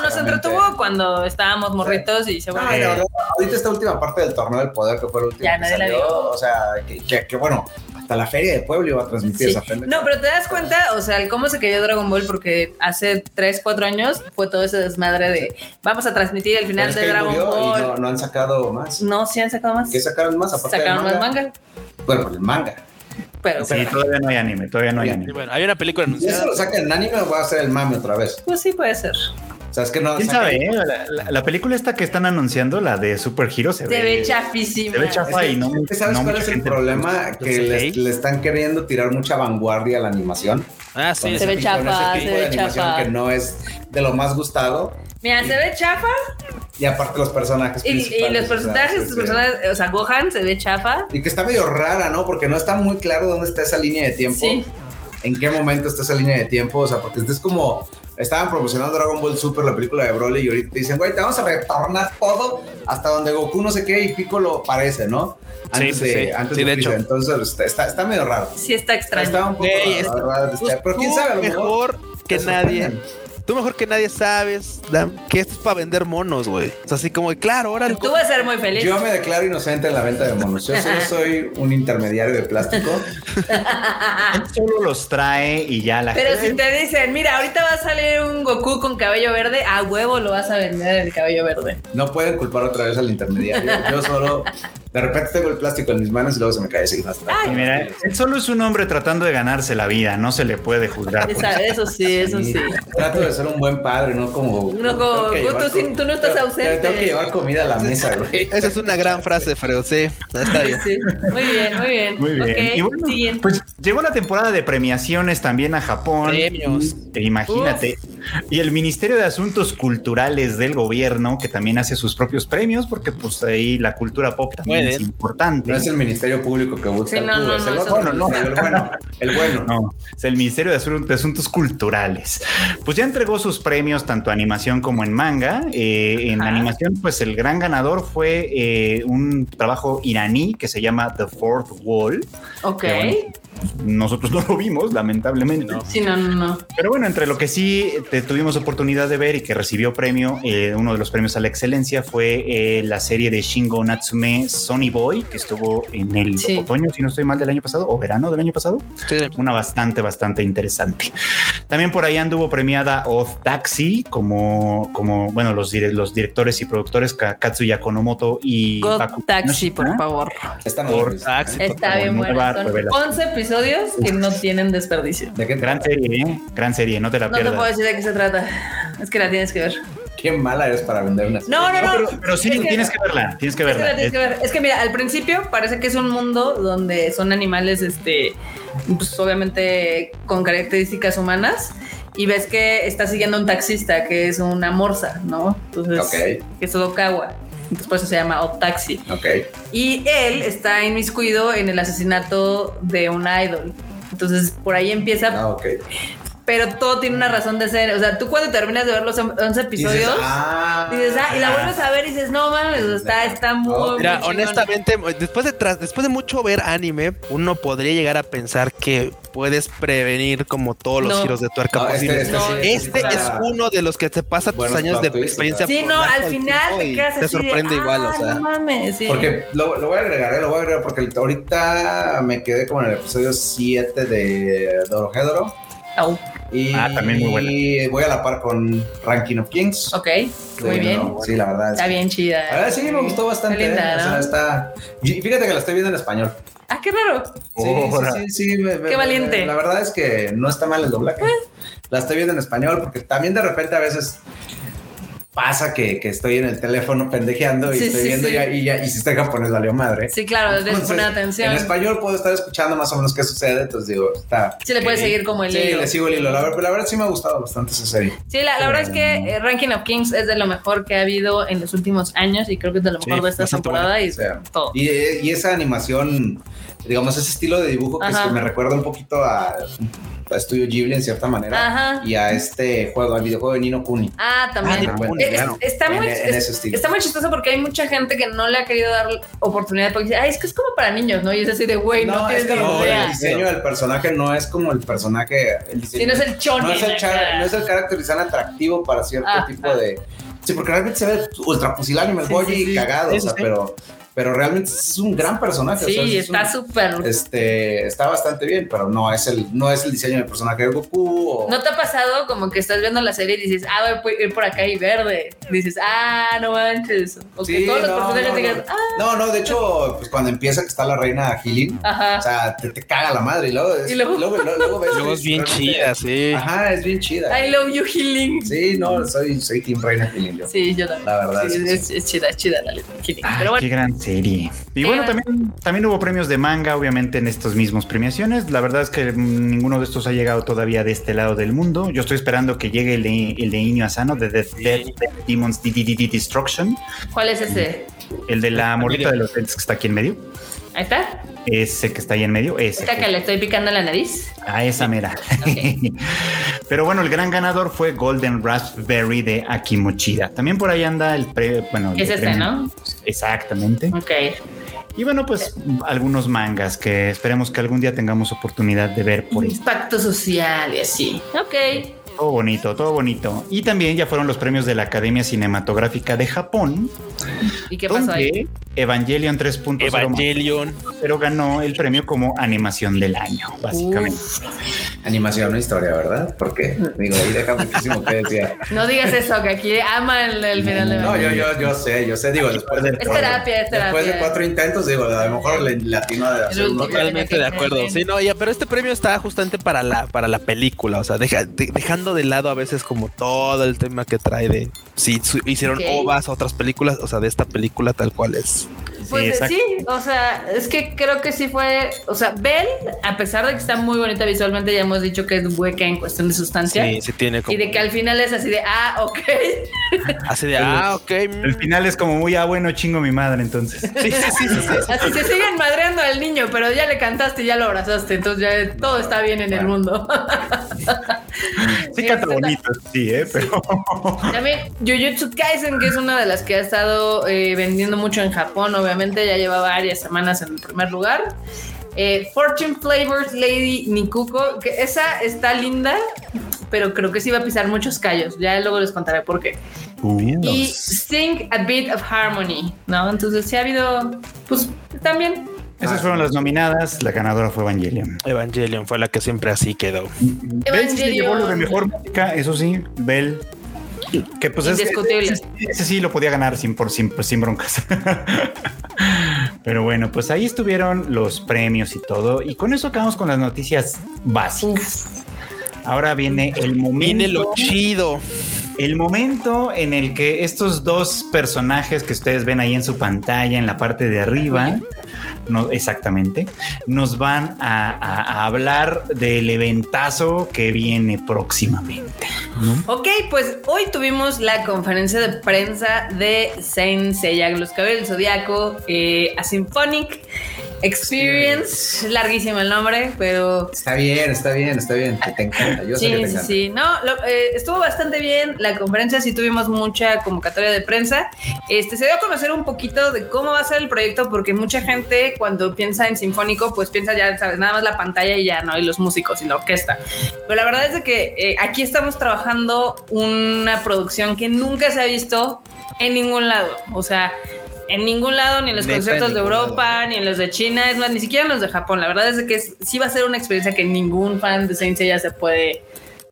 Speaker 1: nos
Speaker 3: sinceramente.
Speaker 1: entretuvo cuando estábamos morritos y se
Speaker 3: No, y la
Speaker 4: Eh.
Speaker 3: verdad, Ah, ahorita esta última parte del torneo del poder que fue el último
Speaker 1: Ya
Speaker 3: que
Speaker 1: nadie la
Speaker 3: salió,
Speaker 1: vio.
Speaker 3: o sea, que, que- que bueno, hasta la feria de pueblo iba a transmitir
Speaker 1: Sí.
Speaker 3: esa pendeja.
Speaker 1: No, pero te das cuenta, o sea, el cómo se cayó Dragon Ball, porque hace 3, 4 años fue todo ese desmadre de vamos a transmitir el
Speaker 3: Pero
Speaker 1: final
Speaker 3: es
Speaker 1: de
Speaker 3: que él
Speaker 1: Dragon
Speaker 3: murió y
Speaker 1: Ball.
Speaker 3: no, no han sacado más.
Speaker 1: No, sí han sacado más.
Speaker 3: ¿Qué sacaron más aparte
Speaker 1: Sacaron
Speaker 3: del
Speaker 1: más
Speaker 3: manga?
Speaker 1: manga.
Speaker 3: Bueno, el manga.
Speaker 1: Pero,
Speaker 4: Sí,
Speaker 1: pero-
Speaker 4: todavía no hay anime, todavía no hay
Speaker 2: Y
Speaker 4: anime.
Speaker 2: bueno, hay una película
Speaker 3: Si eso
Speaker 2: anunciada.
Speaker 3: lo sacan en anime, voy a hacer el mame otra vez.
Speaker 1: pues sí puede ser.
Speaker 3: O sea, es que no.
Speaker 4: ¿Quién
Speaker 3: sacan-
Speaker 4: sabe? eh? La, la- la película esta que están anunciando, la de Super Hero, se,
Speaker 1: Se ve chafísima.
Speaker 4: se ve
Speaker 3: Es
Speaker 4: chafa
Speaker 3: que-
Speaker 4: y no.
Speaker 3: es que ¿Sabes
Speaker 4: no
Speaker 3: cuál
Speaker 4: mucha
Speaker 3: es el
Speaker 4: gente-
Speaker 3: problema? Que
Speaker 2: Entonces,
Speaker 3: le,
Speaker 2: ¿eh?
Speaker 3: le están queriendo tirar mucha vanguardia a la animación.
Speaker 2: Ah,
Speaker 3: Con
Speaker 2: sí.
Speaker 1: Se
Speaker 3: ese
Speaker 1: ve
Speaker 3: tipo- con
Speaker 1: chafa,
Speaker 3: ese tipo
Speaker 1: se ve
Speaker 3: de animación
Speaker 1: chafa.
Speaker 3: Que no es de lo más gustado.
Speaker 1: Mira, se ve chafa
Speaker 3: Y aparte los personajes
Speaker 1: y, y los
Speaker 3: principales, o sea,
Speaker 1: personajes,
Speaker 3: sí,
Speaker 1: sus
Speaker 3: sí.
Speaker 1: personajes, o sea, Gohan se ve chafa.
Speaker 3: Y que está medio rara, ¿no? Porque no está muy claro dónde está esa línea de tiempo.
Speaker 1: Sí.
Speaker 3: en qué momento está esa línea de tiempo, o sea, porque es como estaban promocionando Dragon Ball Super, la película de Broly, y ahorita te dicen, güey, te vamos a retornar todo hasta donde Goku no sé qué y Pico lo parece, ¿no? Antes
Speaker 2: sí,
Speaker 3: de,
Speaker 2: sí.
Speaker 3: Antes
Speaker 2: Sí,
Speaker 3: de
Speaker 2: de hecho.
Speaker 3: Freezer. Entonces está, está, está medio raro.
Speaker 1: Sí está extraño.
Speaker 3: Está un poco
Speaker 2: Güey,
Speaker 3: raro,
Speaker 2: está-
Speaker 3: la verdad,
Speaker 2: Pues
Speaker 3: está- pero
Speaker 2: tú
Speaker 3: quién sabe, a lo mejor
Speaker 2: mejor que
Speaker 3: te
Speaker 2: nadie.
Speaker 3: sorprenden.
Speaker 2: Tú mejor que nadie sabes, Dan, que esto es para vender monos, güey. O sea, así como, claro, ahora
Speaker 1: Tú vas a ser muy feliz.
Speaker 3: Yo me declaro inocente en la venta de monos. Yo solo soy un intermediario de plástico.
Speaker 4: Solo los trae y ya la
Speaker 1: Pero
Speaker 4: gente.
Speaker 1: si te dicen, mira, ahorita va a salir un Goku con cabello verde, a huevo lo vas a vender el cabello verde.
Speaker 3: No pueden culpar otra vez al intermediario. Yo solo de repente tengo el plástico en mis manos y luego se me cae así.
Speaker 4: Y mira, él solo es un hombre tratando de ganarse la vida, no se le puede juzgar. pues. por
Speaker 1: Esa- eso sí, eso sí.
Speaker 3: Trato de ser un buen padre, no como.
Speaker 1: No como-
Speaker 3: tengo que
Speaker 1: tú
Speaker 3: llevar
Speaker 1: sí-
Speaker 3: com-
Speaker 1: tú no estás
Speaker 3: tengo-
Speaker 1: ausente.
Speaker 3: Tengo que llevar comida a la mesa, güey.
Speaker 2: Esa es una gran frase, Fredo, sí. Está bien.
Speaker 1: Sí, Muy bien, muy bien.
Speaker 4: Muy bien.
Speaker 1: Ok,
Speaker 4: y bueno,
Speaker 1: siguiente.
Speaker 4: pues llegó la temporada de premiaciones también a Japón.
Speaker 2: Premios.
Speaker 4: Y, eh, imagínate. y el Ministerio de Asuntos Culturales del Gobierno, que también hace sus propios premios, porque pues ahí la cultura pop también
Speaker 2: Pueden.
Speaker 4: es importante.
Speaker 3: No es el Ministerio Público que busca
Speaker 1: Sí, no,
Speaker 3: el culo,
Speaker 1: no,
Speaker 3: es
Speaker 1: no,
Speaker 3: el
Speaker 1: es
Speaker 3: otro,
Speaker 1: otro
Speaker 3: el bueno, el bueno, el bueno.
Speaker 4: No, es el Ministerio de Asuntos, de Asuntos Culturales. Pues ya entregó sus premios tanto animación como en manga. Eh, en
Speaker 1: Ajá.
Speaker 4: animación, pues el gran ganador fue eh, un trabajo iraní que se llama The Fourth Wall.
Speaker 1: Ok.
Speaker 4: pues, Qué bueno. Nosotros no lo vimos, lamentablemente.
Speaker 1: Sí, no, no, no.
Speaker 4: Pero bueno, entre lo que sí te tuvimos oportunidad de ver y que recibió premio, eh, uno de los premios a la excelencia fue eh, la serie de Shingo Natsume Sonny Boy, que estuvo en el
Speaker 1: Sí.
Speaker 4: otoño, si no estoy mal, del año pasado, o verano del año pasado
Speaker 2: Sí.
Speaker 4: una bastante, bastante interesante. También por ahí anduvo premiada Off Taxi, como, como bueno, los, dire- los directores y productores Ka- Katsuya Konomoto y
Speaker 1: God
Speaker 4: Baku
Speaker 1: Taxi,
Speaker 4: Kinoshita,
Speaker 1: por favor.
Speaker 3: Esta no la
Speaker 4: Por
Speaker 3: he visto.
Speaker 2: taxi.
Speaker 1: Está bien
Speaker 4: nueva
Speaker 1: buena. Son
Speaker 4: revelación.
Speaker 1: 11 episodios que no tienen desperdicio.
Speaker 3: ¿De qué
Speaker 4: Gran serie, ¿eh? gran serie, no te la
Speaker 1: No te
Speaker 4: pierdas.
Speaker 1: puedo decir de qué se trata. Es que la tienes que ver.
Speaker 3: Qué mala eres para vender una
Speaker 1: No, no, no.
Speaker 4: pero, pero sí,
Speaker 1: Es que-
Speaker 4: tienes que verla, tienes que
Speaker 1: Es que, la
Speaker 4: verla.
Speaker 1: tienes
Speaker 4: Es-
Speaker 1: que ver. Es que mira, al principio parece que es un mundo donde son animales, este, pues obviamente con características humanas. Y ves que está siguiendo un taxista que es una morsa, ¿no? Entonces,
Speaker 3: serie.
Speaker 1: que es Odokawa. Entonces, por eso se llama Odd Taxi.
Speaker 3: Ok, ok.
Speaker 1: Y él está inmiscuido en el asesinato de una idol. Entonces, por ahí empieza,
Speaker 3: Ah, ok.
Speaker 1: pero todo tiene una razón de ser. O sea, tú cuando terminas de ver los 11 episodios,
Speaker 3: Dices,
Speaker 1: dices,
Speaker 3: ah,
Speaker 1: ah, y la vuelves a ver y dices, no mames, o sea, está, está muy. muy
Speaker 2: Mira,
Speaker 1: chingón".
Speaker 2: honestamente, después de, tras- después de mucho ver anime, uno podría llegar a pensar que puedes prevenir como todos los
Speaker 1: No.
Speaker 2: giros de tuerca
Speaker 3: No,
Speaker 2: posibles.
Speaker 1: No,
Speaker 3: Ah, sí,
Speaker 2: Este
Speaker 3: sí,
Speaker 2: es
Speaker 3: está-
Speaker 2: uno de los que te pasa tus
Speaker 3: Buenos
Speaker 2: años de
Speaker 3: plot twists,
Speaker 2: experiencia.
Speaker 1: Sí,
Speaker 2: por
Speaker 1: no,
Speaker 2: largo
Speaker 1: al
Speaker 2: del
Speaker 1: final
Speaker 2: tiempo
Speaker 1: te
Speaker 2: y
Speaker 1: quedas así.
Speaker 2: Te sorprende
Speaker 1: de,
Speaker 2: igual, o
Speaker 1: "Ah,
Speaker 2: sea.
Speaker 1: No mames, sí.
Speaker 3: Porque lo, lo voy a agregar, ¿eh? lo voy a agregar porque ahorita me quedé como en el episodio 7 de Dorohedoro.
Speaker 1: Au,
Speaker 3: Y
Speaker 4: Ah, también muy buena.
Speaker 3: voy a la par con Ranking of Kings.
Speaker 1: ok,
Speaker 3: Sí,
Speaker 1: muy bien.
Speaker 3: no, sí, la verdad.
Speaker 1: Está bien chida.
Speaker 3: La verdad sí, me gustó bastante.
Speaker 1: Está linda,
Speaker 3: ¿eh? O sea,
Speaker 1: ¿no?
Speaker 3: está... Y fíjate que la estoy viendo en español.
Speaker 1: Ah, qué raro.
Speaker 3: Sí,
Speaker 4: Ora.
Speaker 3: sí, sí, sí, me- me-
Speaker 1: Qué valiente. Eh.
Speaker 3: La verdad es que no está mal el doblaje. La estoy viendo en español porque también de repente a veces pasa que, que estoy en el teléfono pendejeando y
Speaker 1: Sí,
Speaker 3: estoy
Speaker 1: sí,
Speaker 3: viendo
Speaker 1: sí.
Speaker 3: Ya, y ya y si está en japonés valió madre.
Speaker 1: Sí, claro, debes
Speaker 3: Entonces,
Speaker 1: poner
Speaker 3: En
Speaker 1: atención.
Speaker 3: español puedo estar escuchando más o menos qué sucede, entonces digo, está.
Speaker 1: Sí, le puedes
Speaker 3: ok.
Speaker 1: seguir como el
Speaker 3: Sí,
Speaker 1: hilo.
Speaker 3: le sigo el hilo. La, ver- la verdad Em. sí me ha gustado bastante esa serie.
Speaker 1: Sí, la, la verdad es que eh, Ranking of Kings es de lo mejor que ha habido en los últimos años y creo que es de lo
Speaker 2: Sí,
Speaker 1: mejor de esta
Speaker 2: bastante
Speaker 1: temporada y
Speaker 3: O sea,
Speaker 1: todo.
Speaker 3: Y, eh, y esa animación, digamos, ese estilo de dibujo que, es
Speaker 1: Ajá.
Speaker 3: que me recuerda un poquito a, a Studio Ghibli en cierta manera.
Speaker 1: Ajá.
Speaker 3: y a este juego, al videojuego de Nino Kuni.
Speaker 1: Ah, también.
Speaker 2: Ah, bueno,
Speaker 1: Es-
Speaker 2: claro.
Speaker 1: está,
Speaker 3: en, e-,
Speaker 1: muy,
Speaker 3: en
Speaker 1: es-
Speaker 3: ese estilo.
Speaker 1: está muy chistoso porque hay mucha gente que no le ha querido dar oportunidad porque dice, "Ay, es que es como para niños, ¿no? Y es así de, güey, no, tienes
Speaker 3: es que a
Speaker 1: ni
Speaker 3: lo mejor el
Speaker 1: idea.
Speaker 3: diseño del personaje no es como el personaje. El diseño,
Speaker 1: Si no es el chone.
Speaker 3: no es el char-
Speaker 1: acá.
Speaker 3: no es el carácter tan atractivo para cierto
Speaker 1: Ah,
Speaker 3: tipo
Speaker 1: ah.
Speaker 3: de. Sí, porque realmente se ve ultra pusilánime el
Speaker 1: Sí,
Speaker 3: Goji
Speaker 1: sí, sí.
Speaker 3: cagado,
Speaker 2: Sí,
Speaker 3: o sea,
Speaker 2: sí, sí.
Speaker 3: pero, pero realmente es un gran personaje. o sea, es
Speaker 1: Sí,
Speaker 3: un-
Speaker 1: está súper.
Speaker 3: este, está bastante bien, pero no es el, no es el diseño del personaje de Goku. O,
Speaker 1: ¿No te ha pasado como que estás viendo la serie y dices, ah, voy a pu- ir por acá y verde? Dices, ah, no manches. O que
Speaker 3: Sí,
Speaker 1: todos los
Speaker 3: no,
Speaker 1: personajes
Speaker 3: no,
Speaker 1: digan, ah,
Speaker 3: no, no, de hecho, pues cuando empieza que está la reina Hilin,
Speaker 1: ajá.
Speaker 3: o sea, te, te caga la madre y luego,
Speaker 1: Y luego-
Speaker 3: luego, luego ves-
Speaker 2: Luego es bien
Speaker 3: realmente-
Speaker 2: chida, sí.
Speaker 3: Ajá, es bien chida.
Speaker 1: I love you, healing.
Speaker 3: Sí, no, soy, soy Team Reina Filín, yo.
Speaker 1: Sí, yo también.
Speaker 3: La verdad,
Speaker 1: Sí,
Speaker 3: sí,
Speaker 1: es, es chida, es chida la letra. Pero
Speaker 4: Ay,
Speaker 1: bueno,
Speaker 4: Qué gran serie. Y bueno,
Speaker 1: gran-
Speaker 4: también, también hubo premios de manga, obviamente, en estas mismas premiaciones. La verdad es que mm, ninguno de estos ha llegado todavía de este lado del mundo. Yo estoy esperando que llegue el de, el de Inyo Asano, de Death, Death- Death Demons DDD Destruction,
Speaker 1: ¿cuál es ese?
Speaker 4: el de la morita de los Ents que está aquí en medio.
Speaker 1: Ahí está.
Speaker 4: Ese que está ahí en medio, ese.
Speaker 1: Esta que le estoy picando la nariz.
Speaker 4: A esa mera.
Speaker 1: Ok.
Speaker 4: Pero bueno, el gran ganador fue Golden Raspberry de Akimochida. También por ahí anda el pre, bueno, el
Speaker 1: Es este,
Speaker 4: premio.
Speaker 1: ¿no?
Speaker 4: Exactamente.
Speaker 1: Ok.
Speaker 4: Y bueno, pues algunos mangas que esperemos que algún día tengamos oportunidad de ver por esto.
Speaker 1: Impacto social y así. Ok.
Speaker 4: Todo bonito, todo bonito. Y también ya fueron los premios de la Academia Cinematográfica de Japón,
Speaker 1: ¿Y qué pasó ahí?
Speaker 4: donde Evangelion
Speaker 2: pues,
Speaker 4: 3.0
Speaker 2: Evangelion.
Speaker 4: pero ganó el premio como animación del año, básicamente.
Speaker 1: Uf,
Speaker 3: Animación, no historia, ¿verdad? Porque, digo, ahí deja muchísimo que decía.
Speaker 1: no digas eso, que aquí aman el final de
Speaker 3: No,
Speaker 1: la
Speaker 3: yo, yo, yo sé, yo sé, digo, después de,
Speaker 1: Es terapia, es terapia.
Speaker 3: después de cuatro intentos, digo, a lo mejor le latino de hacer uno. que-
Speaker 2: Totalmente de acuerdo. Sí, no, ya, pero este premio está justamente para la, para la película, o sea, deja- de- dejando de lado a veces como todo el tema que trae de si su- hicieron
Speaker 1: Ok.
Speaker 2: ovas a otras películas, o sea, de esta película tal cual es.
Speaker 1: Pues eh,
Speaker 4: exacto.
Speaker 1: sí, o sea, es que creo que sí fue, o sea, Bell, a pesar de que está muy bonita visualmente, ya hemos dicho que es hueca en cuestión de sustancia
Speaker 2: Sí, sí tiene como.
Speaker 1: y de que al final es así de, ah, ok,
Speaker 2: Así de, ah, ok. mm.
Speaker 4: El final es como muy, ah, bueno, chingo mi madre, entonces.
Speaker 2: Sí, sí, sí, sí, sí.
Speaker 1: así se siguen madreando al niño, pero ya le cantaste y ya lo abrazaste, entonces ya todo está bien en el mundo.
Speaker 4: Sí canta bonito, sí, ¿eh? Pero
Speaker 1: También Jujutsu Kaisen, que es una de las que ha estado eh, vendiendo mucho en Japón, obviamente ya lleva varias semanas en el primer lugar. Eh, Fortune Flavors Lady Nikuko, que esa está linda, pero creo que sí va a pisar muchos callos. Ya luego les contaré por qué. Y Sing a Bit of Harmony, ¿no? Entonces sí ha habido, pues también.
Speaker 4: esas fueron las nominadas. La ganadora fue Evangelion.
Speaker 2: Evangelion fue la que siempre así quedó.
Speaker 4: Bell sí se llevó lo de
Speaker 1: Evangelion.
Speaker 4: mejor música, eso sí, Bell. Que pues es,
Speaker 1: Indiscutible.
Speaker 4: ese, ese sí lo podía ganar sin, por, sin, pues, sin broncas. Pero bueno, pues ahí estuvieron los premios y todo. Y con eso acabamos con las noticias básicas. Ahora viene el momento.
Speaker 2: Viene lo chido.
Speaker 4: El momento en el que estos dos personajes que ustedes ven ahí en su pantalla, en la parte de arriba, no exactamente, nos van a, a- a hablar del eventazo que viene próximamente.
Speaker 1: Ok, pues hoy tuvimos la conferencia de prensa de Saint Seiya, Los Caballeros del Zodíaco, eh, A Symphonic Experience, larguísimo el nombre, pero
Speaker 3: Está bien, está bien, está bien. Te, te encanta. Yo
Speaker 1: sí,
Speaker 3: sé que te
Speaker 1: sí,
Speaker 3: encanta.
Speaker 1: sí. No, lo- eh, estuvo bastante bien la conferencia, sí tuvimos mucha convocatoria de prensa. Este, se dio a conocer un poquito de cómo va a ser el proyecto, porque mucha gente cuando piensa en sinfónico, pues piensa ya, sabes, nada más la pantalla y ya, ¿no? Y los músicos y la orquesta. Pero la verdad es de que eh, aquí estamos trabajando una producción que nunca se ha visto en ningún lado. O sea, en ningún lado, ni en los
Speaker 2: Neta, en
Speaker 1: conciertos de
Speaker 2: ningún lado.
Speaker 1: Europa, ni en los de China, es más, ni siquiera en los de Japón. La verdad es de que es- sí va a ser una experiencia que ningún fan de Saint Seiya se puede.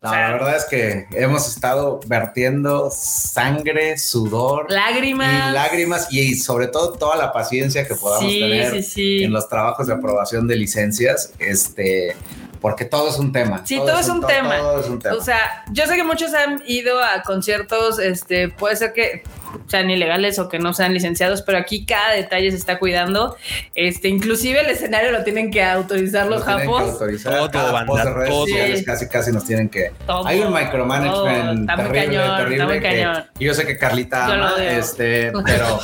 Speaker 3: No, la verdad es que hemos estado vertiendo sangre, sudor,
Speaker 1: Lágrimas.
Speaker 3: y lágrimas y, sobre todo toda la paciencia que podamos
Speaker 1: sí,
Speaker 3: tener
Speaker 1: sí, sí.
Speaker 3: en los trabajos de aprobación de licencias, este, porque todo es un tema.
Speaker 1: Sí, todo es un
Speaker 3: to-
Speaker 1: tema.
Speaker 3: Todo es un tema.
Speaker 1: O sea, yo sé que muchos han ido a conciertos, este, puede ser que sean ilegales o que no sean licenciados, pero aquí cada detalle se está cuidando. Este, inclusive el escenario lo tienen que autorizar los
Speaker 3: Nos tienen que
Speaker 1: japos.
Speaker 3: autorizar
Speaker 2: Todo,
Speaker 3: cada
Speaker 2: banda,
Speaker 3: post de redes
Speaker 2: todo.
Speaker 3: sociales,
Speaker 1: Sí.
Speaker 3: Casi, casi nos tienen que.
Speaker 1: Todo,
Speaker 3: Hay un
Speaker 1: todo.
Speaker 3: micromanagement
Speaker 1: Está muy
Speaker 3: terrible,
Speaker 1: cañón,
Speaker 3: terrible.
Speaker 1: está muy
Speaker 3: que-
Speaker 1: cañón.
Speaker 3: y yo sé que Carlita
Speaker 1: Yo lo
Speaker 3: ama,
Speaker 1: odio.
Speaker 3: este, pero,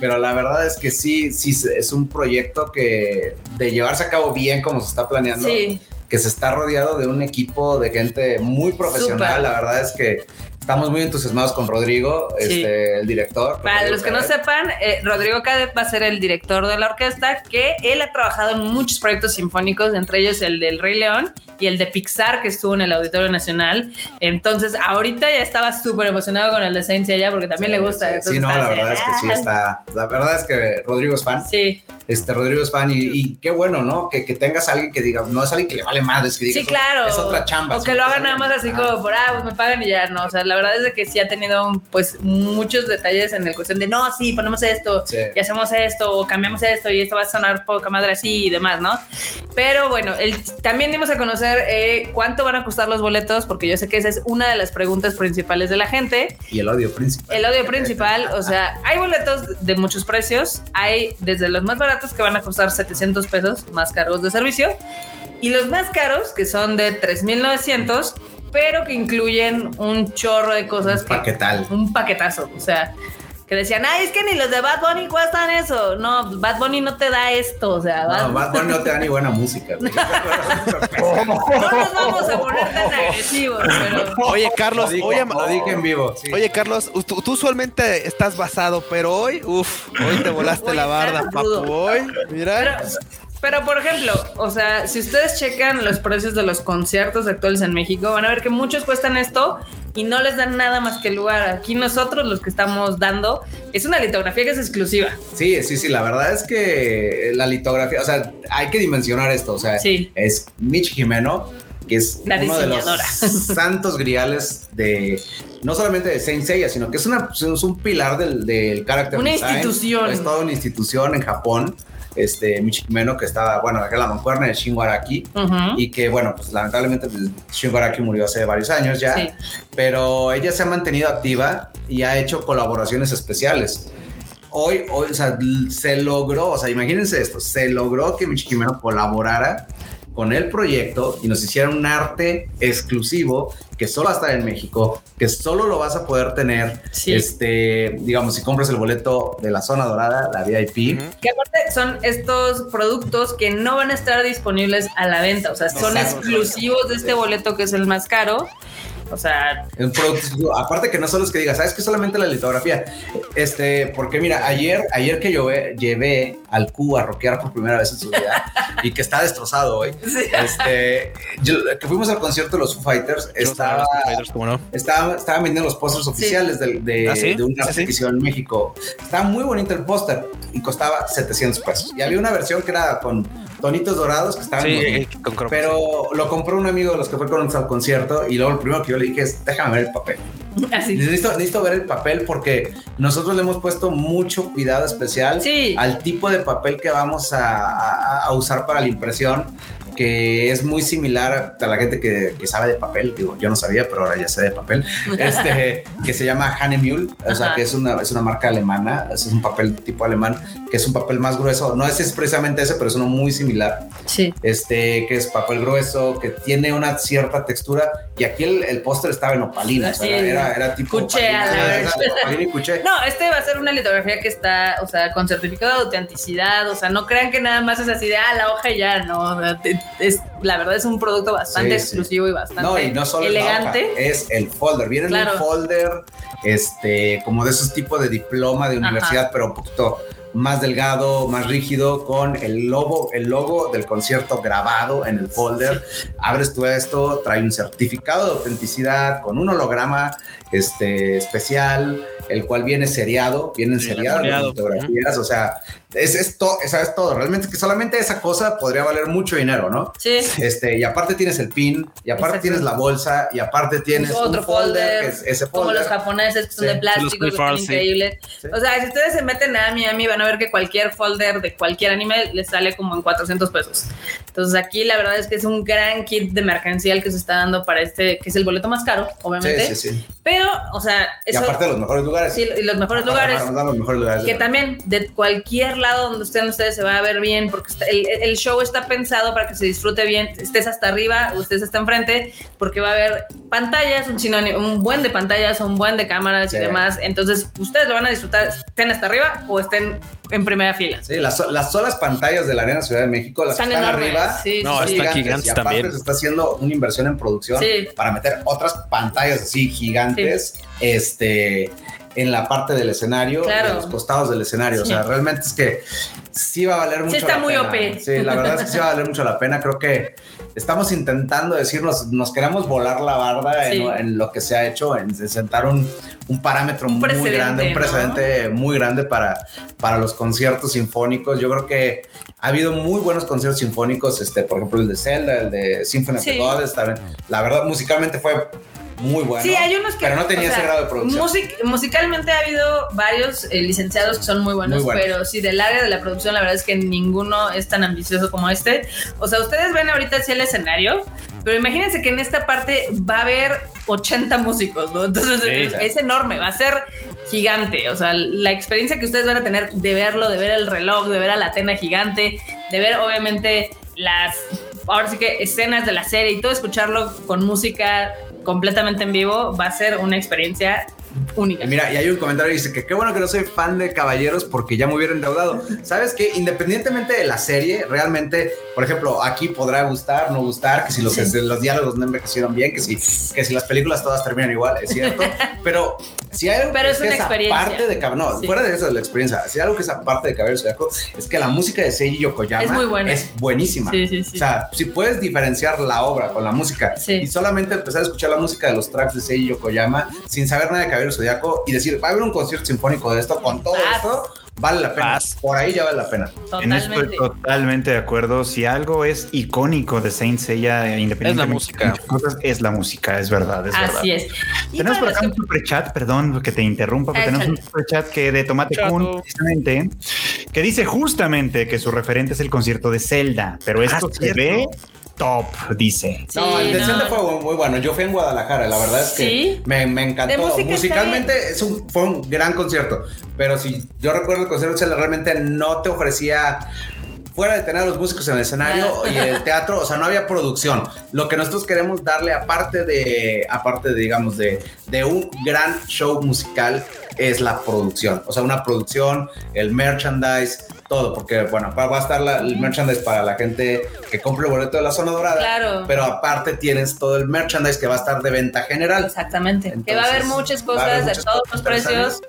Speaker 3: pero la verdad es que sí, sí es un proyecto que de llevarse a cabo bien como se está planeando.
Speaker 1: Sí,
Speaker 3: que se está rodeado de un equipo de gente muy profesional.
Speaker 1: Súper.
Speaker 3: La verdad es que estamos muy entusiasmados con Rodrigo,
Speaker 1: Sí.
Speaker 3: este, el director.
Speaker 1: para
Speaker 3: Rodrigo
Speaker 1: los que no
Speaker 3: Cadet.
Speaker 1: sepan, eh, Rodrigo Cadet va a ser el director de la orquesta, que él ha trabajado en muchos proyectos sinfónicos, entre ellos el del Rey León y el de Pixar, que estuvo en el Auditorio Nacional. Entonces, ahorita ya estaba súper emocionado con el de Saint Seiya, porque también le gusta.
Speaker 3: Sí,
Speaker 1: entonces
Speaker 3: sí, no,
Speaker 1: está
Speaker 3: la
Speaker 1: así,
Speaker 3: verdad es que sí
Speaker 1: "Ah".
Speaker 3: está. La verdad es que Rodrigo es fan.
Speaker 1: Sí,
Speaker 3: Este Rodrigo es fan y, y qué bueno, ¿no? Que, que tengas a alguien que diga, no es alguien que le vale madres, que diga,
Speaker 1: sí,
Speaker 3: "Es-
Speaker 1: claro.
Speaker 3: es otra chamba.
Speaker 1: O que lo hagan nada más así
Speaker 3: Ah,
Speaker 1: como por, ah, pues me pagan y ya, no. O sea, la verdad es de que sí ha tenido, pues, muchos detalles en el cuestión de, no, sí, ponemos esto
Speaker 3: sí.
Speaker 1: y hacemos esto o cambiamos esto y esto va a sonar poca madre así y demás, ¿no? Pero bueno, el- también dimos a conocer eh, cuánto van a costar los boletos, porque yo sé que esa es una de las preguntas principales de la gente.
Speaker 3: Y el odio principal.
Speaker 1: El odio principal, o sea, hay boletos de muchos precios. Hay desde los más baratos que van a costar 700 pesos, más cargos de servicio, y los más caros que son de 3,900, pero que incluyen un chorro de cosas. que-
Speaker 3: ¿Qué tal?
Speaker 1: un paquetazo, o sea, que decían, ay, es que ni los de Bad Bunny cuestan eso. No, pues, Bad Bunny no te da esto, o sea, Bad-
Speaker 3: No, más bueno, no te da ni buena música. güey.
Speaker 1: no nos vamos a poner tan agresivos, pero.
Speaker 2: Oye, Carlos,
Speaker 3: Lo digo,
Speaker 2: oye,
Speaker 3: lo dije en vivivo. sí.
Speaker 2: oye, Carlos, tú, tú usualmente estás basado, pero hoy, uff, hoy te volaste
Speaker 1: Hoy
Speaker 2: la
Speaker 1: está
Speaker 2: barda,
Speaker 1: rudo.
Speaker 2: papu. Hoy,
Speaker 1: Pero,
Speaker 2: mira.
Speaker 1: pero, por ejemplo, o sea, si ustedes checan los precios de los conciertos actuales en México, van a ver que muchos cuestan esto y no les dan nada más que el lugar. Aquí nosotros los que estamos dando es una litografía que es exclusiva.
Speaker 3: Sí, sí, sí, la verdad es que la litografía, o sea, hay que dimensionar esto, o sea,
Speaker 1: Sí.
Speaker 3: es Mitch Jimeno, que es
Speaker 1: La
Speaker 3: uno de los
Speaker 1: diseñadora.
Speaker 3: santos griales de, no solamente de Saint Seiya, sino que es, una, es un pilar del, del carácter
Speaker 1: Una
Speaker 3: design.
Speaker 1: institución.
Speaker 3: Es toda una institución en Japón, este, Mitch Jimeno, que estaba, bueno, acá en la mancuerna de Shingo Araki,
Speaker 1: Ujú.
Speaker 3: y que, bueno, pues lamentablemente pues, Shingo Araki murió hace varios años ya,
Speaker 1: Sí.
Speaker 3: pero ella se ha mantenido activa y ha hecho colaboraciones especiales. hoy, hoy, o sea, se logró, o sea, imagínense esto, se logró que mi chiquimero colaborara con el proyecto y nos hiciera un arte exclusivo que solo va a estar en México, que solo lo vas a poder tener,
Speaker 1: Sí.
Speaker 3: este, digamos, si compras el boleto de la zona dorada, la VIP,
Speaker 2: Ujú.
Speaker 1: Que aparte son estos productos que no van a estar disponibles a la venta, o sea, son
Speaker 3: Exacto.
Speaker 1: exclusivos de este boleto que es el más caro. O sea,
Speaker 3: un producto exclusivo. Aparte que no solo es que digas, sabes que solamente la litografía, este, porque mira, ayer, ayer que yo ve- llevé al Q a rockear por primera vez en su vida y que está destrozado hoy,
Speaker 1: sí.
Speaker 3: este, yo- que fuimos al concierto de los Foo Fighters, estaba...
Speaker 2: Raiders, ¿cómo no?
Speaker 3: Estaba, estaban vendiendo los pósters oficiales del- de,
Speaker 2: ¿Ah, sí?
Speaker 3: de un
Speaker 2: ¿Ah, sí?
Speaker 3: arte que hicieron en México. Estaba muy bonito el póster y costaba 700 pesos. Y había una versión que era con tonitos dorados que estaban
Speaker 2: Sí,
Speaker 3: muy bien.
Speaker 2: eh, con Chrome.
Speaker 3: Pero lo compró un amigo de los que fue con al concierto y luego lo primero que yo le dije es, déjame ver el papel.
Speaker 1: Así.
Speaker 3: Necesito, necesito ver el papel porque nosotros le hemos puesto mucho cuidado especial
Speaker 1: Sí.
Speaker 3: al tipo de papel que vamos a, a- a usar para la impresión, que es muy similar a la gente que, que sabe de papel. Digo, yo no sabía, pero ahora ya sé de papel. Este, que se llama Hanemühl, o sea,
Speaker 1: Ajá.
Speaker 3: que es una, es una marca alemana, es un papel tipo alemán, que es un papel más grueso. No es precisamente ese, pero es uno muy similar
Speaker 1: Sí.
Speaker 3: este, que es papel grueso, que tiene una cierta textura. Y aquí el, el póster estaba en opalina, o sea,
Speaker 1: Sí.
Speaker 3: era, era, era tipo.
Speaker 1: Cuché,
Speaker 3: opalina,
Speaker 1: a la
Speaker 3: era
Speaker 1: vez.
Speaker 3: opalina y cuché.
Speaker 1: No, este va a ser una litografía que está, o sea, con certificado de autenticidad, o sea, no crean que nada más es así de, ah, la hoja y ya, no, o sea, te- es, la verdad es un producto bastante
Speaker 3: Sí, sí.
Speaker 1: exclusivo y bastante
Speaker 3: No, y no solo es la
Speaker 1: elegante.
Speaker 3: hoja, es el folder. Viene en
Speaker 1: Claro.
Speaker 3: un folder, este, como de esos tipos de diploma de universidad, pero un poquito más delgado, más rígido, con el logo, el logo del concierto grabado en el folder. Abres tú esto, trae un certificado de autenticidad con un holograma este, especial, el cual viene seriado, vienen
Speaker 2: Sí,
Speaker 3: seriadas las
Speaker 2: seriado.
Speaker 3: fotografías, o sea, es, es, to- o sea, es todo. Realmente que solamente esa cosa podría valer mucho dinero, ¿no?
Speaker 1: Sí,
Speaker 3: Este, y aparte tienes el pin, y aparte
Speaker 1: Exacto.
Speaker 3: tienes la bolsa, y aparte tienes
Speaker 1: Otro
Speaker 3: un folder,
Speaker 1: folder,
Speaker 3: que es ese
Speaker 1: como
Speaker 3: folder.
Speaker 1: los japoneses que son
Speaker 3: Sí,
Speaker 1: de
Speaker 2: los
Speaker 1: plástico, que
Speaker 2: clip
Speaker 1: son
Speaker 2: art, sí.
Speaker 1: increíbles.
Speaker 3: Sí.
Speaker 1: O sea, si ustedes se meten a Miami van a ver que cualquier folder de cualquier anime les sale como en 400 pesos. Entonces aquí la verdad es que es un gran kit de mercancía el que se está dando para este, que es el boleto más caro, obviamente.
Speaker 3: sí, sí, sí.
Speaker 1: Pero, o sea,
Speaker 3: Y
Speaker 1: eso...
Speaker 3: aparte de los mejores lugares.
Speaker 1: Sí, y los mejores lugares.
Speaker 3: Nos dan los mejores lugares.
Speaker 1: Que también de cualquier lado donde estén ustedes se va a ver bien, porque está- el, el show está pensado para que se disfrute bien, estés hasta arriba, o estés hasta enfrente, porque va a haber pantallas, un, chino, un buen de pantallas, un buen de cámaras
Speaker 3: Sí.
Speaker 1: y demás. Entonces, ustedes lo van a disfrutar, estén hasta arriba o estén en primera fila.
Speaker 3: Sí, las, so- las solas pantallas de la Arena Ciudad de México, las que
Speaker 1: están
Speaker 3: están
Speaker 1: enormes.
Speaker 3: arriba,
Speaker 1: sí,
Speaker 2: No,
Speaker 1: sí, sí.
Speaker 2: están
Speaker 3: y
Speaker 2: gigantes
Speaker 3: aparte
Speaker 2: también.
Speaker 3: se está haciendo una inversión en producción
Speaker 1: Sí.
Speaker 3: para meter otras pantallas así gigantes este, en la parte del escenario,
Speaker 1: Claro.
Speaker 3: en los costados del escenario. O sea,
Speaker 1: Sí.
Speaker 3: realmente es que sí va a valer mucho
Speaker 1: está
Speaker 3: la
Speaker 1: muy
Speaker 3: pena.
Speaker 1: OP.
Speaker 3: Sí, la verdad es que sí va a valer mucho la pena. Creo que estamos intentando decirnos, nos queremos volar la barda
Speaker 1: Sí.
Speaker 3: en, en lo que se ha hecho, en sentar un, un parámetro
Speaker 1: Un
Speaker 3: muy
Speaker 1: precedente,
Speaker 3: grande, un
Speaker 1: ¿no?
Speaker 3: precedente muy grande para, para los conciertos sinfónicos. Yo creo que ha habido muy buenos conciertos sinfónicos, este, por ejemplo, el de Zelda, el de Symphony of
Speaker 1: Sí.
Speaker 3: the Gods, también. La verdad, musicalmente fue muy bueno.
Speaker 1: Sí, hay unos que.
Speaker 3: pero no tenía
Speaker 1: o sea,
Speaker 3: ese grado de producción.
Speaker 1: music- musicalmente ha habido varios eh, licenciados que son muy buenos,
Speaker 3: Muy buenos.
Speaker 1: pero sí, del área de la producción, la verdad es que ninguno es tan ambicioso como este. O sea, ustedes ven ahorita sí el escenario, pero imagínense que en esta parte va a haber 80 músicos, ¿no? Entonces
Speaker 2: Sí,
Speaker 1: es,
Speaker 3: claro.
Speaker 1: es enorme, va a ser gigante. O sea, la experiencia que ustedes van a tener de verlo, de ver el reloj, de ver a la tena gigante, de ver obviamente las ahora sí que escenas de la serie y todo escucharlo con música completamente en vivo va a ser una experiencia única.
Speaker 3: Y Mira, y hay un comentario que dice que qué bueno que no soy fan de caballeros porque ya me hubiera endeudado. Sabes que independientemente de la serie, realmente, por ejemplo, aquí podrá gustar, no gustar, que si los, los diálogos no envejecieron bien, que si, que si las películas todas terminan igual, es cierto. Pero si hay algo
Speaker 1: Pero
Speaker 3: que
Speaker 1: es una
Speaker 3: esa
Speaker 1: experiencia.
Speaker 3: parte de cab- no,
Speaker 1: Sí.
Speaker 3: fuera de eso de la experiencia, si hay algo que esa parte de Caballeros del Zodiaco es que la música de Seiji Yokoyama
Speaker 1: Es muy buena.
Speaker 3: es buenísima.
Speaker 1: Sí, sí, sí.
Speaker 3: O sea, si puedes diferenciar la obra con la música
Speaker 1: Sí.
Speaker 3: y solamente empezar a escuchar la música de los tracks de Seiji Yokoyama sin saber nada de Caballero Zodiaco y decir, va a haber un concierto sinfónico de esto con todo
Speaker 1: Vas.
Speaker 3: esto, vale la pena.
Speaker 2: Vas.
Speaker 3: Por ahí ya vale la pena.
Speaker 4: En esto
Speaker 1: Totalmente.
Speaker 4: estoy totalmente de acuerdo. Si algo es icónico de Saint Seiya, eh, independientemente de
Speaker 2: música.
Speaker 4: muchas cosas, es la música, es verdad, es verdad.
Speaker 1: Así es. Y
Speaker 4: Tenemos por
Speaker 1: para
Speaker 4: acá
Speaker 1: los
Speaker 4: un superchat, perdón que te interrumpa, pero
Speaker 1: Ah,
Speaker 4: tenemos un
Speaker 1: chale.
Speaker 4: superchat que de Tomate Kun,
Speaker 2: Chato.
Speaker 4: precisamente, que dice justamente que su referente es el concierto de Zelda, pero esto
Speaker 2: Ah,
Speaker 4: se
Speaker 2: cierto.
Speaker 4: ve top, dice.
Speaker 1: Sí,
Speaker 3: No, el de
Speaker 1: no,
Speaker 3: Celta
Speaker 1: no.
Speaker 3: fue muy- muy bueno. Yo fui en Guadalajara, la verdad es que
Speaker 1: ¿Sí?
Speaker 3: me, me
Speaker 1: De
Speaker 3: encantó.
Speaker 1: música está
Speaker 3: Musicalmente es un, fue un gran concierto, pero si yo recuerdo el concierto, Celta realmente no te ofrecía, fuera de tener a los músicos en el escenario
Speaker 1: Ah.
Speaker 3: y el teatro, o sea, no había producción. Lo que nosotros queremos darle, aparte de, aparte de, digamos, de, de un gran show musical, es la producción. O sea, una producción, el merchandise. Todo, porque bueno, va va a estar la- el merchandise para la gente que compre el boleto de la zona dorada
Speaker 1: Claro.
Speaker 3: pero aparte tienes todo el merchandise que va a estar de venta general.
Speaker 1: Exactamente. que va a haber
Speaker 3: Entonces,
Speaker 1: muchas
Speaker 3: va a haber
Speaker 1: cosas
Speaker 3: muchas
Speaker 1: de todos
Speaker 3: cosas
Speaker 1: los precios.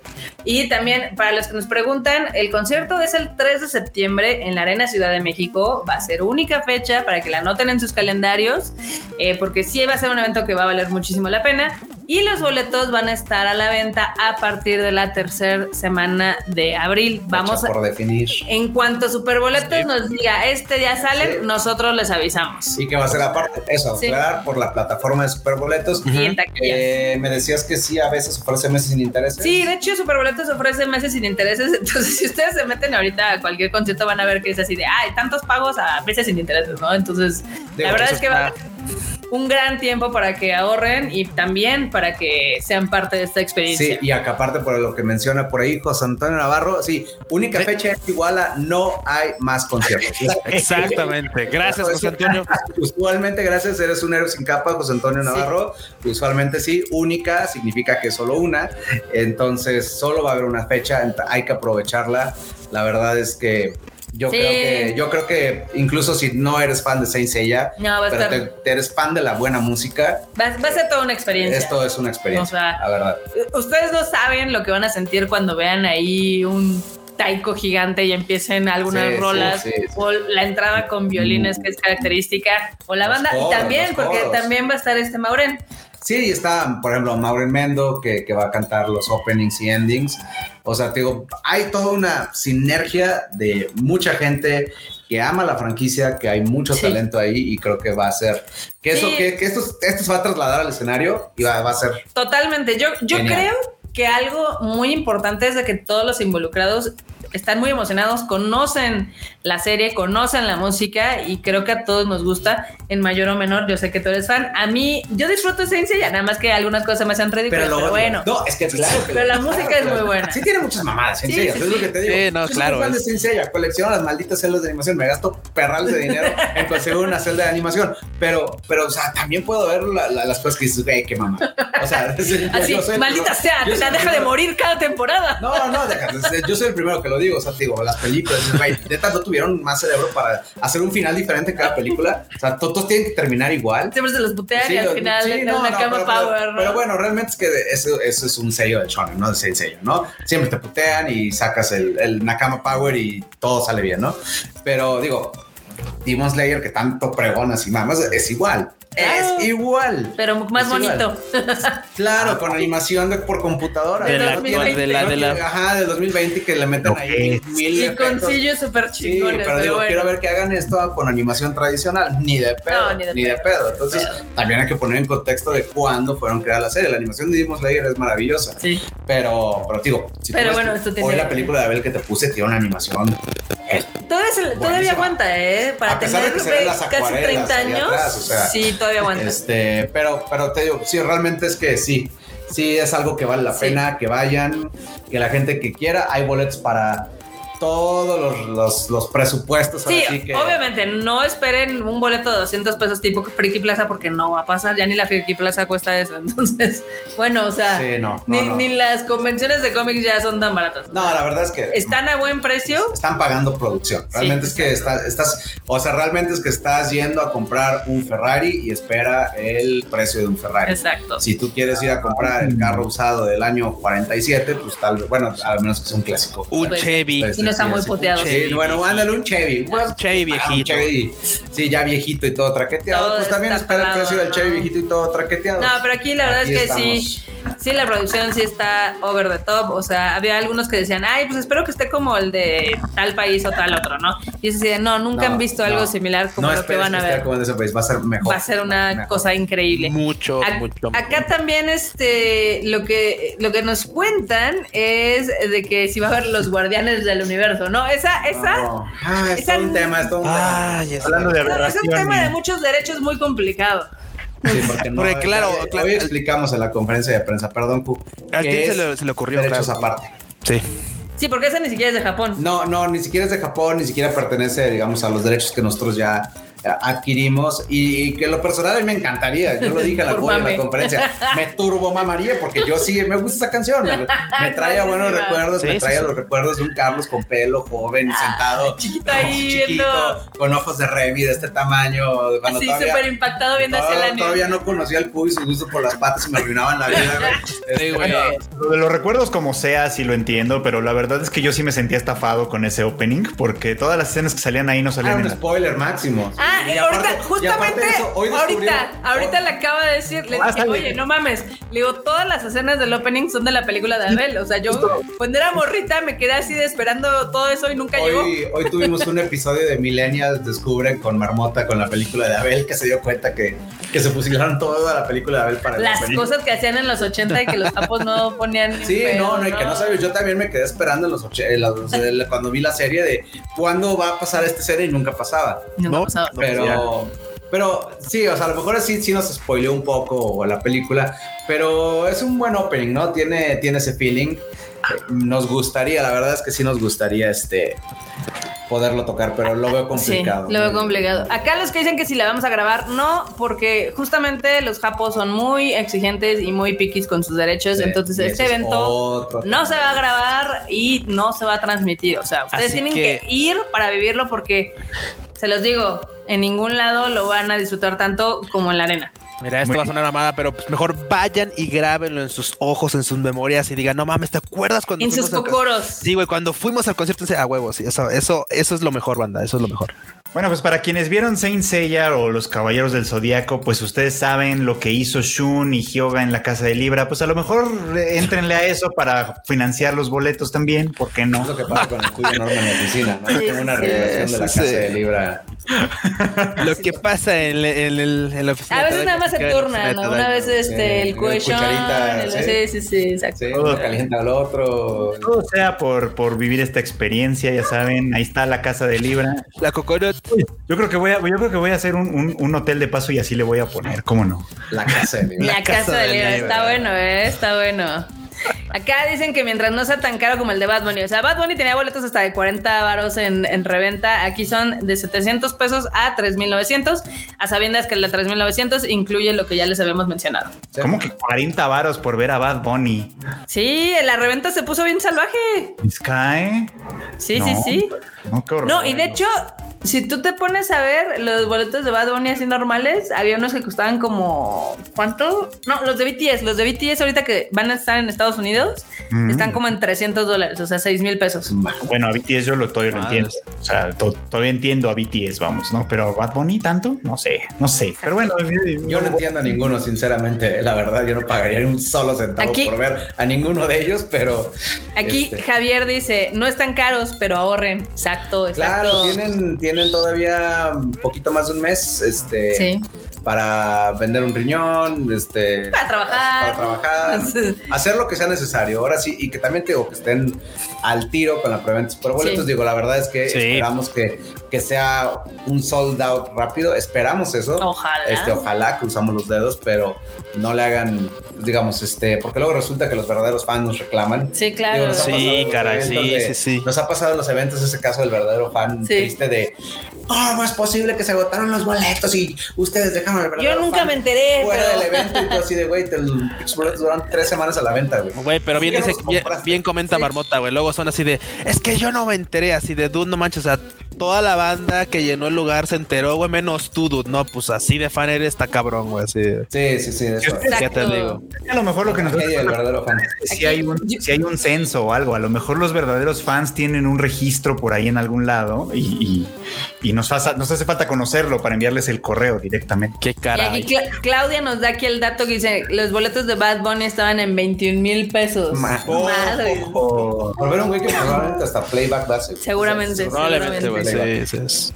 Speaker 1: Y también, para los que nos preguntan, el concierto es el 3 de septiembre en la Arena Ciudad de México. Va a ser única fecha para que la anoten en sus calendarios, eh, porque sí va a ser un evento que va a valer muchísimo la pena. Y los boletos van a estar a la venta a partir de la tercera semana de abril. Vamos
Speaker 3: Fecha
Speaker 1: a-
Speaker 3: por definir.
Speaker 1: En cuanto Superboletos
Speaker 2: Sí.
Speaker 1: nos diga este día salen,
Speaker 3: Sí.
Speaker 1: nosotros les avisamos.
Speaker 3: Y que va a ser aparte eso,
Speaker 1: Sí.
Speaker 3: aclarar por la plataforma de Superboletos.
Speaker 1: Y en taquillas.
Speaker 3: Eh, me decías que sí, a veces ofrece meses sin intereses.
Speaker 1: Sí, de hecho Superboletos ofrece meses sin intereses, entonces si ustedes se meten ahorita a cualquier concierto van a ver que es así de, ay, tantos pagos a meses sin intereses, ¿no? Entonces,
Speaker 3: Digo, pues,
Speaker 1: la verdad
Speaker 2: eso
Speaker 1: es que va a
Speaker 2: está-
Speaker 1: haber un gran tiempo para que ahorren y también para que sean parte de esta
Speaker 3: Sí,
Speaker 1: experiencia.
Speaker 3: y acá aparte por lo que menciona por ahí José Antonio Navarro, sí, única
Speaker 2: Sí.
Speaker 3: fecha es igual a no hay más conciertos.
Speaker 2: Exactamente. Gracias, José Antonio.
Speaker 3: Usualmente, gracias, eres un héroe sin capa, José Antonio Navarro. Usualmente sí, única significa que solo una. Entonces, solo va a haber una fecha, ent- hay que aprovecharla. La verdad es que yo
Speaker 1: Sí.
Speaker 3: creo que yo creo que incluso si no eres fan de Saint Seiya,
Speaker 1: No, va a
Speaker 3: pero
Speaker 1: estar,
Speaker 3: te, te eres fan de la buena música,
Speaker 1: va, va a ser toda una experiencia.
Speaker 3: esto es una experiencia,
Speaker 1: O sea,
Speaker 3: la verdad.
Speaker 1: Ustedes no saben lo que van a sentir cuando vean ahí un taiko gigante y empiecen algunas
Speaker 3: Sí, sí,
Speaker 1: rolas
Speaker 3: sí, Mm. sí.
Speaker 1: o la entrada con violines que es característica o la
Speaker 3: Los
Speaker 1: banda
Speaker 3: coros,
Speaker 1: y también
Speaker 3: los
Speaker 1: porque
Speaker 3: coros.
Speaker 1: también va a estar este Mauren
Speaker 3: Sí, y está, por ejemplo, Maureen Mendo, que, que va a cantar los openings y endings. O sea, te digo, hay toda una sinergia de mucha gente que ama la franquicia, que hay mucho
Speaker 1: Sí.
Speaker 3: talento ahí y creo que va a ser, que eso,
Speaker 1: Sí.
Speaker 3: que, que esto, esto se va a trasladar al escenario y va, va a ser,
Speaker 1: Totalmente. Yo, yo
Speaker 3: Genial.
Speaker 1: creo que algo muy importante es de que todos los involucrados están muy emocionados, conocen la serie, conocen la música y creo que a todos nos gusta en mayor o menor. Yo sé que tú eres fan. A mí, yo disfruto esencia ya nada más que algunas cosas me hacen ridículas,
Speaker 3: pero
Speaker 1: pero,
Speaker 3: lo odio.
Speaker 1: bueno.
Speaker 3: No, es que claro que-
Speaker 1: Pero la música es muy buena.
Speaker 3: Sí tiene muchas mamadas, en
Speaker 1: Sí,
Speaker 3: serio,
Speaker 1: sí,
Speaker 3: es
Speaker 1: sí.
Speaker 3: lo que te digo.
Speaker 2: Sí, no,
Speaker 3: Yo soy
Speaker 2: claro,
Speaker 3: fan de
Speaker 2: es-
Speaker 3: Saint Seiya, colecciono las malditas celdas de animación, me gasto perrales de dinero en conseguir una celda de animación, pero, pero, o sea, también puedo ver la- la- las cosas que dices, güey, qué mamá. O sea,
Speaker 1: Así,
Speaker 3: yo soy el
Speaker 1: maldita
Speaker 3: primero-
Speaker 1: sea,
Speaker 3: yo
Speaker 1: te
Speaker 3: soy
Speaker 1: la deja
Speaker 3: el
Speaker 1: de
Speaker 3: primero-
Speaker 1: morir cada temporada.
Speaker 3: No, no, deja, yo soy el primero que lo digo, o sea, te digo, las películas, güey, de tanto tuvieron más cerebro para hacer un final diferente en cada película, o sea, to- todos tienen que terminar igual.
Speaker 1: Siempre se los putean y al
Speaker 3: lo-
Speaker 1: final
Speaker 3: sí,
Speaker 1: es
Speaker 3: no,
Speaker 1: una
Speaker 3: no,
Speaker 1: cama
Speaker 3: pero, pero-
Speaker 1: power. ¿no?
Speaker 3: pero bueno, realmente es que eso, eso es un sello del shonen, ¿no? Es el sello, ¿no? Siempre te putean y sacas el, el Nakama Power y todo sale bien, ¿no? Pero digo, Demon Slayer que tanto pregonas y mamas es igual.
Speaker 1: Claro.
Speaker 3: Es igual.
Speaker 1: Pero más
Speaker 3: Es
Speaker 1: bonito. Ah,
Speaker 3: Claro, con animación de- por computadora.
Speaker 1: De
Speaker 2: De
Speaker 1: la
Speaker 2: la
Speaker 1: actual,
Speaker 2: de la, de la.
Speaker 3: Ajá, del 2020 que le meten
Speaker 4: Lo
Speaker 3: ahí
Speaker 4: que
Speaker 3: mil
Speaker 1: Y con
Speaker 3: efectos.
Speaker 1: sillos súper
Speaker 3: Sí,
Speaker 1: chingones.
Speaker 3: pero,
Speaker 1: pero
Speaker 3: digo,
Speaker 1: bueno.
Speaker 3: quiero ver que hagan esto con animación tradicional. Ni de pedo,
Speaker 1: ni
Speaker 3: ni
Speaker 1: de
Speaker 3: de,
Speaker 1: pedo,
Speaker 3: pedo, Entonces, también hay que poner en contexto de cuándo fueron creadas la serie. La animación de Demon Slayer es maravillosa,
Speaker 1: Sí.
Speaker 3: pero, pero digo, si tú
Speaker 1: Pero
Speaker 3: ves
Speaker 1: bueno,
Speaker 3: que
Speaker 1: esto tiene-
Speaker 3: hoy la película de Abel que te puse tiene una animación.
Speaker 1: Todavía, se- todavía
Speaker 3: Buenísima.
Speaker 1: aguanta, ¿eh? Para
Speaker 3: A pesar de
Speaker 1: tener
Speaker 3: que se ven
Speaker 1: ve-
Speaker 3: las
Speaker 1: casi
Speaker 3: acuarelas
Speaker 1: 30
Speaker 3: ahí
Speaker 1: años.
Speaker 3: atrás, o sea,
Speaker 1: sí, todavía aguanta.
Speaker 3: Este, pero, pero te digo, sí, realmente es que sí. Sí, es algo que vale la
Speaker 1: Sí.
Speaker 3: pena, que vayan, que la gente que quiera, hay boletos para todos los, los- los presupuestos.
Speaker 1: sí,
Speaker 3: ahora sí que-
Speaker 1: obviamente, no esperen un boleto de 200 pesos tipo Friki Plaza porque no va a pasar. Ya ni la Friki Plaza cuesta eso. Entonces, bueno, o sea,
Speaker 3: Sí, no, no,
Speaker 1: ni,
Speaker 3: no.
Speaker 1: ni las convenciones de cómics ya son tan baratas.
Speaker 3: No, la verdad es que
Speaker 1: Están a buen precio.
Speaker 3: están pagando producción. Realmente es que está- estás, o sea, realmente es que estás yendo a comprar un Ferrari y espera el precio de un Ferrari.
Speaker 1: Exacto.
Speaker 3: Si tú quieres ir a comprar el carro usado del año 47, pues tal vez, bueno, a menos que sea un clásico.
Speaker 2: Un
Speaker 1: Pues,
Speaker 2: Chevy.
Speaker 3: Pues,
Speaker 1: Y no está
Speaker 3: sí,
Speaker 1: muy
Speaker 3: sí,
Speaker 1: puteado.
Speaker 2: un
Speaker 3: Sí, bueno, ándale un Chevy. Pues,
Speaker 2: Chevy
Speaker 3: ah, un
Speaker 2: viejito.
Speaker 3: Chevy, sí, ya viejito y todo traqueteado.
Speaker 1: Todo
Speaker 3: pues también
Speaker 1: está
Speaker 3: espera el
Speaker 1: pelado,
Speaker 3: precio del
Speaker 1: ¿no?
Speaker 3: Chevy viejito y todo traqueteado.
Speaker 1: No, pero aquí la verdad
Speaker 3: Aquí
Speaker 1: es que
Speaker 3: estamos.
Speaker 1: sí. sí, la producción sí está over the top. O sea, había algunos que decían, ay, pues espero que esté como el de tal país o tal otro, ¿no? Y es así de, no, nunca
Speaker 3: No,
Speaker 1: han visto algo
Speaker 3: no.
Speaker 1: similar como
Speaker 3: No
Speaker 1: lo que
Speaker 3: esperes
Speaker 1: van
Speaker 3: que
Speaker 1: a
Speaker 3: esté
Speaker 1: ver.
Speaker 3: como en ese país, va a ser mejor.
Speaker 1: Va a ser una
Speaker 3: Mejor.
Speaker 1: cosa increíble.
Speaker 2: Mucho,
Speaker 1: Ac-
Speaker 2: mucho.
Speaker 1: Acá también este lo que lo que nos cuentan es de que si va a haber los guardianes del universo, ¿no? Esa esa
Speaker 3: No. Ah, es
Speaker 1: esa-
Speaker 3: todo un tema, es todo un tema.
Speaker 2: Ay, es-
Speaker 4: Hablando de
Speaker 1: no, pues es un tema de
Speaker 4: aberraciones.
Speaker 1: muchos derechos muy complicado.
Speaker 3: Sí, porque no-
Speaker 2: Porque claro,
Speaker 3: hoy,
Speaker 2: claro.
Speaker 3: hoy explicamos en la conferencia de prensa, perdón, Q,
Speaker 2: ¿A
Speaker 3: que
Speaker 2: quién se
Speaker 3: es
Speaker 2: le, se le ocurrió?
Speaker 3: derechos
Speaker 2: Claro.
Speaker 3: aparte.
Speaker 2: Sí.
Speaker 1: Sí, porque esa ni siquiera es de Japón.
Speaker 3: No, no, ni siquiera es de Japón, ni siquiera pertenece, digamos, a los derechos que nosotros ya eh, adquirimos y, y que en lo personal a mí me encantaría, yo lo dije en la,
Speaker 1: Por
Speaker 3: en la
Speaker 1: mame.
Speaker 3: conferencia, me turbo mamaría porque yo sí me gusta esa canción, me, me trae a buenos
Speaker 1: Buenísima.
Speaker 3: recuerdos,
Speaker 2: Sí,
Speaker 3: me
Speaker 2: sí,
Speaker 3: trae a
Speaker 2: sí.
Speaker 3: los recuerdos de un Carlos con pelo joven, sentado,
Speaker 1: chiquito ahí viendo.
Speaker 3: con ojos de Remy de este tamaño, cuando
Speaker 1: Así
Speaker 3: todavía-
Speaker 1: súper impactado viendo hacia el
Speaker 3: todavía-
Speaker 1: anime.
Speaker 3: todavía no conocía el pub y su gusto por las patas y me arruinaban la vida. güey. Este,
Speaker 2: güey.
Speaker 3: bueno,
Speaker 4: Lo de los recuerdos como sea, sí lo entiendo, pero la verdad es que yo sí me sentía estafado con ese opening porque todas las escenas que salían ahí no
Speaker 3: Era
Speaker 4: salían en
Speaker 3: Ah, un
Speaker 4: la...
Speaker 3: spoiler máximo.
Speaker 1: Ah,
Speaker 3: Y
Speaker 1: eh,
Speaker 3: aparte-
Speaker 1: ahorita,
Speaker 3: y aparte
Speaker 1: justamente,
Speaker 3: de eso, hoy
Speaker 1: ahorita,
Speaker 3: descubrieron-
Speaker 1: ahorita le acaba de decir, le
Speaker 4: Ah,
Speaker 1: dije,
Speaker 4: sale.
Speaker 1: oye, no mames, le digo, todas las escenas del opening son de la película de Abel, o sea, yo cuando era morrita me quedé así de esperando todo eso y nunca llegó.
Speaker 3: Hoy, hoy tuvimos un episodio de Millennials Descubren con Marmota, con la película de Abel, que se dio cuenta que, que se fusilaron toda la película de Abel para el
Speaker 1: Las
Speaker 3: opening.
Speaker 1: cosas que hacían en los 80 y que los capos no ponían. ni
Speaker 3: Sí,
Speaker 1: pedo,
Speaker 3: no, no, y que no sabes, yo también me quedé esperando en los och- en los- en la- cuando vi la serie de cuándo va a pasar esta serie y nunca pasaba.
Speaker 1: Nunca
Speaker 2: No,
Speaker 1: pasaba.
Speaker 2: no,
Speaker 3: Pero, pero sí, o sea, a lo mejor sí, sí nos spoileó un poco la película, pero es un buen opening, ¿no? Tiene, tiene ese feeling. Eh, Nos gustaría, la verdad es que sí nos gustaría este poderlo tocar, pero lo veo complicado.
Speaker 1: Sí, lo veo complicado. Acá los que dicen que si la vamos a grabar, no, porque justamente los japos son muy exigentes y muy piquis con sus derechos,
Speaker 3: Sí,
Speaker 1: entonces
Speaker 3: y
Speaker 1: este
Speaker 3: ese es
Speaker 1: evento
Speaker 3: otro
Speaker 1: no se va a grabar y no se va a transmitir. O sea, ustedes
Speaker 2: Así
Speaker 1: tienen que...
Speaker 2: que-
Speaker 1: ir para vivirlo porque, se los digo, en ningún lado lo van a disfrutar tanto como en la arena.
Speaker 2: Mira, esto
Speaker 4: Muy
Speaker 2: va a sonar mamada, pero pues mejor vayan y grábenlo en sus ojos, en sus memorias y digan, no mames, ¿te acuerdas cuando
Speaker 1: En sus
Speaker 2: fuimos al concierto?"
Speaker 1: cocoros.
Speaker 2: Sí, güey, cuando fuimos al concierto, a huevos, sí, eso, eso, eso es lo mejor, banda, eso es lo mejor.
Speaker 4: Bueno, pues para quienes vieron Saint Seiya o los Caballeros del Zodíaco, pues ustedes saben lo que hizo Shun y Hyoga en la Casa de Libra. Pues a lo mejor eh, éntrenle a eso para financiar los boletos también, ¿por qué
Speaker 3: Es lo
Speaker 4: no?
Speaker 3: que pasa con el cuyo enorme en la oficina, ¿no?
Speaker 1: Sí,
Speaker 3: Tengo una
Speaker 1: sí,
Speaker 3: revelación
Speaker 2: sí.
Speaker 3: de la
Speaker 2: Sí,
Speaker 3: casa
Speaker 2: sí.
Speaker 3: de Libra.
Speaker 2: Lo que pasa en, el- en el- en la oficina.
Speaker 1: A veces
Speaker 2: de
Speaker 1: nada más se
Speaker 2: Tadaima, en la
Speaker 1: turnan,
Speaker 2: oficina
Speaker 1: ¿no?
Speaker 2: de
Speaker 1: Una vez
Speaker 3: sí,
Speaker 1: este, el
Speaker 3: una
Speaker 1: cuello.
Speaker 3: cucharita,
Speaker 1: el-
Speaker 3: sí.
Speaker 1: Sí, sí, sí, exacto.
Speaker 3: Sí, uno calienta al otro.
Speaker 4: Todo sea por, por vivir esta experiencia, ya saben, ahí está la Casa de Libra.
Speaker 2: Tadaima. La Cocono
Speaker 4: Yo creo que voy a, yo creo que voy a hacer un, un- un hotel de paso y así le voy a poner, ¿cómo no?
Speaker 3: La casa de Libra.
Speaker 1: La casa de Libra, está bueno, eh, está bueno. Acá dicen que mientras no sea tan caro como el de Bad Bunny, o sea, Bad Bunny tenía boletos hasta de 40 varos en, en reventa, aquí son de 700 pesos a 3.900, a sabiendas que el de 3.900 incluye lo que ya les habíamos mencionado.
Speaker 3: Sí.
Speaker 4: ¿Cómo que 40 varos por ver a Bad Bunny?
Speaker 1: Sí, la reventa se puso bien salvaje.
Speaker 4: Sky.
Speaker 1: Sí,
Speaker 4: No,
Speaker 1: sí, sí.
Speaker 4: No, qué horror.
Speaker 1: No, y de hecho, si tú te pones a ver los boletos de Bad Bunny así normales, había unos que costaban como. ¿Cuánto? No, los de BTS. Los de BTS ahorita que van a estar en Estados Unidos
Speaker 4: Mm.
Speaker 1: están como en 300 dólares, o sea, 6 mil pesos.
Speaker 4: Bueno, a BTS yo lo todavía lo
Speaker 2: Madres.
Speaker 4: entiendo. O sea, to- todavía entiendo a BTS, vamos, ¿no? Pero a Bad Bunny tanto, no sé, no sé. Pero bueno,
Speaker 3: Yo no entiendo a ninguno, sinceramente. ¿eh? La verdad, yo no pagaría ni un solo centavo
Speaker 1: Aquí-
Speaker 3: por ver a ninguno de ellos, pero.
Speaker 1: Aquí
Speaker 3: este,
Speaker 1: Javier dice: no están caros, pero ahorren. Exacto, exacto.
Speaker 3: Claro, tienen, tienen todavía un poquito más de un mes este,
Speaker 1: Sí.
Speaker 3: para vender un riñón, este,
Speaker 1: Para trabajar.
Speaker 3: para trabajar, hacer lo que sea necesario. Ahora sí, y que también te digo que estén al tiro con la preventa. Pero boletos,
Speaker 1: Sí.
Speaker 3: digo, la verdad es que
Speaker 2: Sí.
Speaker 3: esperamos que, que sea un sold out rápido. Esperamos eso.
Speaker 1: Ojalá.
Speaker 3: Este, ojalá cruzamos los dedos, pero no le hagan, digamos, este, porque luego resulta que los verdaderos fans nos reclaman.
Speaker 1: Sí,
Speaker 3: Digo,
Speaker 1: claro.
Speaker 3: nos ha
Speaker 2: Sí,
Speaker 3: pasado en los
Speaker 2: caray, sí,
Speaker 3: eventos
Speaker 2: sí,
Speaker 3: de-
Speaker 2: sí.
Speaker 3: Nos ha pasado en los eventos ese caso del verdadero fan
Speaker 1: Sí.
Speaker 3: triste de ¿Cómo es posible que se agotaron los boletos y ustedes dejaron al verdadero
Speaker 1: Yo nunca
Speaker 3: fan
Speaker 1: me enteré,
Speaker 3: fuera
Speaker 1: pero.
Speaker 3: del evento y tú así de güey, te los pinches boletos duraron tres semanas a la venta, güey.
Speaker 2: Güey, pero bien
Speaker 3: Ya
Speaker 2: dice,
Speaker 3: los
Speaker 2: bien,
Speaker 3: compraste.
Speaker 2: bien comenta
Speaker 3: Sí.
Speaker 2: Marmota, güey. Luego son así de, es que yo no me enteré, así de, dude, no manches, o sea, Toda la banda que llenó el lugar se enteró, güey, menos tú, dude. No, pues así de fan eres, está cabrón, güey. Así.
Speaker 3: Sí, sí, sí. Eso.
Speaker 1: Exacto.
Speaker 2: ¿Qué te digo?
Speaker 4: A lo mejor lo que nos
Speaker 3: Medio del verdadero fan.
Speaker 4: si hay un si hay un censo o algo, a lo mejor los verdaderos fans tienen un registro por ahí en algún lado y, y, y nos, hace, nos hace falta conocerlo para enviarles el correo directamente.
Speaker 2: Qué
Speaker 1: Y
Speaker 2: caray.
Speaker 1: aquí Cla- Claudia nos da aquí el dato que dice: los boletos de Bad Bunny estaban en 21 mil pesos.
Speaker 3: Ma-
Speaker 1: Madre.
Speaker 4: O-
Speaker 3: Por ver un güey que probablemente hasta playback va a hacer.
Speaker 1: Seguramente.
Speaker 2: Probablemente, güey.
Speaker 3: seguramente.
Speaker 2: Sí, sí, sí.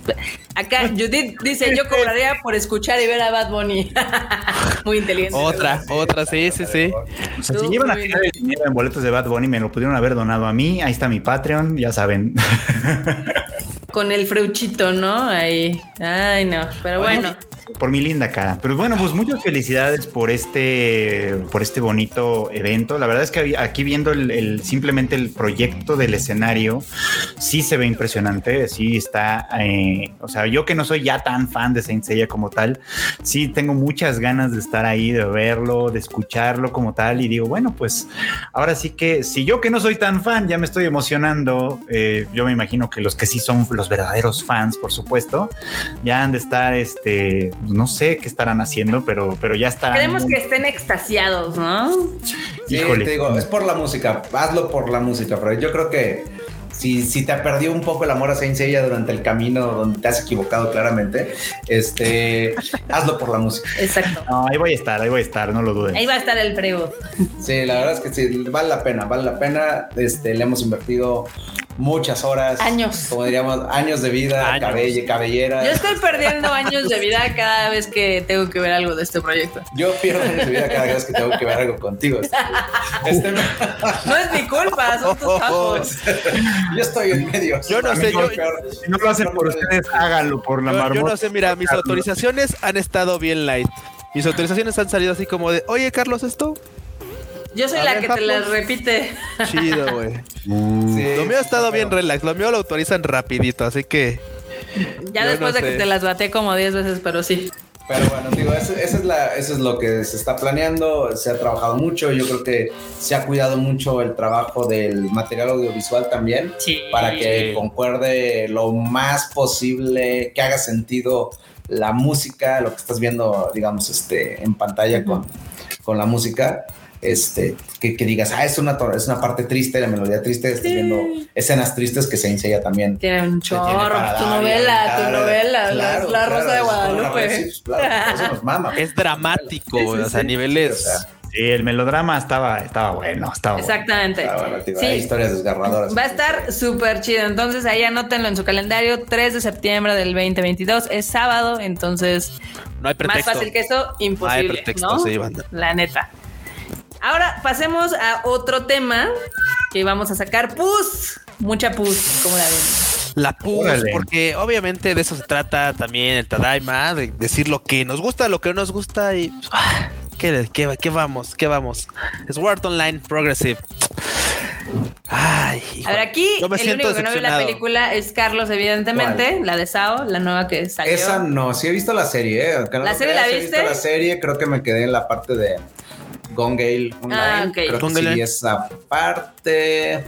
Speaker 1: Acá Judith dice: Yo cobraría por escuchar y ver a Bad Bunny. Muy inteligente.
Speaker 2: Otra, otra, sí, sí, sí.
Speaker 4: o sea, si llevan a tirar el dinero en boletos de Bad Bunny, me lo pudieron haber donado a mí. Ahí está mi Patreon, ya saben.
Speaker 1: Con el freuchito, ¿no? Ahí. Ay, no. Pero bueno.
Speaker 4: Por mi linda cara. Pero bueno, pues muchas felicidades por este, por este bonito evento. La verdad es que aquí viendo el, el- simplemente el proyecto del escenario, sí se ve impresionante. Sí está, eh, o sea, yo que no soy ya tan fan de Saint Seiya como tal, sí tengo muchas ganas de estar ahí, de verlo, de escucharlo como tal. Y digo, bueno, pues ahora sí que si yo que no soy tan fan ya me estoy emocionando, eh, yo me imagino que los que sí son los verdaderos fans, por supuesto, ya han de estar, este, no sé qué estarán haciendo, pero, pero ya estarán.
Speaker 1: Queremos que estén extasiados, ¿no?
Speaker 3: Sí,
Speaker 4: Híjole.
Speaker 3: te digo, es por la música. Hazlo por la música, pero yo creo que si, si te perdió un poco el amor a Saint Seiya durante el camino donde te has equivocado claramente, este, hazlo por la música.
Speaker 1: Exacto.
Speaker 4: No, ahí voy a estar, ahí voy a estar, no lo dudes.
Speaker 1: Ahí va a estar el prego.
Speaker 3: Sí, la verdad es que sí, vale la pena, vale la pena. Este, le hemos invertido muchas horas,
Speaker 1: Años.
Speaker 3: como diríamos, años de vida,
Speaker 2: Años.
Speaker 3: cabelle- cabellera.
Speaker 1: Yo estoy perdiendo años de vida cada vez que tengo que ver algo de este proyecto.
Speaker 3: Yo pierdo años de vida cada vez que tengo que ver algo contigo. Este, este,
Speaker 1: No es mi culpa, son tus tacos.
Speaker 3: yo estoy en medio.
Speaker 2: Yo no sé, yo-
Speaker 4: Si no lo hacen por ustedes, háganlo por la
Speaker 2: Yo, yo
Speaker 4: marmota.
Speaker 2: no sé, mira, mis autorizaciones han estado bien light. Mis autorizaciones han salido así como de, oye, Carlos, esto
Speaker 1: Yo soy
Speaker 2: A
Speaker 1: la
Speaker 2: ver,
Speaker 1: que te
Speaker 2: Japón.
Speaker 1: las repite.
Speaker 2: chido, güey.
Speaker 3: Sí,
Speaker 2: Lo mío ha estado bien
Speaker 3: pero-
Speaker 2: relax, lo mío lo autorizan rapidito, así que
Speaker 1: Ya
Speaker 2: Yo
Speaker 1: después
Speaker 2: no
Speaker 1: de que
Speaker 2: sé.
Speaker 1: te las bate como 10 veces, pero sí.
Speaker 3: Pero bueno, digo, eso, eso es la, eso es lo que se está planeando, se ha trabajado mucho, yo creo que se ha cuidado mucho el trabajo del material audiovisual también,
Speaker 1: Sí.
Speaker 3: para que concuerde lo más posible, que haga sentido la música, lo que estás viendo, digamos, este, en pantalla con, con la música. Este, que, que digas, ah, es una, to- es una parte triste, la melodía triste, estás viendo escenas tristes que se enseña también
Speaker 1: Tiene un
Speaker 3: te tiene
Speaker 1: chorro.
Speaker 3: para
Speaker 1: Tu
Speaker 3: dar,
Speaker 1: novela, tu
Speaker 3: orientar.
Speaker 1: novela, la-
Speaker 3: Claro,
Speaker 1: la, Rosa
Speaker 3: claro,
Speaker 1: de
Speaker 3: es una
Speaker 1: Guadalupe.
Speaker 3: novela, sí, pues, claro, por eso nos mama.
Speaker 2: es dramático,
Speaker 3: Sí, sí,
Speaker 2: güey, o sea,
Speaker 3: sí.
Speaker 1: Este,
Speaker 2: niveles...
Speaker 3: O sea,
Speaker 4: Sí, el melodrama estaba, estaba bueno, estaba bueno.
Speaker 1: Exactamente.
Speaker 3: ah, bueno, tío, hay
Speaker 1: Sí,
Speaker 3: historias desgarradoras.
Speaker 1: va a estar súper chido. Entonces ahí anótenlo en su calendario. 3 de septiembre del 2022 es sábado. Entonces,
Speaker 2: No hay pretexto.
Speaker 1: más fácil que eso,
Speaker 2: no hay
Speaker 1: imposible.
Speaker 2: pretexto,
Speaker 1: ¿no?
Speaker 2: sí, banda.
Speaker 1: La neta. Ahora pasemos a otro tema que vamos a sacar. Pus. Mucha pus, como la ven.
Speaker 2: La pus,
Speaker 4: Órale.
Speaker 2: porque obviamente de eso se trata también el Tadaima, de decir lo que nos gusta, lo que no nos gusta y... ah, ¿Qué, qué, qué vamos? ¿Qué vamos? Sword Online Progressive. Ay, hijo.
Speaker 1: A ver, aquí
Speaker 2: Yo me
Speaker 1: el
Speaker 2: siento
Speaker 1: único que no vio la
Speaker 2: decepcionado.
Speaker 1: película es Carlos, evidentemente, la de Sao, la nueva que salió.
Speaker 3: Esa no, sí he visto la serie, ¿eh? aunque no
Speaker 1: ¿La
Speaker 3: lo
Speaker 1: serie
Speaker 3: creas,
Speaker 1: la
Speaker 3: he visto
Speaker 1: viste?
Speaker 3: la serie, creo que me quedé en la parte de Gone Gale Online.
Speaker 1: Ah, ok.
Speaker 3: Creo
Speaker 2: Gone
Speaker 3: que
Speaker 2: Gale.
Speaker 3: sí, esa parte.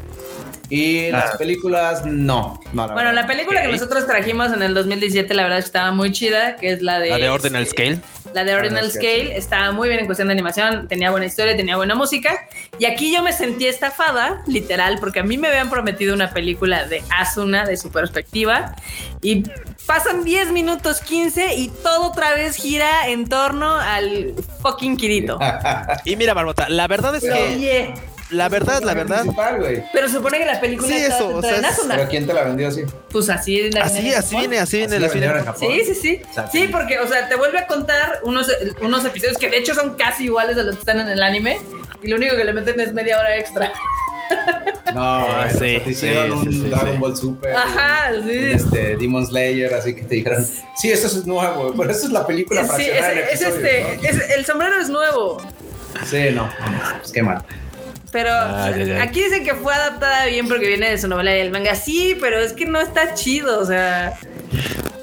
Speaker 3: Y las películas, no. no la
Speaker 1: Ah. Bueno,
Speaker 3: verdad.
Speaker 1: la película
Speaker 4: Ok.
Speaker 1: que nosotros trajimos en el 2017, la verdad es que estaba muy chida, que es la de...
Speaker 2: La de Ordinal
Speaker 1: este,
Speaker 2: Scale.
Speaker 1: La de Ordinal
Speaker 3: Ordinal Scale,
Speaker 1: Scale estaba muy bien en cuestión de animación, tenía buena historia, tenía buena música. Y aquí yo me sentí estafada, literal, porque a mí me habían prometido una película de Asuna, de su perspectiva. Y pasan 10 minutos 15 y todo otra vez gira en torno al fucking Kirito.
Speaker 2: Y mira, Marmota, la verdad es
Speaker 1: Pero,
Speaker 2: que...
Speaker 1: oye,
Speaker 2: La verdad,
Speaker 3: Es
Speaker 2: la
Speaker 3: el personaje
Speaker 2: verdad...
Speaker 3: principal, güey.
Speaker 1: pero se supone que la película
Speaker 2: Sí,
Speaker 1: está
Speaker 2: eso,
Speaker 1: centrada
Speaker 2: o sea,
Speaker 1: en
Speaker 2: es-
Speaker 1: Asuna.
Speaker 3: Pero ¿quién te la vendió así?
Speaker 1: Pues así la
Speaker 2: Así, así viene, así viene,
Speaker 3: Así la
Speaker 2: así viene.
Speaker 3: vendieron en Japón.
Speaker 1: Sí, sí, sí.
Speaker 3: O sea,
Speaker 1: Sí, porque, o sea, te vuelve a contar unos, unos episodios que de hecho son casi iguales a los que están en el anime. Y lo único que le meten es media hora extra.
Speaker 3: No,
Speaker 2: Ah,
Speaker 3: eso,
Speaker 2: sí,
Speaker 3: te
Speaker 2: sí,
Speaker 3: hicieron
Speaker 2: sí,
Speaker 3: un
Speaker 2: sí,
Speaker 3: Dragon
Speaker 2: sí.
Speaker 3: Ball
Speaker 2: Eh,
Speaker 3: Super.
Speaker 1: Ajá,
Speaker 3: un,
Speaker 1: sí.
Speaker 3: Este, Demon Slayer, así que te dijeron, sí, eso es nuevo, pero eso es la película
Speaker 1: Sí, es,
Speaker 3: fraccionada en
Speaker 1: es
Speaker 3: episodios,
Speaker 1: este, es- el sombrero es nuevo.
Speaker 3: ¿no? Sí, no, pues qué mal.
Speaker 1: Pero
Speaker 2: Ah, ya, ya.
Speaker 1: aquí dicen que fue adaptada bien porque viene de su novela y del manga. Sí, pero es que no está chido. O sea,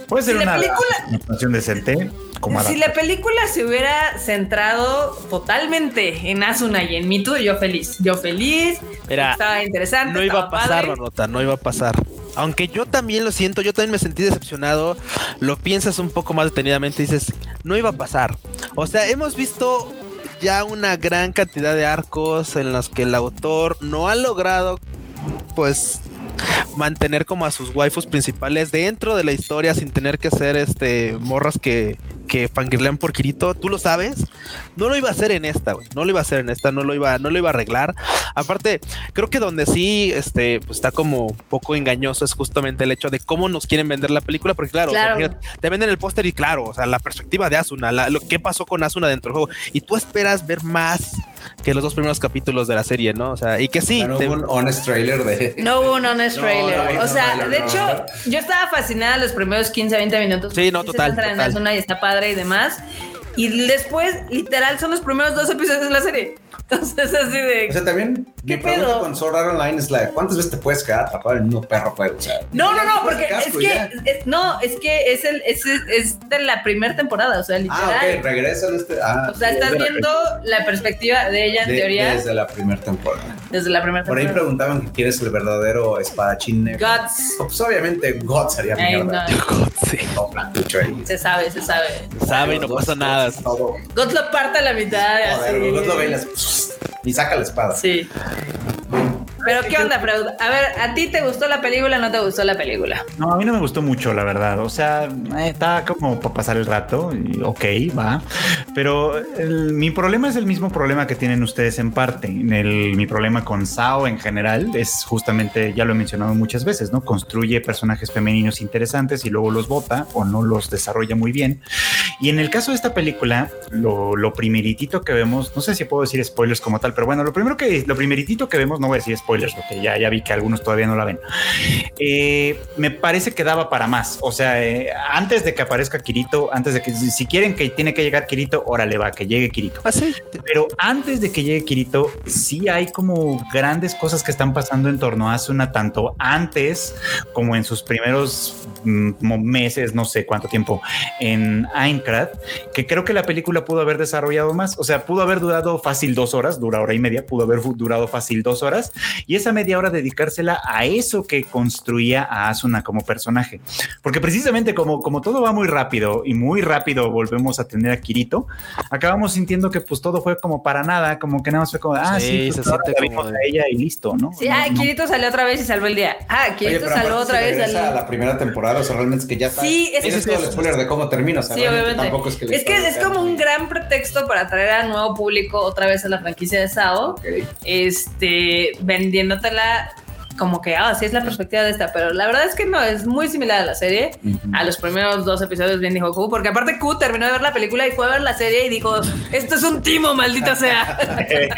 Speaker 4: Puede ser
Speaker 1: Si la
Speaker 4: una
Speaker 1: película-
Speaker 4: adaptación decente, como
Speaker 1: si la película se hubiera centrado totalmente en Asuna y en Mitu, yo feliz. Yo feliz.
Speaker 2: Mira,
Speaker 1: estaba interesante.
Speaker 2: Ah, No iba a
Speaker 1: estaba
Speaker 2: pasar,
Speaker 1: padre.
Speaker 2: Marmota, no iba a pasar. Aunque yo también lo siento, yo también me sentí decepcionado. Lo piensas un poco más detenidamente y dices, no iba a pasar. O sea, hemos visto ya una gran cantidad de arcos en los que el autor no ha logrado, pues, mantener como a sus waifus principales dentro de la historia sin tener que ser este morras que que fangirlean por Kirito, tú lo sabes, no lo iba a hacer en esta, güey, no lo iba a hacer en esta, no lo iba, no lo iba a arreglar. Aparte, creo que donde sí, este, pues está como un poco engañoso es justamente el hecho de cómo nos quieren vender la película, porque claro, o sea,
Speaker 1: Claro.
Speaker 2: imagínate, te venden el póster y claro, o sea, la perspectiva de Asuna, la- lo que pasó con Asuna dentro del juego, y tú esperas ver más que los dos primeros capítulos de la serie, ¿no? O sea, y que sí,
Speaker 3: Pero
Speaker 2: te-
Speaker 3: hubo un honest trailer de.
Speaker 1: No hubo un honest
Speaker 3: No,
Speaker 1: trailer.
Speaker 3: no hay
Speaker 1: o
Speaker 3: un
Speaker 1: sea,
Speaker 3: trailer,
Speaker 1: de
Speaker 3: no.
Speaker 1: hecho, yo estaba fascinada los primeros 15, 20 minutos.
Speaker 2: Sí, no,
Speaker 1: Se
Speaker 2: total,
Speaker 1: centra en
Speaker 2: total.
Speaker 1: Asuna y está padre y demás. Y después, literal, son los primeros dos episodios de la serie. Entonces, así
Speaker 3: O
Speaker 1: de.
Speaker 3: sea, también
Speaker 1: ¿Qué
Speaker 3: mi pregunta
Speaker 1: pedo?
Speaker 3: con Sword Art Online es la de cuántas veces te puedes quedar atrapado en el mismo perro juego. O sea,
Speaker 1: No, no,
Speaker 3: ya
Speaker 1: no,
Speaker 3: te pones
Speaker 1: porque es
Speaker 3: casco y ya.
Speaker 1: que. es- no, es que es, el, es, es de la primera temporada, o sea, literal.
Speaker 3: Ah, ok, regresa en este. Ah,
Speaker 1: O sea, estás viendo la perspectiva de ella en
Speaker 3: de-
Speaker 1: teoría
Speaker 3: Desde la primera temporada.
Speaker 1: desde la primera
Speaker 3: Por ahí
Speaker 1: temporada.
Speaker 3: preguntaban que quién es el verdadero espadachín negro.
Speaker 1: Guts.
Speaker 3: Pues obviamente God sería
Speaker 1: Ay,
Speaker 3: mierda.
Speaker 1: no,
Speaker 2: sí,
Speaker 3: No, plantucho ahí.
Speaker 1: se sabe, se sabe.
Speaker 2: sabe y no pasa nada.
Speaker 3: Todo.
Speaker 1: Guts lo parte a la mitad.
Speaker 3: Joder,
Speaker 1: así.
Speaker 3: God lo ve y las- y saca la espada.
Speaker 1: Sí. Pero qué onda, Freud? A ver, ¿a ti te gustó la película o no te gustó la película?
Speaker 4: No, a mí no me gustó mucho, la verdad. O sea, eh, está como para pasar el rato. y ok, va. Pero el- mi problema es el mismo problema que tienen ustedes en parte. En el- mi problema con Sao en general es justamente, ya lo he mencionado muchas veces, ¿no? Construye personajes femeninos interesantes y luego los bota o no los desarrolla muy bien. Y en el caso de esta película, lo, lo primeritito que vemos, no sé si puedo decir spoilers como tal, pero bueno, lo primero que, lo primeritito que vemos, no voy a decir spoilers, porque ya, ya vi que algunos todavía no la ven. Eh, me parece que daba para más. O sea, eh, antes de que aparezca Kirito, antes de que, si si quieren que tiene que llegar Kirito, órale va, que llegue Kirito.
Speaker 2: Así,
Speaker 4: Pero antes de que llegue Kirito, sí hay como grandes cosas que están pasando en torno a Asuna, tanto antes como en sus primeros mm, mo- meses, no sé cuánto tiempo, en Aincrad, que creo que la película pudo haber desarrollado más. O sea, pudo haber durado fácil dos horas, dura hora y media, pudo haber fu- durado fácil dos horas, y esa media hora dedicársela a eso que construía a Asuna como personaje. Porque precisamente como, como todo va muy rápido y muy rápido volvemos a tener a Kirito, acabamos sintiendo que pues todo fue como para nada, como que nada más fue como, ah,
Speaker 2: Sí,
Speaker 4: sí, pues,
Speaker 2: se
Speaker 4: ahora
Speaker 2: siente
Speaker 4: la
Speaker 2: como
Speaker 4: vimos
Speaker 2: de-
Speaker 4: a ella y listo, ¿no?
Speaker 1: Sí,
Speaker 4: No,
Speaker 1: ah,
Speaker 4: no.
Speaker 1: Kirito salió otra vez y salvó el día. Ah,
Speaker 3: Oye,
Speaker 1: Kirito
Speaker 3: pero
Speaker 1: salió
Speaker 3: aparte
Speaker 1: otra
Speaker 3: si
Speaker 1: vez.
Speaker 3: regresa
Speaker 1: salió-
Speaker 3: a la primera temporada, o sea, realmente es que ya está.
Speaker 1: Sí, es-
Speaker 3: Tienes
Speaker 1: es-
Speaker 3: todo el spoiler de cómo termina, o sea,
Speaker 1: Sí,
Speaker 3: realmente
Speaker 1: obviamente.
Speaker 3: tampoco es que le
Speaker 1: es que
Speaker 3: estás
Speaker 1: es como un
Speaker 3: dejando.
Speaker 1: gran pretexto para atraer a nuevo público otra vez a la franquicia de Sao,
Speaker 3: Ok.
Speaker 1: este, vendiéndotela como que, ah, sí es la perspectiva de esta, pero la verdad es que no, es muy similar a la serie.
Speaker 3: Ujú.
Speaker 1: a los primeros dos episodios bien dijo Q, porque aparte Q terminó de ver la película y fue a ver la serie y dijo, esto es un timo, maldita sea.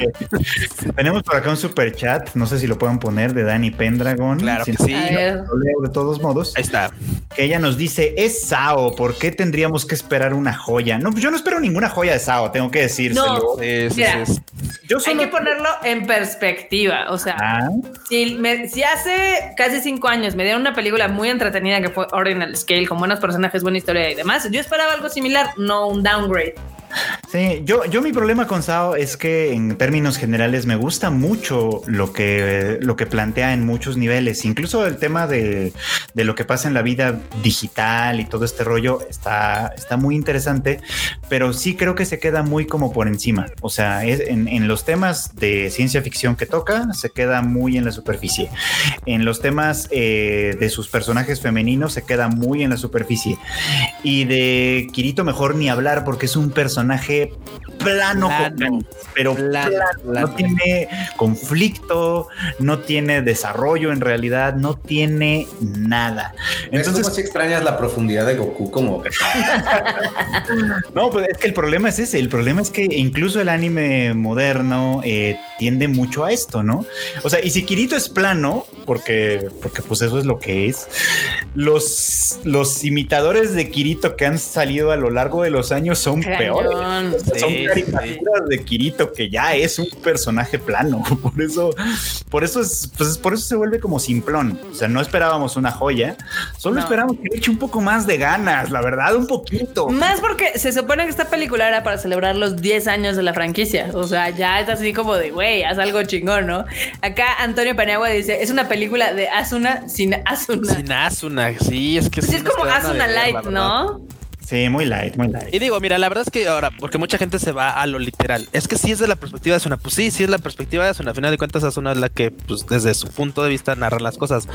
Speaker 4: Tenemos por acá un super chat, no sé si lo puedan poner, de Dani Pendragon.
Speaker 2: Claro
Speaker 4: Si
Speaker 2: que
Speaker 4: no,
Speaker 2: sí.
Speaker 1: A ver.
Speaker 4: lo leo de todos modos.
Speaker 2: ahí está.
Speaker 4: Que ella nos dice, es Sao, ¿por qué tendríamos que esperar una joya? No, pues yo no espero ninguna joya de Sao, tengo que decírselo.
Speaker 2: Sí, sí,
Speaker 1: Mira.
Speaker 2: sí, sí.
Speaker 4: Yo
Speaker 1: Hay
Speaker 4: solo...
Speaker 1: que ponerlo en perspectiva, o sea,
Speaker 4: Ah,
Speaker 1: si, me- si hace casi cinco años me dieron una película muy entretenida que fue Ordinal Scale, con buenos personajes, buena historia y demás, yo esperaba algo similar, no un downgrade.
Speaker 4: Sí, yo, yo mi problema con Sao es que en términos generales me gusta mucho lo que, lo que plantea en muchos niveles, incluso el tema de, de lo que pasa en la vida digital y todo este rollo está, está muy interesante, pero sí creo que se queda muy como por encima, o sea, es, en, en los temas de ciencia ficción que toca se queda muy en la superficie, en los temas eh, de sus personajes femeninos se queda muy en la superficie, y de Kirito mejor ni hablar porque es un personaje plano,
Speaker 2: Plano.
Speaker 4: como- pero
Speaker 2: Plano,
Speaker 4: plano.
Speaker 2: plano.
Speaker 4: no tiene conflicto, no tiene desarrollo en realidad, no tiene nada.
Speaker 3: Entonces,
Speaker 4: Entonces,
Speaker 3: ¿cómo si extrañas la profundidad de Goku como
Speaker 4: no, pues es que el problema es ese, el problema es que incluso el anime moderno eh, tiende mucho a esto, ¿no? O sea, y si Kirito es plano, porque, porque pues eso es lo que es, los, los imitadores de Kirito que han salido a lo largo de los años son peores.
Speaker 1: Cañón.
Speaker 4: son
Speaker 2: Sí,
Speaker 4: caricaturas de Kirito que ya es un personaje plano. Por eso, por eso es, pues, por eso se vuelve como simplón. O sea, no esperábamos una joya, solo
Speaker 1: No.
Speaker 4: esperábamos que le eche un poco más de ganas, la verdad, un poquito.
Speaker 2: Mm.
Speaker 1: Más porque se supone que esta película era para celebrar los 10 años de la franquicia. O sea, ya es así como de, güey, haz algo chingón, ¿no? Acá Antonio Paniagua dice, es una película de Asuna sin Asuna.
Speaker 2: Sin Asuna, sí, es que
Speaker 1: Pues
Speaker 2: sí
Speaker 1: es
Speaker 2: nos
Speaker 1: como
Speaker 2: quedaron a
Speaker 1: Asuna
Speaker 2: deber, la
Speaker 1: Light,
Speaker 2: verdad.
Speaker 1: ¿no?
Speaker 4: Sí, muy light, muy light.
Speaker 2: Y digo, mira, la verdad es que ahora, porque mucha gente se va a lo literal, es que si es de la perspectiva de Asuna, pues sí, sí es la perspectiva de Asuna, al final de cuentas Asuna es la que, pues desde su punto de vista narra las cosas,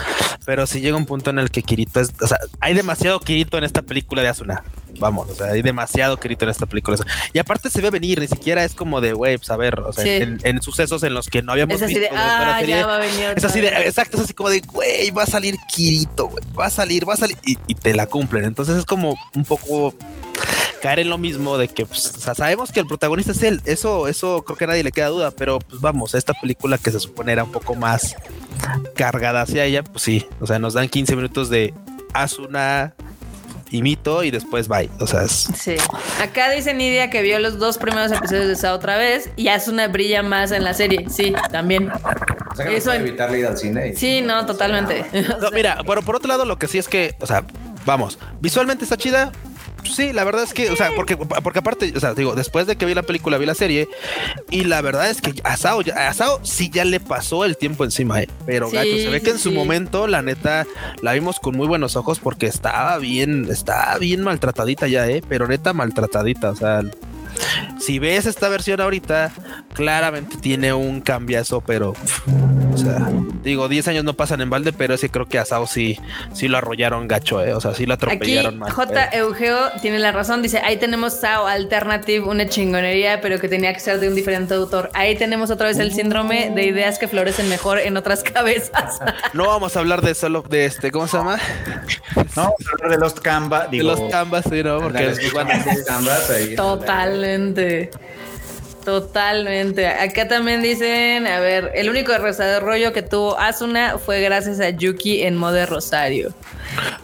Speaker 2: pero si llega un punto en el que Kirito es, o sea, hay demasiado Kirito en esta película de Asuna, vamos, o sea, hay demasiado Kirito en esta película, y aparte se ve venir, ni siquiera es como de, güey, pues a ver, o sea,
Speaker 1: Sí.
Speaker 2: en, en sucesos en los que no habíamos
Speaker 1: Es así
Speaker 2: visto
Speaker 1: de,
Speaker 2: dentro de la
Speaker 1: ah,
Speaker 2: serie,
Speaker 1: ya va a venir.
Speaker 2: es
Speaker 1: otra
Speaker 2: así de,
Speaker 1: vez".
Speaker 2: exacto, es así como de, güey, va a salir Kirito, güey, va a salir, va a salir, y, y te la cumplen. Entonces es como un poco caer en lo mismo de que, pues, o sea, sabemos que el protagonista es él, eso, eso creo que a nadie le queda duda, pero pues vamos, esta película que se supone era un poco más cargada hacia ella, pues sí, o sea, nos dan 15 minutos de Asuna y Mito y después bye, o sea, es...
Speaker 1: Sí. Acá dice Nidia que vio los dos primeros episodios de esa otra vez y Asuna brilla más en la serie. Sí, también.
Speaker 3: O sea, que no
Speaker 1: Eso
Speaker 3: puede
Speaker 1: en-
Speaker 3: evitarle ir al cine. y-
Speaker 1: Sí, no, totalmente.
Speaker 2: No, mira, pero por otro lado, lo que sí es que, o sea, vamos, visualmente está chida. Sí, la verdad es que, o sea, porque, porque aparte, o sea, digo, después de que vi la película, vi la serie, y la verdad es que a Sao, ya- a Sao sí ya le pasó el tiempo encima, eh, pero
Speaker 1: Sí,
Speaker 2: gacho, se ve
Speaker 1: sí,
Speaker 2: que en su
Speaker 1: sí.
Speaker 2: momento, la neta, la vimos con muy buenos ojos porque estaba bien, estaba bien maltratadita ya, eh, pero neta maltratadita, o sea, si ves esta versión ahorita, claramente tiene un cambiazo, pero, pf, o sea, digo, 10 años no pasan en balde, pero ese creo que a Sao sí, sí lo arrollaron gacho, eh, o sea, sí lo
Speaker 1: Aquí
Speaker 2: atropellaron mal. eh.
Speaker 1: J. Eugeo tiene la razón, dice, ahí tenemos Sao Alternative, una chingonería, pero que tenía que ser de un diferente autor. Ahí tenemos otra vez el síndrome de ideas que florecen mejor en otras cabezas.
Speaker 2: No vamos a hablar de solo de este, ¿cómo se llama?
Speaker 4: No, vamos a hablar de Lost Canva, digo,
Speaker 2: de los canvas, sí, ¿no? Porque
Speaker 3: Ándale,
Speaker 2: después
Speaker 3: sí,
Speaker 2: van a-
Speaker 3: ambas ahí.
Speaker 1: Totalmente. Totalmente. Acá también dicen, a ver, el único desarrollo que tuvo Asuna fue gracias a Yuki en Mode Rosario.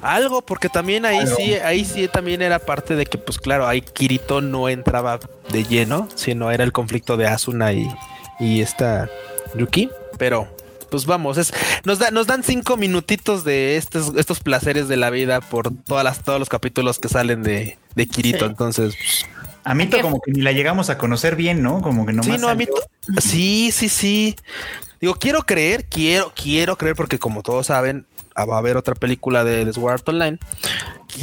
Speaker 2: algo, porque también ahí sí, ahí sí también era parte de que, pues claro, ahí Kirito no entraba de lleno, sino era el conflicto de Asuna y, y esta Yuki, pero pues vamos, es, nos, da, nos dan cinco minutitos de estos, estos placeres de la vida por todas las, todos los capítulos que salen de, de Kirito. Entonces, pues,
Speaker 4: a Mito como que ni la llegamos a conocer bien, ¿no? Como que nomás
Speaker 2: sí, no, a mí
Speaker 4: salió-
Speaker 2: to- sí, sí, sí. Digo, quiero creer, quiero, quiero creer, porque como todos saben, ah, va a haber otra película de Sword Art Online.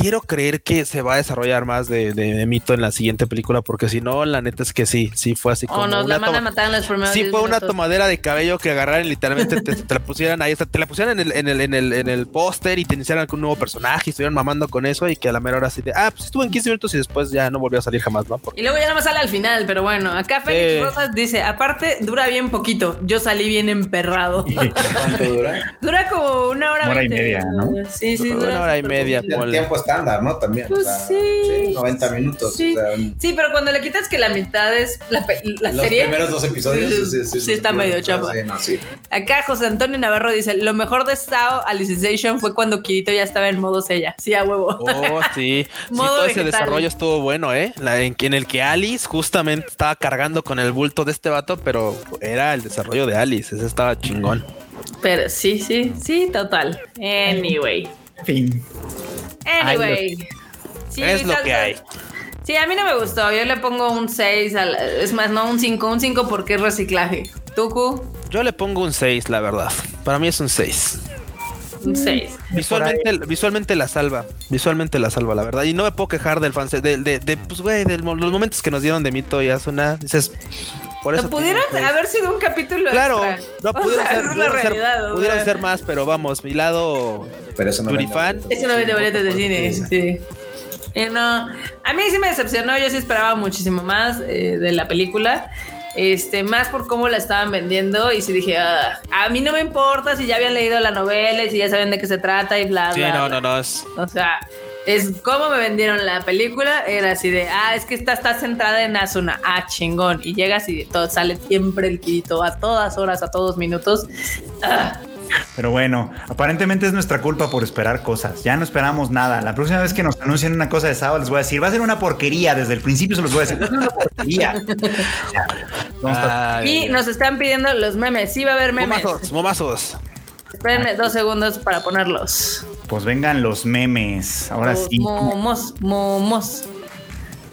Speaker 2: Quiero creer que se va a desarrollar más de, de- de mito en la siguiente película, porque si no, la neta es que sí, sí fue así como
Speaker 1: O nos la
Speaker 2: una
Speaker 1: van a
Speaker 2: toma-
Speaker 1: matar en los primeros
Speaker 2: Sí,
Speaker 1: 10
Speaker 2: fue una
Speaker 1: minutos.
Speaker 2: tomadera de cabello que agarraron y literalmente te, te la pusieran ahí, o sea, te la pusieran en el, en el, en el, en el póster y te iniciaran con un nuevo personaje y estuvieron mamando con eso y que a la mera hora así de, ah, pues estuvo en 15 minutos y después ya no volvió a salir jamás, ¿no? Porque-
Speaker 1: Y luego ya nada más sale al final, pero bueno, acá Félix
Speaker 2: Sí.
Speaker 1: Rosas dice, aparte dura bien poquito, yo salí bien emperrado.
Speaker 3: ¿Cuánto dura?
Speaker 1: dura como una hora,
Speaker 4: Una hora y
Speaker 1: 20,
Speaker 4: media, ¿no?
Speaker 1: Sí, sí,
Speaker 2: Una
Speaker 1: dura
Speaker 2: hora y
Speaker 1: súper
Speaker 2: media.
Speaker 1: poquito.
Speaker 3: El
Speaker 2: Ponle.
Speaker 3: tiempo estándar, ¿no? También.
Speaker 1: Pues sí.
Speaker 3: 90 minutos.
Speaker 1: Sí.
Speaker 3: o sea,
Speaker 1: Sí, pero cuando le quitas que la mitad es la, pe- la
Speaker 3: los
Speaker 1: serie,
Speaker 3: primeros dos episodios.
Speaker 1: Sí,
Speaker 3: Sí,
Speaker 1: sí,
Speaker 3: sí,
Speaker 1: sí, está medio chafa.
Speaker 3: Sí, no, sí.
Speaker 1: Acá José Antonio Navarro dice, lo mejor de Sao Alicization fue cuando Kirito ya estaba en modo sella. Sí, a huevo.
Speaker 2: Oh, sí. sí,
Speaker 1: Modo
Speaker 2: todo ese
Speaker 1: vegetal.
Speaker 2: desarrollo estuvo bueno, ¿eh? La, en, en el que Alice justamente estaba cargando con el bulto de este vato, pero era el desarrollo de Alice. Ese estaba chingón.
Speaker 1: Pero sí, sí, sí, total. Anyway.
Speaker 4: En fin.
Speaker 1: Anyway. Sí,
Speaker 2: es lo
Speaker 1: tal-
Speaker 2: que hay.
Speaker 1: Sí, a mí no me gustó. Yo le pongo un 6, al- es más, no un 5, un 5 porque es reciclaje. Tuku,
Speaker 2: Yo le pongo un 6, la verdad. Para mí es un 6.
Speaker 1: un 6.
Speaker 2: Visualmente, visualmente la salva. Visualmente la salva, la verdad. Y no me puedo quejar del fan de, de, de, pues, güey, de los momentos que nos dieron de Mito y Asuna. Dices, por eso.
Speaker 1: Lo
Speaker 2: te
Speaker 1: pudieron
Speaker 2: digo, güey.
Speaker 1: haber sido un capítulo
Speaker 2: Claro,
Speaker 1: extra.
Speaker 2: no
Speaker 1: O sea,
Speaker 2: pudieron
Speaker 1: esa
Speaker 2: ser,
Speaker 1: es la
Speaker 2: pudieron ser-
Speaker 1: realidad, o sea.
Speaker 2: pudieron ser más, pero vamos, mi lado
Speaker 3: Pero eso no vende
Speaker 2: Turifan.
Speaker 3: boletos.
Speaker 1: Es una vez de boletos de
Speaker 3: Sí,
Speaker 1: cine,
Speaker 3: sí.
Speaker 1: sí. Eh, no, a mí sí me decepcionó, yo sí esperaba muchísimo más eh, de la película. Este, más por cómo la estaban vendiendo y sí dije, "Ah, a mí no me importa si ya habían leído la novela y si ya saben de qué se trata y bla,
Speaker 2: Sí,
Speaker 1: bla,
Speaker 2: no,
Speaker 1: bla".
Speaker 2: no, no. Es,
Speaker 1: O sea, es como me vendieron la película, era así de, ah, es que esta está centrada en Asuna, ah, chingón, y llegas y todo, sale siempre el Kirito a todas horas, a todos minutos. Ah,
Speaker 4: Pero bueno, aparentemente es nuestra culpa por esperar cosas. Ya no esperamos nada. La próxima vez que nos anuncien una cosa de sábado, les voy a decir, va a ser una porquería. Desde el principio se los voy a decir, va a ser una porquería. Ya. Vamos a-
Speaker 2: Ay,
Speaker 1: Y
Speaker 2: ay,
Speaker 1: nos están pidiendo los memes, sí va a haber
Speaker 2: ay.
Speaker 1: memes.
Speaker 2: momazos, momazos.
Speaker 1: Espérenme dos segundos para ponerlos.
Speaker 4: Pues vengan los memes. Ahora
Speaker 1: Los
Speaker 4: sí.
Speaker 1: Momos, momos.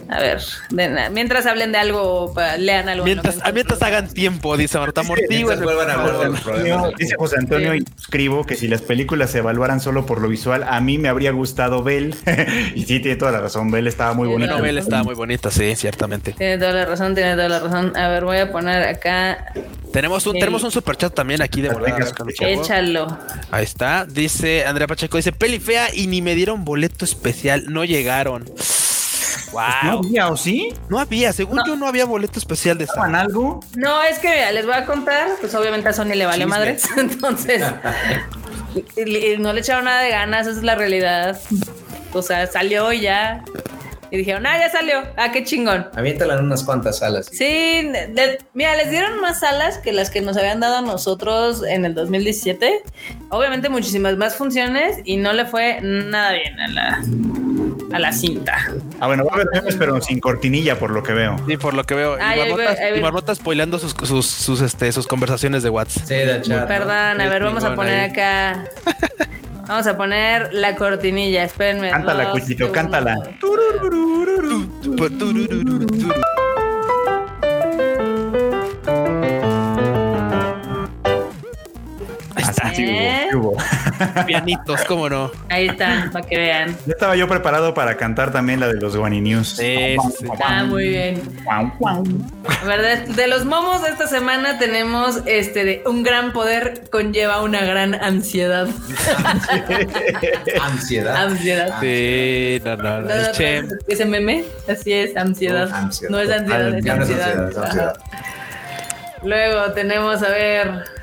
Speaker 1: A ver, den- mientras hablen de algo, pa- lean algo. en lo
Speaker 2: Mientras,
Speaker 1: que
Speaker 2: ah, mientras hagan tiempo, dice Marta Amortigua.
Speaker 3: Mientras vuelvan a hablar de los problemas.
Speaker 4: Dice José Antonio y escribo que si las películas se evaluaran solo por lo visual, a mí me habría gustado Bell. y sí, tiene toda la razón. Bell estaba muy
Speaker 1: Sí,
Speaker 4: bonita.
Speaker 1: no, Bell
Speaker 2: novela estaba muy bonita, sí, ciertamente.
Speaker 1: Tiene toda la razón, tiene toda la razón. A ver, voy a poner acá,
Speaker 2: Tenemos un,
Speaker 1: Sí.
Speaker 2: tenemos un superchat también aquí de volada.
Speaker 4: Venga,
Speaker 2: Oscar Luchagua.
Speaker 1: échalo.
Speaker 2: Ahí está. Dice Andrea Pacheco, dice peli fea y ni me dieron boleto especial. No llegaron.
Speaker 4: ¿No
Speaker 2: Wow.
Speaker 4: había, o sí?
Speaker 2: No había, según yo no había boleto especial de esa.
Speaker 4: ¿Estaban algo?
Speaker 1: No, es que mira, les voy a contar, pues obviamente a Sony le vale
Speaker 2: Chisme.
Speaker 1: madres, entonces y- y no le echaron nada de ganas, esa es la realidad. O sea, salió y ya. Y dijeron, ah, ya salió, ah, qué chingón.
Speaker 3: Aviéntala en unas cuantas salas.
Speaker 1: Sí, le- mira, les dieron más alas que las que nos habían dado a nosotros en el 2017. Obviamente muchísimas más funciones y no le fue nada bien a la, a la cinta.
Speaker 4: Ah, bueno, va a haber memes, pero sin cortinilla, por lo que veo.
Speaker 2: Sí, por lo que veo.
Speaker 1: Ay,
Speaker 2: y
Speaker 1: ahí voy,
Speaker 2: Marmota,
Speaker 1: ahí voy.
Speaker 2: y Marmota spoileando sus, sus, sus, este, sus conversaciones de WhatsApp.
Speaker 3: Sí, de chat. Ah, ¿no?
Speaker 1: Perdón, a
Speaker 2: Es
Speaker 1: ver, vamos a
Speaker 2: chingón
Speaker 1: poner
Speaker 2: ahí.
Speaker 1: acá. Vamos a poner la cortinilla, espérenme.
Speaker 4: Cántala,
Speaker 1: dos
Speaker 4: Cuchito,
Speaker 1: segundos.
Speaker 4: cántala.
Speaker 2: Ahí está.
Speaker 4: Así hubo, sí hubo.
Speaker 2: Pianitos, cómo no.
Speaker 1: Ahí están, para que vean.
Speaker 4: Ya estaba yo preparado para cantar también la de los Guani News.
Speaker 2: Sí, sí,
Speaker 4: Este,
Speaker 2: sí.
Speaker 4: ah,
Speaker 1: Está Ah, muy bien. A ver, de, de los momos de esta semana tenemos este de un gran poder conlleva una gran ansiedad.
Speaker 3: Ansiedad.
Speaker 1: ansiedad.
Speaker 2: Ah, Sí, no, no,
Speaker 1: No,
Speaker 2: no,
Speaker 1: no,
Speaker 2: el
Speaker 1: no,
Speaker 2: Chem.
Speaker 1: ese meme, así es, ansiedad.
Speaker 3: Uf, ansiedad.
Speaker 1: No es ansiedad,
Speaker 4: Ah,
Speaker 1: es
Speaker 3: Ya no es
Speaker 1: ansiedad.
Speaker 3: ansiedad, es ansiedad.
Speaker 1: Ajá. Luego tenemos, a ver.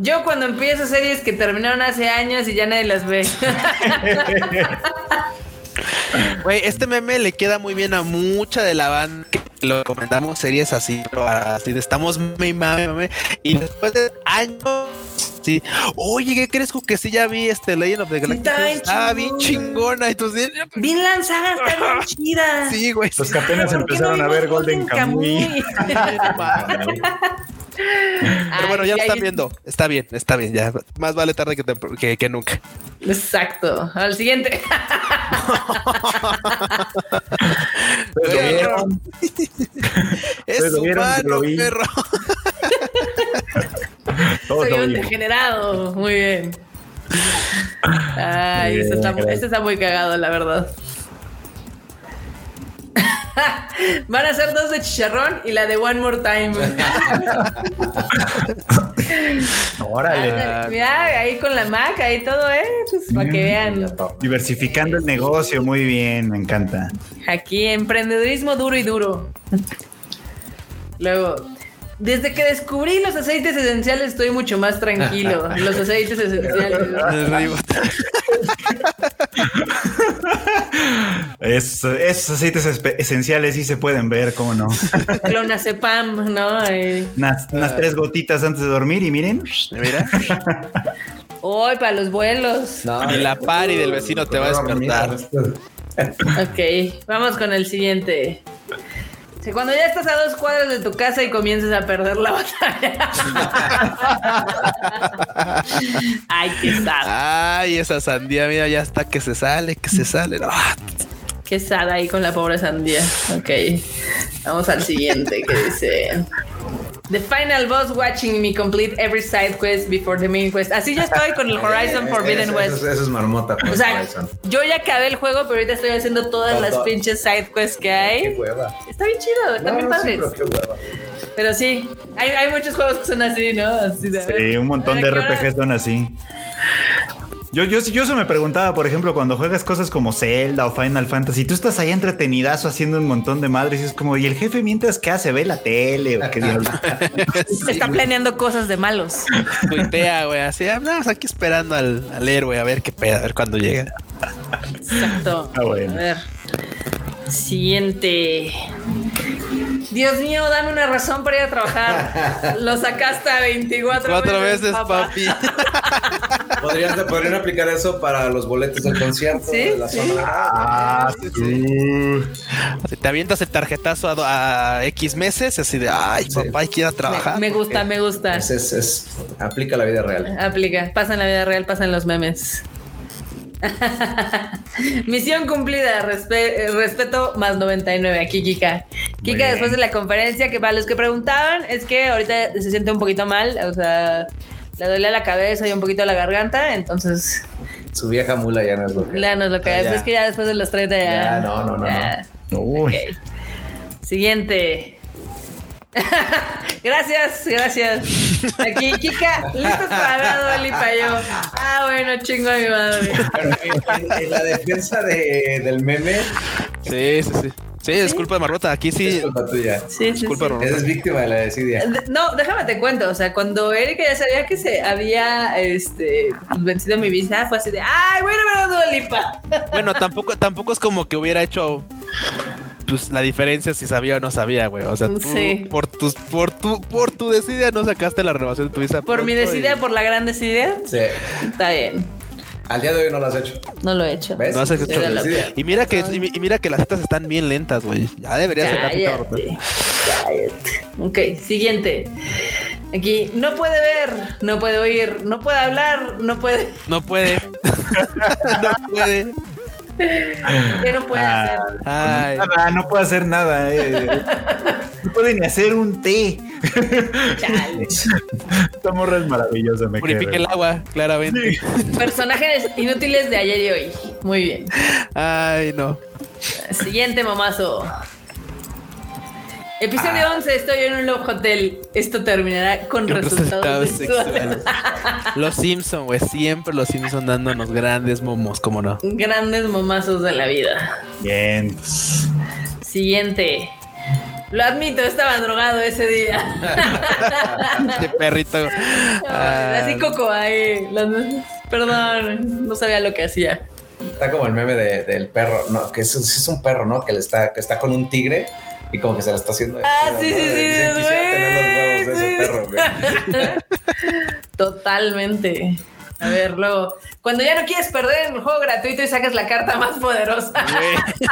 Speaker 1: Yo cuando empiezo series que terminaron hace años y ya nadie las ve.
Speaker 2: Güey, este meme le queda muy bien a mucha de la banda que lo comentamos series así, pero así de estamos mame, mame, mame. Y después de años, sí. Oye, ¿qué crees Ju, que sí ya vi este Legend of the Galactic?
Speaker 1: está bien
Speaker 2: Estaba bien chingona. Y tú sí,
Speaker 1: Vinland Saga está bien chida.
Speaker 2: sí, güey.
Speaker 4: Los
Speaker 2: Sí,
Speaker 4: que
Speaker 1: ¿Por
Speaker 4: apenas
Speaker 1: qué no
Speaker 4: empezaron a ver
Speaker 1: vimos
Speaker 4: Golden Kamuy.
Speaker 2: no
Speaker 3: Ah,
Speaker 2: mames. Pero bueno, ya
Speaker 1: Ay,
Speaker 2: lo
Speaker 1: ay,
Speaker 2: están viendo. Está bien, está bien. Ya más vale tarde que, tempr- que, que nunca.
Speaker 1: Exacto. Al siguiente.
Speaker 4: Ustedes lo vieron.
Speaker 2: Es
Speaker 4: lo vieron,
Speaker 2: humano,
Speaker 4: lo vi.
Speaker 2: perro.
Speaker 4: Todos
Speaker 1: Soy
Speaker 4: lo
Speaker 1: un
Speaker 4: vimos.
Speaker 1: degenerado. Muy bien. Ay, este está,
Speaker 4: Bien,
Speaker 1: este está muy cagado, la verdad. Van a ser dos de chicharrón y la de One More Time.
Speaker 4: Órale.
Speaker 1: Ándale, Mira, ahí con la Mac, ahí todo, ¿eh? Pues,
Speaker 4: Mm.
Speaker 1: para que vean.
Speaker 4: Diversificando el negocio, muy bien, me encanta.
Speaker 1: Aquí, emprendedurismo duro y duro. Luego, desde que descubrí los aceites esenciales estoy mucho más tranquilo. Los aceites esenciales.
Speaker 4: Es, esos aceites espe- esenciales sí se pueden ver, cómo no.
Speaker 1: Clonazepam, ¿no? Eh, Ay,
Speaker 4: Unas, unas tres gotitas antes de dormir y miren,
Speaker 2: Mira,
Speaker 1: Hoy para los vuelos.
Speaker 2: ni la pari del vecino te va a despertar.
Speaker 3: pues,
Speaker 1: Ok, vamos con el siguiente. Sí, Cuando ya estás a dos cuadras de tu casa y comienzas a perder la batalla. Ay, qué sad.
Speaker 2: Ay, esa sandía, mira, ya está que se sale, que se sale. Ah,
Speaker 1: Qué sad ahí con la pobre sandía. Ok. Vamos al siguiente que dice. The final boss watching me complete every side quest before the main quest. Así ya estoy con el Horizon Forbidden
Speaker 3: Eh, Eso-
Speaker 1: West.
Speaker 3: Eso, eso es marmota.
Speaker 1: O
Speaker 3: pues,
Speaker 1: sea,
Speaker 3: Horizon.
Speaker 1: yo ya acabé el juego, pero ahorita estoy haciendo todas
Speaker 3: Todo,
Speaker 1: las
Speaker 3: todo.
Speaker 1: pinches side quests que
Speaker 3: Qué
Speaker 1: hay.
Speaker 3: hueva.
Speaker 1: Está bien chido, está
Speaker 3: No,
Speaker 1: bien
Speaker 3: no, sí,
Speaker 1: padre.
Speaker 3: pero qué hueva.
Speaker 1: Pero sí, hay, hay muchos juegos que son así, ¿no? Así de, a
Speaker 4: Sí,
Speaker 1: ver,
Speaker 4: un montón
Speaker 1: a
Speaker 4: de
Speaker 1: ver, ¿a qué hora?
Speaker 4: RPGs son así. Yo, yo, yo eso me preguntaba, por ejemplo, cuando juegas cosas como Zelda o Final Fantasy, tú estás ahí entretenidazo haciendo un montón de madres y es como, ¿y el jefe mientras qué hace? ¿Ve la tele o qué diablos?
Speaker 1: Se está planeando cosas de malos.
Speaker 2: tuitea, güey, así, ah, no, aquí esperando al, al héroe, a ver qué pedo, a ver cuándo llega.
Speaker 1: Exacto.
Speaker 4: Ah, bueno.
Speaker 1: A ver. Siguiente. Dios mío, dame una razón para ir a trabajar. Lo sacaste a 24
Speaker 2: Cuatro veces,
Speaker 1: papá.
Speaker 2: papi.
Speaker 3: Podrías, podrían aplicar eso para los boletos del concierto
Speaker 1: Sí,
Speaker 3: de la
Speaker 1: sí.
Speaker 3: zona.
Speaker 4: Ah, sí.
Speaker 2: Si te avientas el tarjetazo a, a X meses, así de, ay, papá, hay que ir a trabajar.
Speaker 1: Me, me gusta, me gusta.
Speaker 3: Es, es, es- aplica la vida real.
Speaker 1: Aplica. Pasa en la vida real, pasa en los memes. Misión cumplida, respe- eh, respeto más 99 aquí, Kika.
Speaker 4: Muy
Speaker 1: Kika,
Speaker 4: bien.
Speaker 1: después de la conferencia, que para los que preguntaban, es que ahorita se siente un poquito mal, o sea, le duele la cabeza y un poquito la garganta, entonces,
Speaker 3: Su vieja mula ya no es lo que.
Speaker 1: ya no es lo que
Speaker 3: Ah,
Speaker 1: es.
Speaker 3: ya.
Speaker 1: Es que ya después de los 30 ya.
Speaker 3: Ya, no, no, no,
Speaker 1: ya.
Speaker 4: Uy.
Speaker 1: Ok. Siguiente. gracias, gracias. Aquí, Kika, listos para ver a Dua Lipa, yo. Ah, bueno, chingo a mi madre.
Speaker 3: Pero en, en la defensa de- del meme,
Speaker 2: Sí, sí, sí. Sí, es culpa de Marmota. Aquí sí,
Speaker 3: es culpa tuya.
Speaker 1: Sí, sí,
Speaker 2: es
Speaker 1: sí.
Speaker 2: culpa de Marmota.
Speaker 3: Esa es víctima de la desidia.
Speaker 1: De- No, déjame te cuento, o sea, cuando Erika ya sabía que se había este, vencido mi visa, fue así de, ay, bueno, pero Dua Lipa.
Speaker 2: Bueno, tampoco, tampoco es como que hubiera hecho pues, la diferencia si sabía o no sabía, güey. O sea, tú,
Speaker 1: Pues Sí.
Speaker 2: por tus, por tu, por tu desidia no sacaste la renovación de tu visa.
Speaker 1: Por mi
Speaker 2: pronto y
Speaker 1: desidia, por la gran desidia,
Speaker 3: Sí.
Speaker 1: está bien,
Speaker 3: Al día de hoy no lo has hecho.
Speaker 1: no lo he hecho.
Speaker 3: ¿Ves?
Speaker 2: No has hecho
Speaker 3: Desidia.
Speaker 1: desidia.
Speaker 2: Y mira que, y, mi- y mira que las citas están bien lentas, güey. Ya debería ser rápido, Marmota.
Speaker 1: Cállate, cállate. Ok, siguiente. Aquí, no puede ver, no puede oír, no puede hablar, no puede,
Speaker 2: No puede. no puede.
Speaker 1: ¿qué no puede
Speaker 4: Ah.
Speaker 1: hacer? Eh,
Speaker 2: Ay.
Speaker 4: Nada, no puedo hacer nada. eh. No puede ni hacer un té.
Speaker 1: Chale.
Speaker 4: Esta morra es maravillosa, me cae
Speaker 2: Purifica
Speaker 4: re
Speaker 2: el
Speaker 4: bien.
Speaker 2: agua, claramente.
Speaker 1: Personajes inútiles de ayer y hoy. Muy bien.
Speaker 2: Ay, no.
Speaker 1: Siguiente mamazo. Episodio 11, estoy en un love hotel. Esto terminará con
Speaker 2: Con
Speaker 1: resultados
Speaker 2: resultados
Speaker 1: sexuales.
Speaker 2: sexuales. Los Simpson, güey. Siempre los Simpson dándonos grandes momos, cómo no.
Speaker 1: Grandes momazos de la vida.
Speaker 4: Bien.
Speaker 1: Siguiente. Lo admito, estaba drogado ese día.
Speaker 2: Este perrito. Ah,
Speaker 1: Así coco ahí. Las- Perdón, no sabía lo que hacía.
Speaker 3: Está como el meme de- del perro, no, que es, es un perro, ¿no? Que le está, que está con un tigre y como que se la está haciendo. de
Speaker 1: Ah,
Speaker 3: pedo,
Speaker 1: sí,
Speaker 3: ¿no?
Speaker 1: sí,
Speaker 3: De-
Speaker 1: sí,
Speaker 3: dicen,
Speaker 1: sí,
Speaker 3: "Quisiera tener los huevos de ese
Speaker 1: sí.
Speaker 3: perro, güey".
Speaker 1: Totalmente. A ver, luego. Cuando ya no quieres perder el juego gratuito y sacas la carta más poderosa.
Speaker 2: güey.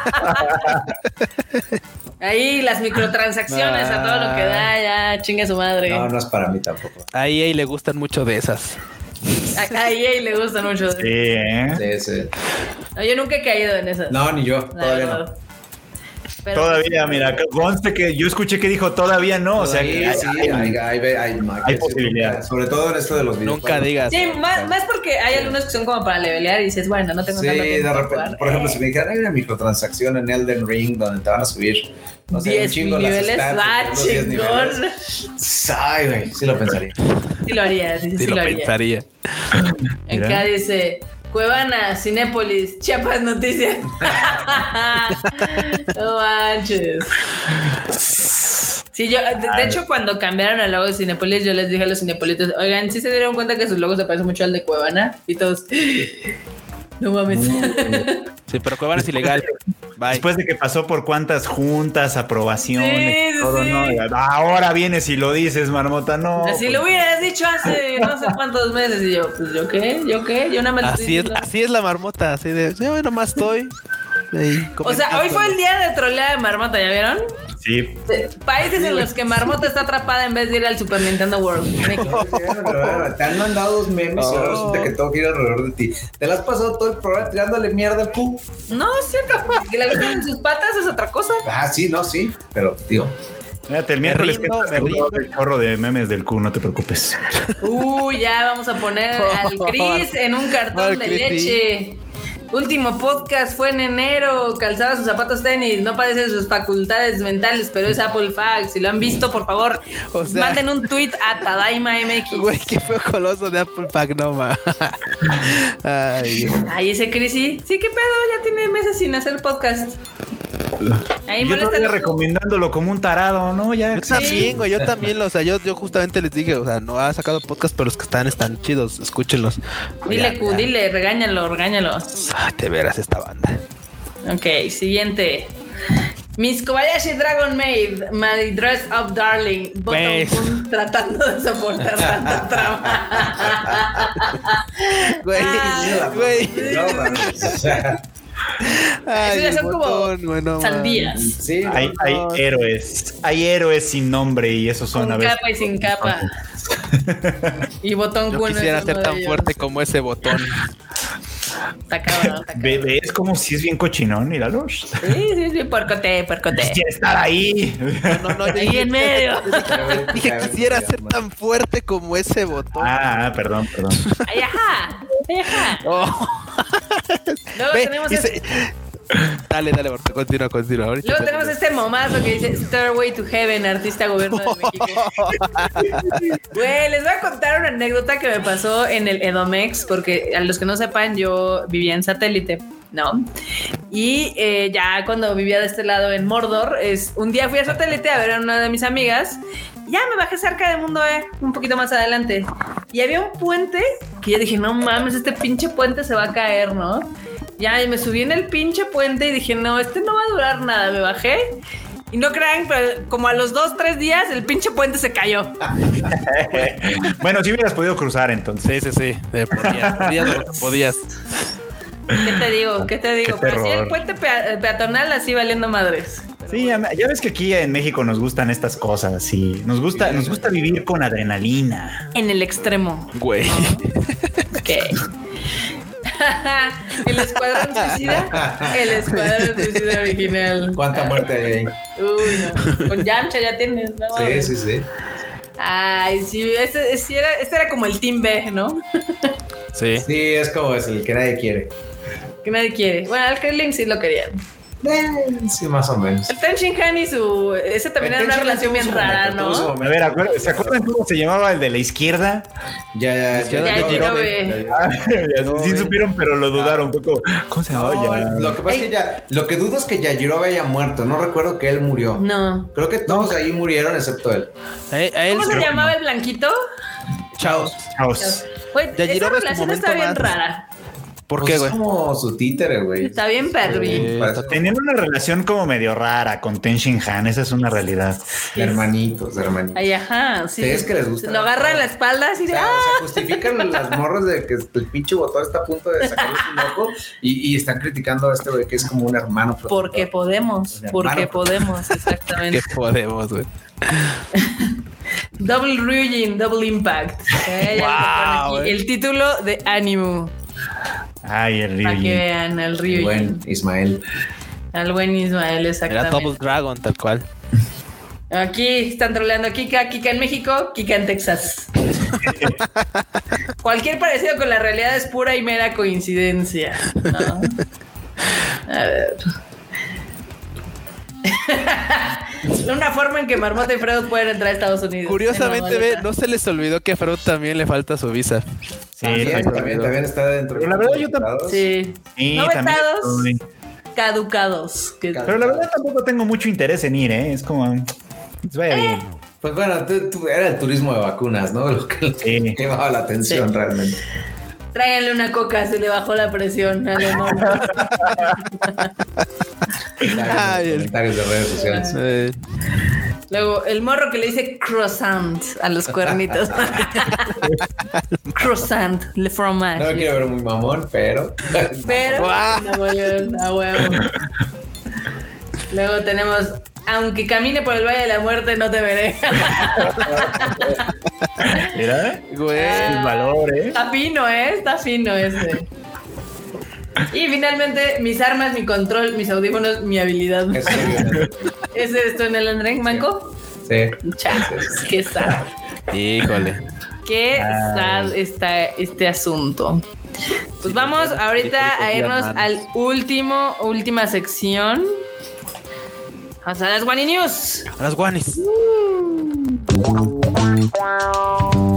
Speaker 1: Ahí las microtransacciones a todo lo que da, ya chinga su madre.
Speaker 3: Ah. No, no es para mí tampoco.
Speaker 2: A EA le gustan mucho de esas.
Speaker 1: A, a EA le gustan mucho.
Speaker 4: Sí, ¿eh?
Speaker 3: Sí, sí.
Speaker 1: No, yo nunca he caído en esas.
Speaker 3: No, ni yo,
Speaker 1: la
Speaker 3: todavía no.
Speaker 1: verdad. Pero-
Speaker 4: Todavía, mira, que conste que yo escuché que dijo todavía no, o sea
Speaker 3: Sí,
Speaker 4: que
Speaker 3: sí, hay, hay, hay- hay-
Speaker 4: Hay posibilidad.
Speaker 3: Sobre todo en esto de los videojuegos.
Speaker 2: Nunca digas.
Speaker 1: Sí, más, más porque hay algunos que son como para levelear y dices, bueno, no tengo
Speaker 3: Sí,
Speaker 1: tanto
Speaker 3: de
Speaker 1: tiempo para
Speaker 3: repente,
Speaker 1: jugar.
Speaker 3: por ejemplo,
Speaker 1: Eh,
Speaker 3: si me dijeran hay una microtransacción en Elden Ring donde te van a subir, no sé, un
Speaker 1: 10
Speaker 3: chingo las
Speaker 1: niveles,
Speaker 3: stats,
Speaker 1: va,
Speaker 3: unos 10 niveles.
Speaker 1: chingón.
Speaker 3: Ay, güey, sí lo pensaría.
Speaker 1: Sí lo haría, sí, sí,
Speaker 2: Sí, lo
Speaker 1: lo haría.
Speaker 2: pensaría.
Speaker 4: Mira.
Speaker 1: Acá dice, Cuevana, Cinépolis, Chiapas Noticias. no manches. Sí, yo, de, de hecho, cuando cambiaron el logo de Cinepolis, yo les dije a los Cinepolitos, oigan, ¿sí se dieron cuenta que sus logos se parecen mucho al de Cuevana? Y todos, no mames.
Speaker 2: Sí, pero Cuevana es ilegal. Bye.
Speaker 4: Después de que pasó por cuántas juntas, aprobaciones,
Speaker 1: Sí, sí,
Speaker 4: todo,
Speaker 1: sí. Pues
Speaker 4: ¿no? Ahora vienes y lo dices, marmota, no. pues
Speaker 1: Así lo hubieras dicho hace no sé cuántos meses. Y yo, pues, ¿yo qué? ¿Yo qué? Yo nada más estoy
Speaker 2: así es,
Speaker 1: diciendo-
Speaker 2: así es la marmota, así de yo nomás estoy. ahí
Speaker 1: O sea, hoy fue el día de trolea de Marmota, ¿ya vieron?
Speaker 4: Sí,
Speaker 1: Países en los que Marmota está atrapada en vez de ir al Super Nintendo World. México.
Speaker 3: Te han mandado dos memes y ahora resulta que todo gira alrededor de ti. Te la has pasado todo el programa tirándole mierda al pu.
Speaker 1: No, es cierto. Que la visten en sus patas es otra cosa.
Speaker 3: Ah, sí, no, sí. Pero, tío,
Speaker 4: Fíjate, el miércoles
Speaker 2: rindo,
Speaker 4: que
Speaker 2: me rindo.
Speaker 4: el chorro de memes del Q, no te preocupes.
Speaker 1: Uy, ya vamos a poner al Cris en un cartón
Speaker 2: Al
Speaker 1: de
Speaker 2: Cris,
Speaker 1: leche. Último podcast fue en enero. Calzaba sus zapatos tenis. No padece sus facultades mentales, pero es Apple Fax. Si lo han visto, por favor,
Speaker 2: O sea-
Speaker 1: manden un tweet a Tadaima MX.
Speaker 2: Güey, qué feo coloso de Apple Pack, no ma. Ay, Dios.
Speaker 1: Ay, ese Cris sí. Sí, qué pedo. Ya tiene meses sin hacer podcast. Ahí
Speaker 4: Yo todavía
Speaker 1: moléstanos tú.
Speaker 4: recomendándolo como un tarado, ¿no? Ya.
Speaker 2: Yo también, güey, yo también, o sea, yo, yo justamente les dije, o sea, no ha sacado podcast, pero los que están están chidos, escúchenlos.
Speaker 1: Dile,
Speaker 2: Ya,
Speaker 1: Q,
Speaker 2: ya.
Speaker 1: dile, regáñalo, regáñalo.
Speaker 2: Ay, te verás esta banda.
Speaker 1: Ok, siguiente. Miss Kobayashi Dragon Maid, My Dress Up Darling, Bottom
Speaker 2: Pues.
Speaker 1: Kun tratando de soportar tanta trama.
Speaker 2: Güey,
Speaker 1: Ah,
Speaker 2: güey.
Speaker 3: no, mames. O sea,
Speaker 2: Ay,
Speaker 1: ya
Speaker 2: el
Speaker 1: son como
Speaker 2: botón, güey, no, ma.
Speaker 1: Sandías,
Speaker 3: sí. no.
Speaker 4: Hay, hay héroes, hay héroes sin nombre y esos son a
Speaker 1: con
Speaker 4: veces.
Speaker 1: capa y sin capa. Y Botón
Speaker 2: Yo
Speaker 1: Kun es
Speaker 2: quisiera
Speaker 1: uno
Speaker 2: ser
Speaker 1: de
Speaker 2: tan
Speaker 1: ellos.
Speaker 2: fuerte como ese botón.
Speaker 1: Está cabrón, está cabrón.
Speaker 4: Bebé, es como si es bien cochinón, míralo.
Speaker 1: Sí, sí, sí, puercote, puercote.
Speaker 4: Pues Quiere estar ahí.
Speaker 2: No, no, yo
Speaker 1: Ahí
Speaker 2: dije-
Speaker 1: en medio.
Speaker 2: dije que quisiera ser tan fuerte como ese botón.
Speaker 4: Ah, perdón, perdón.
Speaker 1: Ay, ajá. Ay, ajá.
Speaker 2: Oh.
Speaker 1: Luego
Speaker 2: Ve,
Speaker 1: tenemos
Speaker 2: y
Speaker 1: este-
Speaker 2: se- Dale, dale, Marta, continúa, continúa. ahorita
Speaker 1: Luego tenemos
Speaker 2: continúa.
Speaker 1: este momazo que dice Stairway to Heaven, artista gobierno de México. Güey, les voy a contar una anécdota que me pasó en el Edomex, porque a los que no sepan, yo vivía en satélite, ¿no? Y eh, ya cuando vivía de este lado en Mordor, es, un día fui a satélite a ver a una de mis amigas. y Ya me bajé cerca de Mundo E, un poquito más adelante. Y había un puente que yo dije, no mames, este pinche puente se va a caer, ¿no? Ya, y me subí en el pinche puente y dije, no, este no va a durar nada. Me bajé. Y no crean, pero como a los dos, tres días, el pinche puente se cayó.
Speaker 4: Bueno, si hubieras podido cruzar entonces.
Speaker 2: Sí, sí, sí. eh, podías, podías, lo que podías.
Speaker 1: ¿Qué te digo? ¿Qué te digo?
Speaker 4: Qué
Speaker 1: Parecía
Speaker 4: terror.
Speaker 1: el puente pea- eh, peatonal así valiendo madres.
Speaker 4: Sí, ya ya ves que aquí en México nos gustan estas cosas, así. Nos gusta, nos gusta vivir con adrenalina.
Speaker 1: En el extremo.
Speaker 2: Güey.
Speaker 1: Ok. el escuadrón suicida. El escuadrón suicida original.
Speaker 3: ¿Cuánta muerte hay ahí?
Speaker 1: Uy, no. Con Yamcha ya tienes, ¿no?
Speaker 3: Sí, sí, sí.
Speaker 1: Ay, sí, este, este era, este era como el Team B, ¿no?
Speaker 2: Sí.
Speaker 3: Sí, es como es el que nadie quiere.
Speaker 1: Que nadie quiere. Bueno, al Krillin sí lo querían.
Speaker 3: Eh, Sí, más o menos.
Speaker 1: El Ten Shinhan y su. Ese también era una relación bien rara, ¿no?
Speaker 4: A ver, acuer- ¿se acuerdan cómo se llamaba el de la izquierda?
Speaker 3: Ya, ya,
Speaker 1: Ya,
Speaker 3: no,
Speaker 1: Jirobe.
Speaker 3: no, no, no.
Speaker 4: Ah, ya sí supieron, pero lo dudaron un poco. ¿Cómo se llamaba? ya?
Speaker 3: No, Lo que pasa es que ya, lo que dudo es que Yajirobe haya muerto. No recuerdo que él murió.
Speaker 1: No.
Speaker 3: Creo que todos ahí murieron excepto él.
Speaker 2: A, a él
Speaker 1: ¿Cómo se
Speaker 4: creo que
Speaker 1: llamaba el blanquito?
Speaker 3: Chao.
Speaker 4: Chaos.
Speaker 1: Güey, esa
Speaker 2: Yajirobe es tu
Speaker 1: relación está
Speaker 2: momento
Speaker 1: bien
Speaker 2: más-
Speaker 1: rara.
Speaker 2: ¿Por qué, güey?
Speaker 3: Pues Es como su títere, güey.
Speaker 1: Está bien perri.
Speaker 2: Eh,
Speaker 3: Parece-
Speaker 4: Tenían una relación como medio rara con Ten Shin Han, esa es una realidad.
Speaker 3: de hermanitos, de hermanitos.
Speaker 1: Ay, ajá. Sí.
Speaker 3: Sí, es que les gusta.
Speaker 1: Lo agarra en la espalda así
Speaker 3: O
Speaker 1: de.
Speaker 3: sea,
Speaker 1: ¡Ah!
Speaker 3: o sea, justifican las morras de que el pinche botón está a punto de sacarle un ojo y, y están criticando a este güey que es como un hermano.
Speaker 1: "Ah, Porque podemos.
Speaker 3: Mi hermano.
Speaker 1: Porque podemos,
Speaker 2: Pues, ¿Qué
Speaker 1: exactamente.
Speaker 2: podemos, güey?
Speaker 1: double Ryujin, Double Impact. Ok, ya les
Speaker 2: Wow,
Speaker 1: ponen aquí
Speaker 2: eh.
Speaker 1: El título de Animu.
Speaker 4: Ay, el
Speaker 1: Para que
Speaker 4: Ryujin.
Speaker 1: vean al
Speaker 3: Y
Speaker 1: Ryujin.
Speaker 3: Bueno, Ismael.
Speaker 1: Al buen Ismael,
Speaker 2: Era
Speaker 1: exactamente.
Speaker 2: Double Dragon, tal cual.
Speaker 1: Aquí están troleando a Kika, Kika en México, Kika en Texas. Cualquier parecido con la realidad es pura y mera coincidencia. ¿no? A ver. Una forma en que Marmota y Fredo pueden entrar a Estados Unidos.
Speaker 2: Curiosamente, ve,
Speaker 1: En la
Speaker 2: no se les olvidó que a Freud también le falta su visa.
Speaker 4: Sí,
Speaker 3: también,
Speaker 4: exacto.
Speaker 3: también, también está dentro.
Speaker 4: Pero la verdad yo tam-
Speaker 1: maleta.
Speaker 3: tampoco.
Speaker 1: Sí.
Speaker 4: Sí,
Speaker 1: no
Speaker 4: también
Speaker 1: vetados,
Speaker 4: estoy.
Speaker 1: caducados. Que-
Speaker 4: Pero la verdad tampoco tengo mucho interés en ir, ¿eh? Es como... pues vaya bien.
Speaker 3: Pues bueno, tú- tú- era el turismo de vacunas, ¿no? Lo que
Speaker 4: Sí.
Speaker 3: que llamaba la atención
Speaker 1: Sí.
Speaker 3: realmente.
Speaker 1: Tráiganle una coca, se le bajó la presión al demonio.
Speaker 2: Ay,
Speaker 3: Ay,
Speaker 2: el-
Speaker 3: comentarios de redes sociales.
Speaker 2: Eh,
Speaker 1: Luego, el morro que le dice croissant a los cuernitos. croissant, le fromage.
Speaker 3: No me quiero ver muy mamón, pero.
Speaker 1: Pero,
Speaker 2: Guau.
Speaker 1: Napoleón, a huevo. Luego tenemos, aunque camine por el Valle de la Muerte, no te veré.
Speaker 4: Mira,
Speaker 2: güey.
Speaker 4: el valor, ¿eh?
Speaker 1: Está fino, ¿eh? Está fino este. Y finalmente, mis armas, mi control, mis audífonos, mi habilidad.
Speaker 3: Eso sí,
Speaker 1: ¿Es esto en el Andrén, Manco?
Speaker 3: Sí.
Speaker 1: Chas, qué sad.
Speaker 2: Híjole.
Speaker 1: Qué
Speaker 4: Ay.
Speaker 1: sad está este asunto. Pues vamos
Speaker 2: pero-
Speaker 1: ahorita
Speaker 2: sí,
Speaker 1: a irnos
Speaker 2: hermanos.
Speaker 1: al último, última sección. Vamos a las Guani News.
Speaker 2: A las guanis.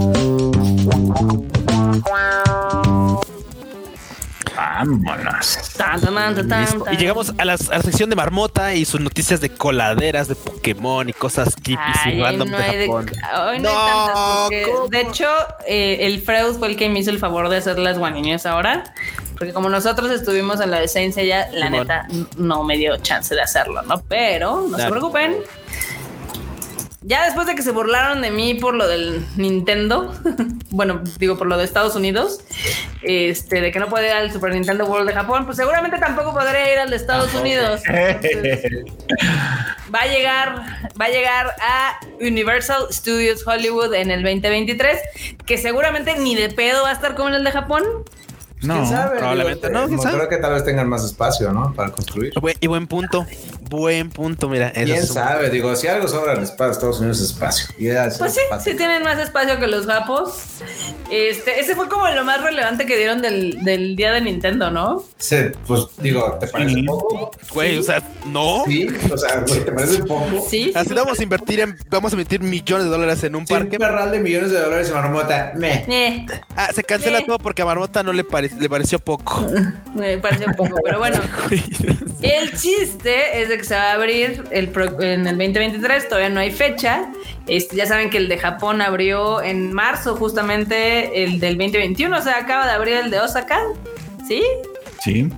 Speaker 4: Vámonos.
Speaker 1: Tan, tan, tan, tan,
Speaker 2: Listo.
Speaker 1: tan.
Speaker 2: Y llegamos a, las- a la sección de Marmota y sus noticias de coladeras, de Pokémon y cosas hippies
Speaker 1: Ay,
Speaker 2: y
Speaker 1: hoy
Speaker 2: random
Speaker 1: no
Speaker 2: de
Speaker 1: hay de-
Speaker 2: Japón.
Speaker 1: hoy no hay
Speaker 2: No,
Speaker 1: tantas, porque,
Speaker 2: ¿cómo?
Speaker 1: de hecho, eh, el Freud fue el que me hizo el favor de hacer las Guani News ahora. Porque como nosotros estuvimos en la decencia ya, la
Speaker 2: Simón.
Speaker 1: neta n- no me dio chance de hacerlo, ¿no? Pero no se
Speaker 2: Dale.
Speaker 1: preocupen. Ya después de que se burlaron de mí por lo del Nintendo, bueno, digo por lo de Estados Unidos, este, de que no podía ir al Super Nintendo World de Japón, pues seguramente tampoco podré ir al de
Speaker 2: Ah,
Speaker 1: Estados
Speaker 3: Tampoco.
Speaker 1: Unidos.
Speaker 3: Pues,
Speaker 1: Entonces, va a llegar, va a llegar a Universal Studios Hollywood en el 2023, que seguramente ni de pedo va a estar como en el de Japón.
Speaker 3: Pues, ¿quién sabe?
Speaker 2: probablemente
Speaker 3: Digo,
Speaker 2: no,
Speaker 3: eh,
Speaker 2: ¿quién sabe?
Speaker 3: Creo que tal vez tengan más espacio, ¿no? Para construir.
Speaker 2: Bu- Y buen punto. Buen punto, mira. eso
Speaker 3: ¿Quién
Speaker 2: es un-
Speaker 3: sabe? Digo, si algo sobra en espacio, Estados Unidos es espacio. Y ya es
Speaker 1: Pues sí,
Speaker 3: espacio.
Speaker 1: sí tienen más espacio que los japos. Este, ese fue como lo más relevante que dieron del, del día de Nintendo, ¿no?
Speaker 3: Sí, pues digo, ¿te parece
Speaker 4: Sí.
Speaker 3: poco?
Speaker 2: Güey, o sea, no.
Speaker 3: Sí, o sea, güey, ¿te parece poco?
Speaker 1: Sí.
Speaker 2: Así vamos a invertir en, vamos a invertir millones de dólares en un
Speaker 3: Sí, un
Speaker 2: parque.
Speaker 3: perral de millones de dólares en marmota. Meh.
Speaker 1: Eh,
Speaker 2: Ah, se cancela
Speaker 1: Sí.
Speaker 2: todo porque a Marmota no le, pare- le pareció poco.
Speaker 1: me parece un poco, pero bueno. El chiste es de que se va a abrir el pro- en el 2023, todavía no hay fecha. Este, ya saben que el de Japón abrió en marzo, justamente el del 2021, o sea, acaba de abrir el de Osaka. ¿Sí?
Speaker 4: Sí.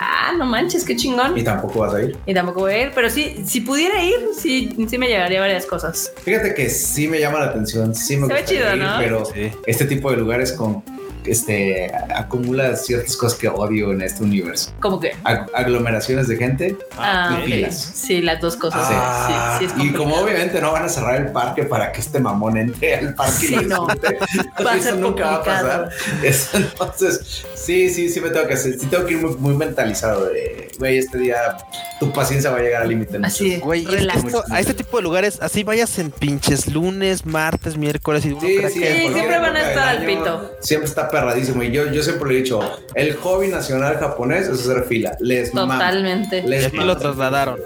Speaker 1: Ah, no manches, qué
Speaker 3: Y
Speaker 1: chingón.
Speaker 3: tampoco vas a ir.
Speaker 1: Y tampoco voy a ir, pero sí, si pudiera ir, sí, sí me llevaría varias cosas.
Speaker 3: Fíjate que sí me llama la atención, sí me
Speaker 1: Se ve
Speaker 3: gustaría
Speaker 1: chido,
Speaker 3: ir,
Speaker 1: ¿no?
Speaker 3: pero
Speaker 2: Sí.
Speaker 3: este tipo de lugares con este acumula ciertas cosas que odio en este universo.
Speaker 1: Como que.
Speaker 3: Ag- aglomeraciones de gente
Speaker 1: Ah,
Speaker 3: y
Speaker 1: ok.
Speaker 3: pilas.
Speaker 1: Sí, las dos cosas.
Speaker 2: Ah,
Speaker 1: sí, sí, sí, es
Speaker 3: Y como
Speaker 1: complicado.
Speaker 3: obviamente no van a cerrar el parque para que este mamón entre al parque y
Speaker 1: Sí,
Speaker 3: lo
Speaker 1: no.
Speaker 3: disfrute,
Speaker 1: Va a
Speaker 3: eso
Speaker 1: ser
Speaker 3: nunca va a
Speaker 1: complicado.
Speaker 3: pasar. Eso, entonces, sí, sí, sí me tengo que hacer, sí tengo que ir muy, muy mentalizado de, güey, este día tu paciencia va a llegar al límite. ¿no?
Speaker 1: Así es.
Speaker 2: Güey, es que
Speaker 1: Relax.
Speaker 2: esto- a este tipo de lugares, así vayas en pinches lunes, martes, miércoles y uno
Speaker 3: Sí,
Speaker 2: crea
Speaker 3: sí,
Speaker 2: que-
Speaker 1: Sí,
Speaker 3: por
Speaker 1: siempre
Speaker 3: la
Speaker 1: van a
Speaker 3: época
Speaker 1: estar
Speaker 3: del
Speaker 1: al
Speaker 3: año,
Speaker 1: pito.
Speaker 3: Siempre está perradísimo. Y yo, yo siempre le he dicho, el hobby nacional japonés es hacer fila. Les mama.
Speaker 1: Totalmente.
Speaker 2: Y
Speaker 3: Les
Speaker 2: aquí
Speaker 3: mama.
Speaker 2: lo trasladaron.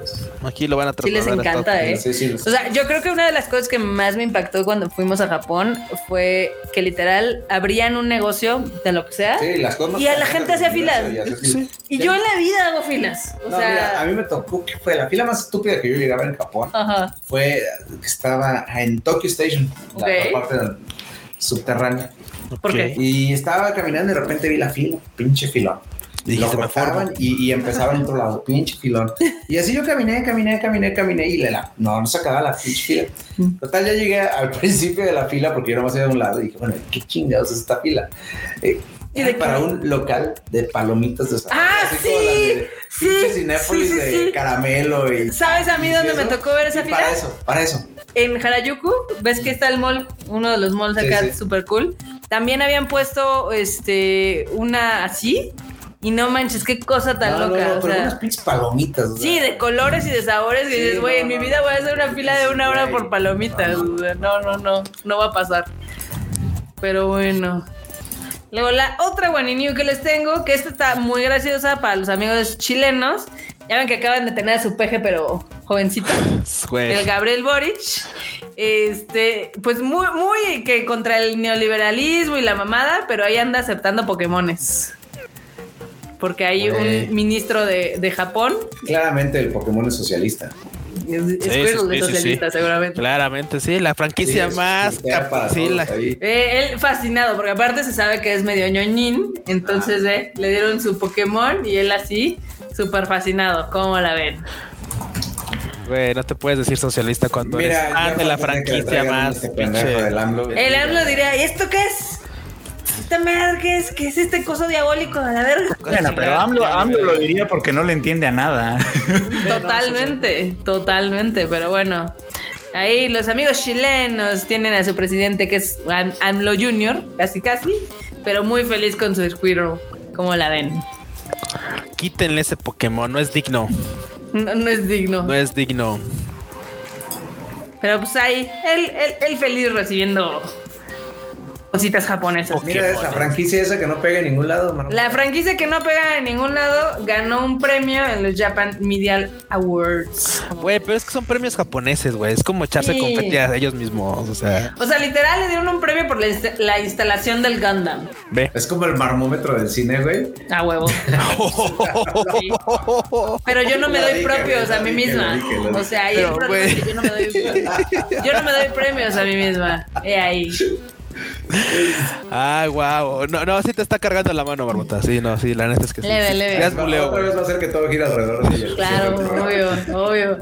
Speaker 2: Aquí lo van a
Speaker 1: Sí
Speaker 2: trasladar.
Speaker 1: les
Speaker 2: a
Speaker 1: encanta,
Speaker 2: Estados
Speaker 1: ¿eh?
Speaker 2: Unidos.
Speaker 3: Sí, sí, los-
Speaker 1: O sea, yo creo que una de las cosas que más me impactó cuando fuimos a Japón fue que literal abrían un negocio de lo que sea.
Speaker 3: sí, las cosas más
Speaker 1: Y a la
Speaker 3: perras
Speaker 1: gente
Speaker 3: del
Speaker 1: hacía
Speaker 3: universo,
Speaker 1: filas.
Speaker 3: y hacía
Speaker 2: Sí.
Speaker 3: filas.
Speaker 1: Y yo en la vida hago filas. O
Speaker 3: No,
Speaker 1: sea,
Speaker 3: mira, a mí me tocó que fue la fila más estúpida que yo llegaba en Japón.
Speaker 1: ajá.
Speaker 3: Fue que estaba en Tokyo Station, la-
Speaker 1: Ok.
Speaker 3: la, parte subterránea.
Speaker 1: ¿Por qué?
Speaker 2: Ok.
Speaker 3: Y estaba caminando y de repente vi la fila, pinche filón.
Speaker 2: Y
Speaker 3: lo
Speaker 2: dijiste, me
Speaker 3: cortaban y, y empezaban en otro lado, pinche filón. Y así yo caminé, caminé, caminé, caminé y le la, no, no se acababa la pinche fila. Total, ya llegué al principio de la fila porque yo nomás iba a un lado y dije, bueno, ¿qué chingados es esta fila? Eh,
Speaker 1: ¿Y de
Speaker 3: para
Speaker 1: qué?
Speaker 3: un local de palomitas de sabor,
Speaker 1: Ah,
Speaker 3: como
Speaker 1: sí.
Speaker 3: las de
Speaker 1: Sí,
Speaker 3: pinche Cinépolis
Speaker 1: sí, sí,
Speaker 3: de
Speaker 1: sí.
Speaker 3: caramelo y...
Speaker 1: ¿Sabes a mí
Speaker 3: y
Speaker 1: dónde
Speaker 3: eso?
Speaker 1: me tocó ver
Speaker 3: Y
Speaker 1: esa fila?
Speaker 3: Para eso, para eso.
Speaker 1: En Harajuku, ves que está el mall, uno de los malls
Speaker 3: Sí,
Speaker 1: acá
Speaker 3: sí.
Speaker 1: super cool. También habían puesto este una así y no manches, qué cosa tan
Speaker 3: No, no,
Speaker 1: loca.
Speaker 3: no,
Speaker 1: o
Speaker 3: pero
Speaker 1: sea.
Speaker 3: unas pinches palomitas. o sea.
Speaker 1: Sí, de colores y de sabores. que
Speaker 3: Sí,
Speaker 1: dices, güey,
Speaker 3: no,
Speaker 1: en mi
Speaker 3: no,
Speaker 1: vida
Speaker 3: no.
Speaker 1: voy a hacer una fila de una hora
Speaker 3: Güey,
Speaker 1: por palomitas.
Speaker 3: no, no.
Speaker 1: o sea, No, no, no, no va a pasar. Pero bueno. Luego la otra One New que les tengo, que esta está muy graciosa para los amigos chilenos. Ya ven que acaban de tener a su peje, pero jovencito
Speaker 2: Güey.
Speaker 1: el Gabriel Boric, este, pues muy, muy que contra el neoliberalismo y la mamada, pero ahí anda aceptando Pokémones. Porque hay
Speaker 3: Güey.
Speaker 1: un ministro de, de Japón,
Speaker 3: Claramente el Pokémon es socialista.
Speaker 1: es, es
Speaker 2: Sí,
Speaker 1: Squirtle,
Speaker 2: sí,
Speaker 1: de
Speaker 2: sí,
Speaker 1: socialista seguramente.
Speaker 2: Claramente, sí, la franquicia
Speaker 3: es-
Speaker 2: más.
Speaker 3: está
Speaker 2: cap-
Speaker 3: para
Speaker 2: sí,
Speaker 3: todos
Speaker 2: la-
Speaker 3: ahí.
Speaker 1: Eh, él fascinado, porque aparte se sabe que es medio ñoñín, entonces
Speaker 2: Ah.
Speaker 1: eh, le dieron su Pokémon y él así, súper fascinado, ¿cómo la ven?
Speaker 2: Güey, no te puedes decir socialista cuando eres
Speaker 3: ya
Speaker 2: fan de la
Speaker 3: falta que le
Speaker 2: franquicia
Speaker 3: traigan
Speaker 2: más.
Speaker 3: este
Speaker 2: pinche-
Speaker 3: pendejo del AMLO.
Speaker 2: Pues
Speaker 1: El hablo diría, ¿y esto qué es? ¿Esta madre qué es? ¿Qué es este coso diabólico? A la verga.
Speaker 4: Bueno, pero AMLO, AMLO lo diría porque no le entiende a nada.
Speaker 1: Totalmente, totalmente, pero bueno. Ahí los amigos chilenos tienen a su presidente que es Am- AMLO Junior, casi casi, pero muy feliz con su Squirrel, como la ven.
Speaker 2: Quítenle ese Pokémon, no es digno.
Speaker 1: No, no es digno.
Speaker 2: No es digno.
Speaker 1: Pero pues ahí, él, él, él feliz recibiendo cositas japonesas.
Speaker 3: Mira esa franquicia esa que no pega en ningún lado, mano.
Speaker 1: La franquicia que no pega en ningún lado ganó un premio en los Japan Media Awards.
Speaker 2: Güey, pero es que son premios japoneses, güey. Es como echarse
Speaker 1: Sí.
Speaker 2: confeti a ellos mismos. O sea,
Speaker 1: O sea, literal le dieron un premio por la, inst- la instalación del Gundam.
Speaker 2: ve.
Speaker 3: Es como el marmómetro del cine, güey.
Speaker 1: A huevo. Sí. Pero yo no me
Speaker 3: Lo
Speaker 1: doy
Speaker 3: dije,
Speaker 1: propios
Speaker 3: güey,
Speaker 1: a
Speaker 3: lo
Speaker 1: mí
Speaker 3: dije, lo
Speaker 1: misma.
Speaker 3: dije, lo dije.
Speaker 1: O sea, ahí el
Speaker 2: Pero,
Speaker 1: problema es que yo no me doy yo no me doy premios a mí misma. He ahí.
Speaker 2: Ah, wow. No, no, sí te está cargando la mano, Barbota. Sí, no, sí, la neta es que sí.
Speaker 1: Leve,
Speaker 2: Sí,
Speaker 1: leve.
Speaker 2: ya es
Speaker 3: Va-
Speaker 2: buleo,
Speaker 3: Otra
Speaker 2: güey.
Speaker 3: vez va a ser que todo gira alrededor de ella.
Speaker 1: Claro,
Speaker 3: Sí, güey.
Speaker 1: obvio, obvio.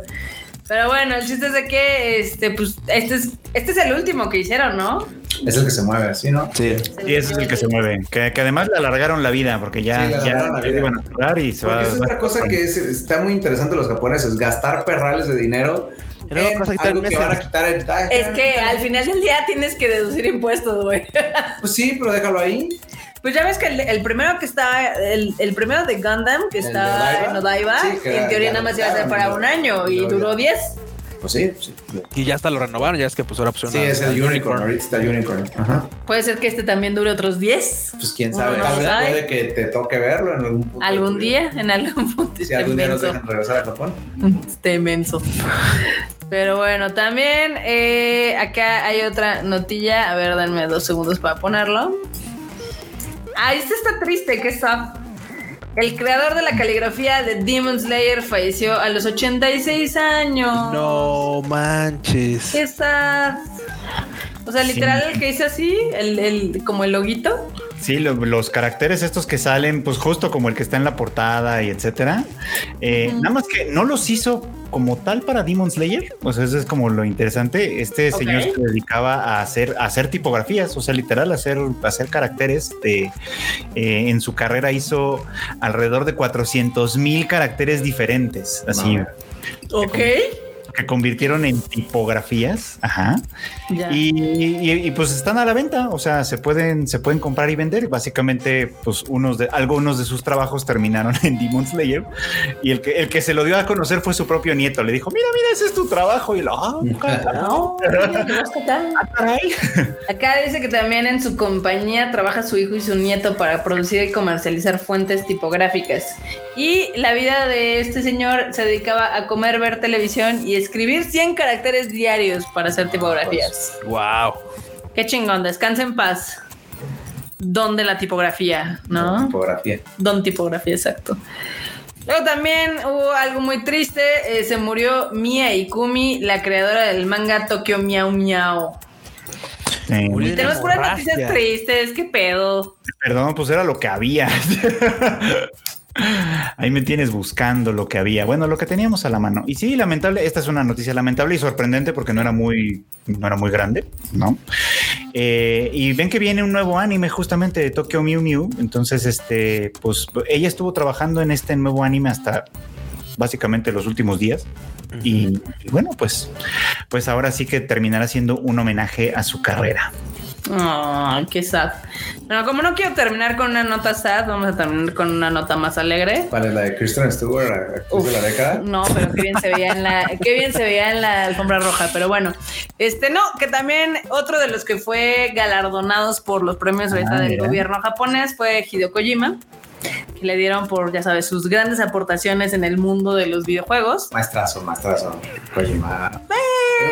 Speaker 1: Pero bueno, el chiste es de que este, pues, este es, este es el último que hicieron, ¿no?
Speaker 3: Es el que se mueve así, ¿no?
Speaker 2: Sí.
Speaker 4: Y ese es el que se mueve. Que, que además le alargaron la vida porque ya,
Speaker 3: Sí, le
Speaker 4: ya,
Speaker 3: alargaron la
Speaker 4: ya
Speaker 3: vida.
Speaker 4: iban a curar y se va
Speaker 3: Porque es
Speaker 4: va-
Speaker 3: otra cosa que es- está muy interesante los japoneses, gastar perrales de dinero
Speaker 2: Y luego
Speaker 3: en
Speaker 2: vas a quitar
Speaker 3: algo que
Speaker 2: meses.
Speaker 3: van a quitar el... Ay,
Speaker 1: Es que al final del día tienes que deducir impuestos, güey.
Speaker 3: Pues sí, pero déjalo ahí.
Speaker 1: Pues ya ves que el, el primero que estaba, el, el primero de Gundam que
Speaker 3: ¿El de
Speaker 1: estaba
Speaker 3: Odaiba?
Speaker 1: en Odaiba,
Speaker 3: Sí, que
Speaker 1: en teoría
Speaker 3: ya
Speaker 1: nada más iba a ser
Speaker 3: lo
Speaker 1: para
Speaker 3: quitaron,
Speaker 1: un año y
Speaker 3: lo-
Speaker 1: duró 10.
Speaker 3: Pues sí, sí.
Speaker 2: Y ya hasta lo renovaron, ya es que pues ahora pusieron
Speaker 3: Sí,
Speaker 2: a-
Speaker 3: es el unicorn, ahorita está el unicorn. Ajá.
Speaker 1: Puede ser que este también dure otros 10.
Speaker 3: Pues quién
Speaker 1: Uno
Speaker 3: sabe,
Speaker 1: no
Speaker 3: tal vez
Speaker 1: sabe.
Speaker 3: puede que te toque verlo en algún punto. de tu
Speaker 1: Algún
Speaker 3: vida.
Speaker 1: día, en algún punto.
Speaker 3: Si
Speaker 1: está
Speaker 3: algún día nos
Speaker 1: inmenso.
Speaker 3: dejan regresar a Japón.
Speaker 1: Está inmenso. Pero bueno, también eh, acá hay otra notilla. A ver, denme dos segundos para ponerlo. Ah, este está triste, que está. El creador de la caligrafía de Demon Slayer falleció a los 86 años.
Speaker 2: No manches.
Speaker 1: ¿Qué está? O sea, literal,
Speaker 4: Sí.
Speaker 1: el que hice así, el, el- como el loguito.
Speaker 4: Sí, lo- los caracteres estos que salen, pues justo como el que está en la portada y etcétera. Eh, Nada más que no los hizo como tal para Demon Slayer. O sea, eso es como lo interesante. Este
Speaker 1: Ok.
Speaker 4: señor se dedicaba a hacer, a hacer tipografías, o sea, literal, a hacer, a hacer caracteres. De, eh, en su carrera hizo alrededor de 400 mil caracteres diferentes, así
Speaker 3: Wow.
Speaker 1: Ok.
Speaker 4: que convirtieron en tipografías. Ajá.
Speaker 1: Ya.
Speaker 4: Y, y- y, pues están a la venta, o sea, se pueden, se pueden comprar y vender. Básicamente, pues unos de algunos de sus trabajos terminaron en Demon Slayer y el que, el que se lo dio a conocer fue su propio nieto. Le dijo, mira, mira, ese es tu trabajo. Y lo, ah,
Speaker 1: No, mira, lo vas a catar.
Speaker 4: caray.
Speaker 1: Acá dice que también en su compañía trabaja su hijo y su nieto para producir y comercializar fuentes tipográficas. Y la vida de este señor se dedicaba a comer, ver televisión y escribir 100 caracteres diarios para hacer tipografías.
Speaker 2: Wow.
Speaker 1: Qué chingón, descansa en paz. Don de la tipografía,
Speaker 3: La
Speaker 1: ¿no?
Speaker 3: Tipografía.
Speaker 1: Don tipografía, exacto. Luego también hubo algo muy triste, eh, se murió Mia Ikumi, la creadora del manga Tokyo Miau Miau.
Speaker 4: Eh,
Speaker 2: Murió de
Speaker 1: Tenemos puras
Speaker 2: hemorragia.
Speaker 1: noticias tristes, qué pedo.
Speaker 4: perdón, pues era lo que había. Ahí me tienes buscando lo que había. Bueno, lo que teníamos a la mano. Y sí, lamentable, esta es una noticia lamentable y sorprendente porque no era muy, no era muy grande, ¿no? Eh, y ven que viene un nuevo anime justamente de Tokyo Mew Mew. Entonces, este, pues ella estuvo trabajando en este nuevo anime hasta básicamente los últimos días. Y, y bueno, pues, pues ahora sí que terminará siendo un homenaje a su carrera.
Speaker 1: Ah, qué sad. Bueno, como no quiero terminar con una nota sad, vamos a terminar con una nota más alegre.
Speaker 3: ¿Cuál es la de Kristen Stewart, la actriz de la
Speaker 1: Uf,
Speaker 3: década?
Speaker 1: No, pero qué bien se veía en la, qué bien se veía en la alfombra roja. Pero bueno, este no, que también otro de los que fue galardonados por los premios ahorita
Speaker 4: Ah,
Speaker 1: del
Speaker 4: mira.
Speaker 1: gobierno japonés fue Hideo Kojima, que le dieron por, ya sabes, sus grandes aportaciones en el mundo de los videojuegos.
Speaker 3: Maestrazo, maestrazo. Kojima.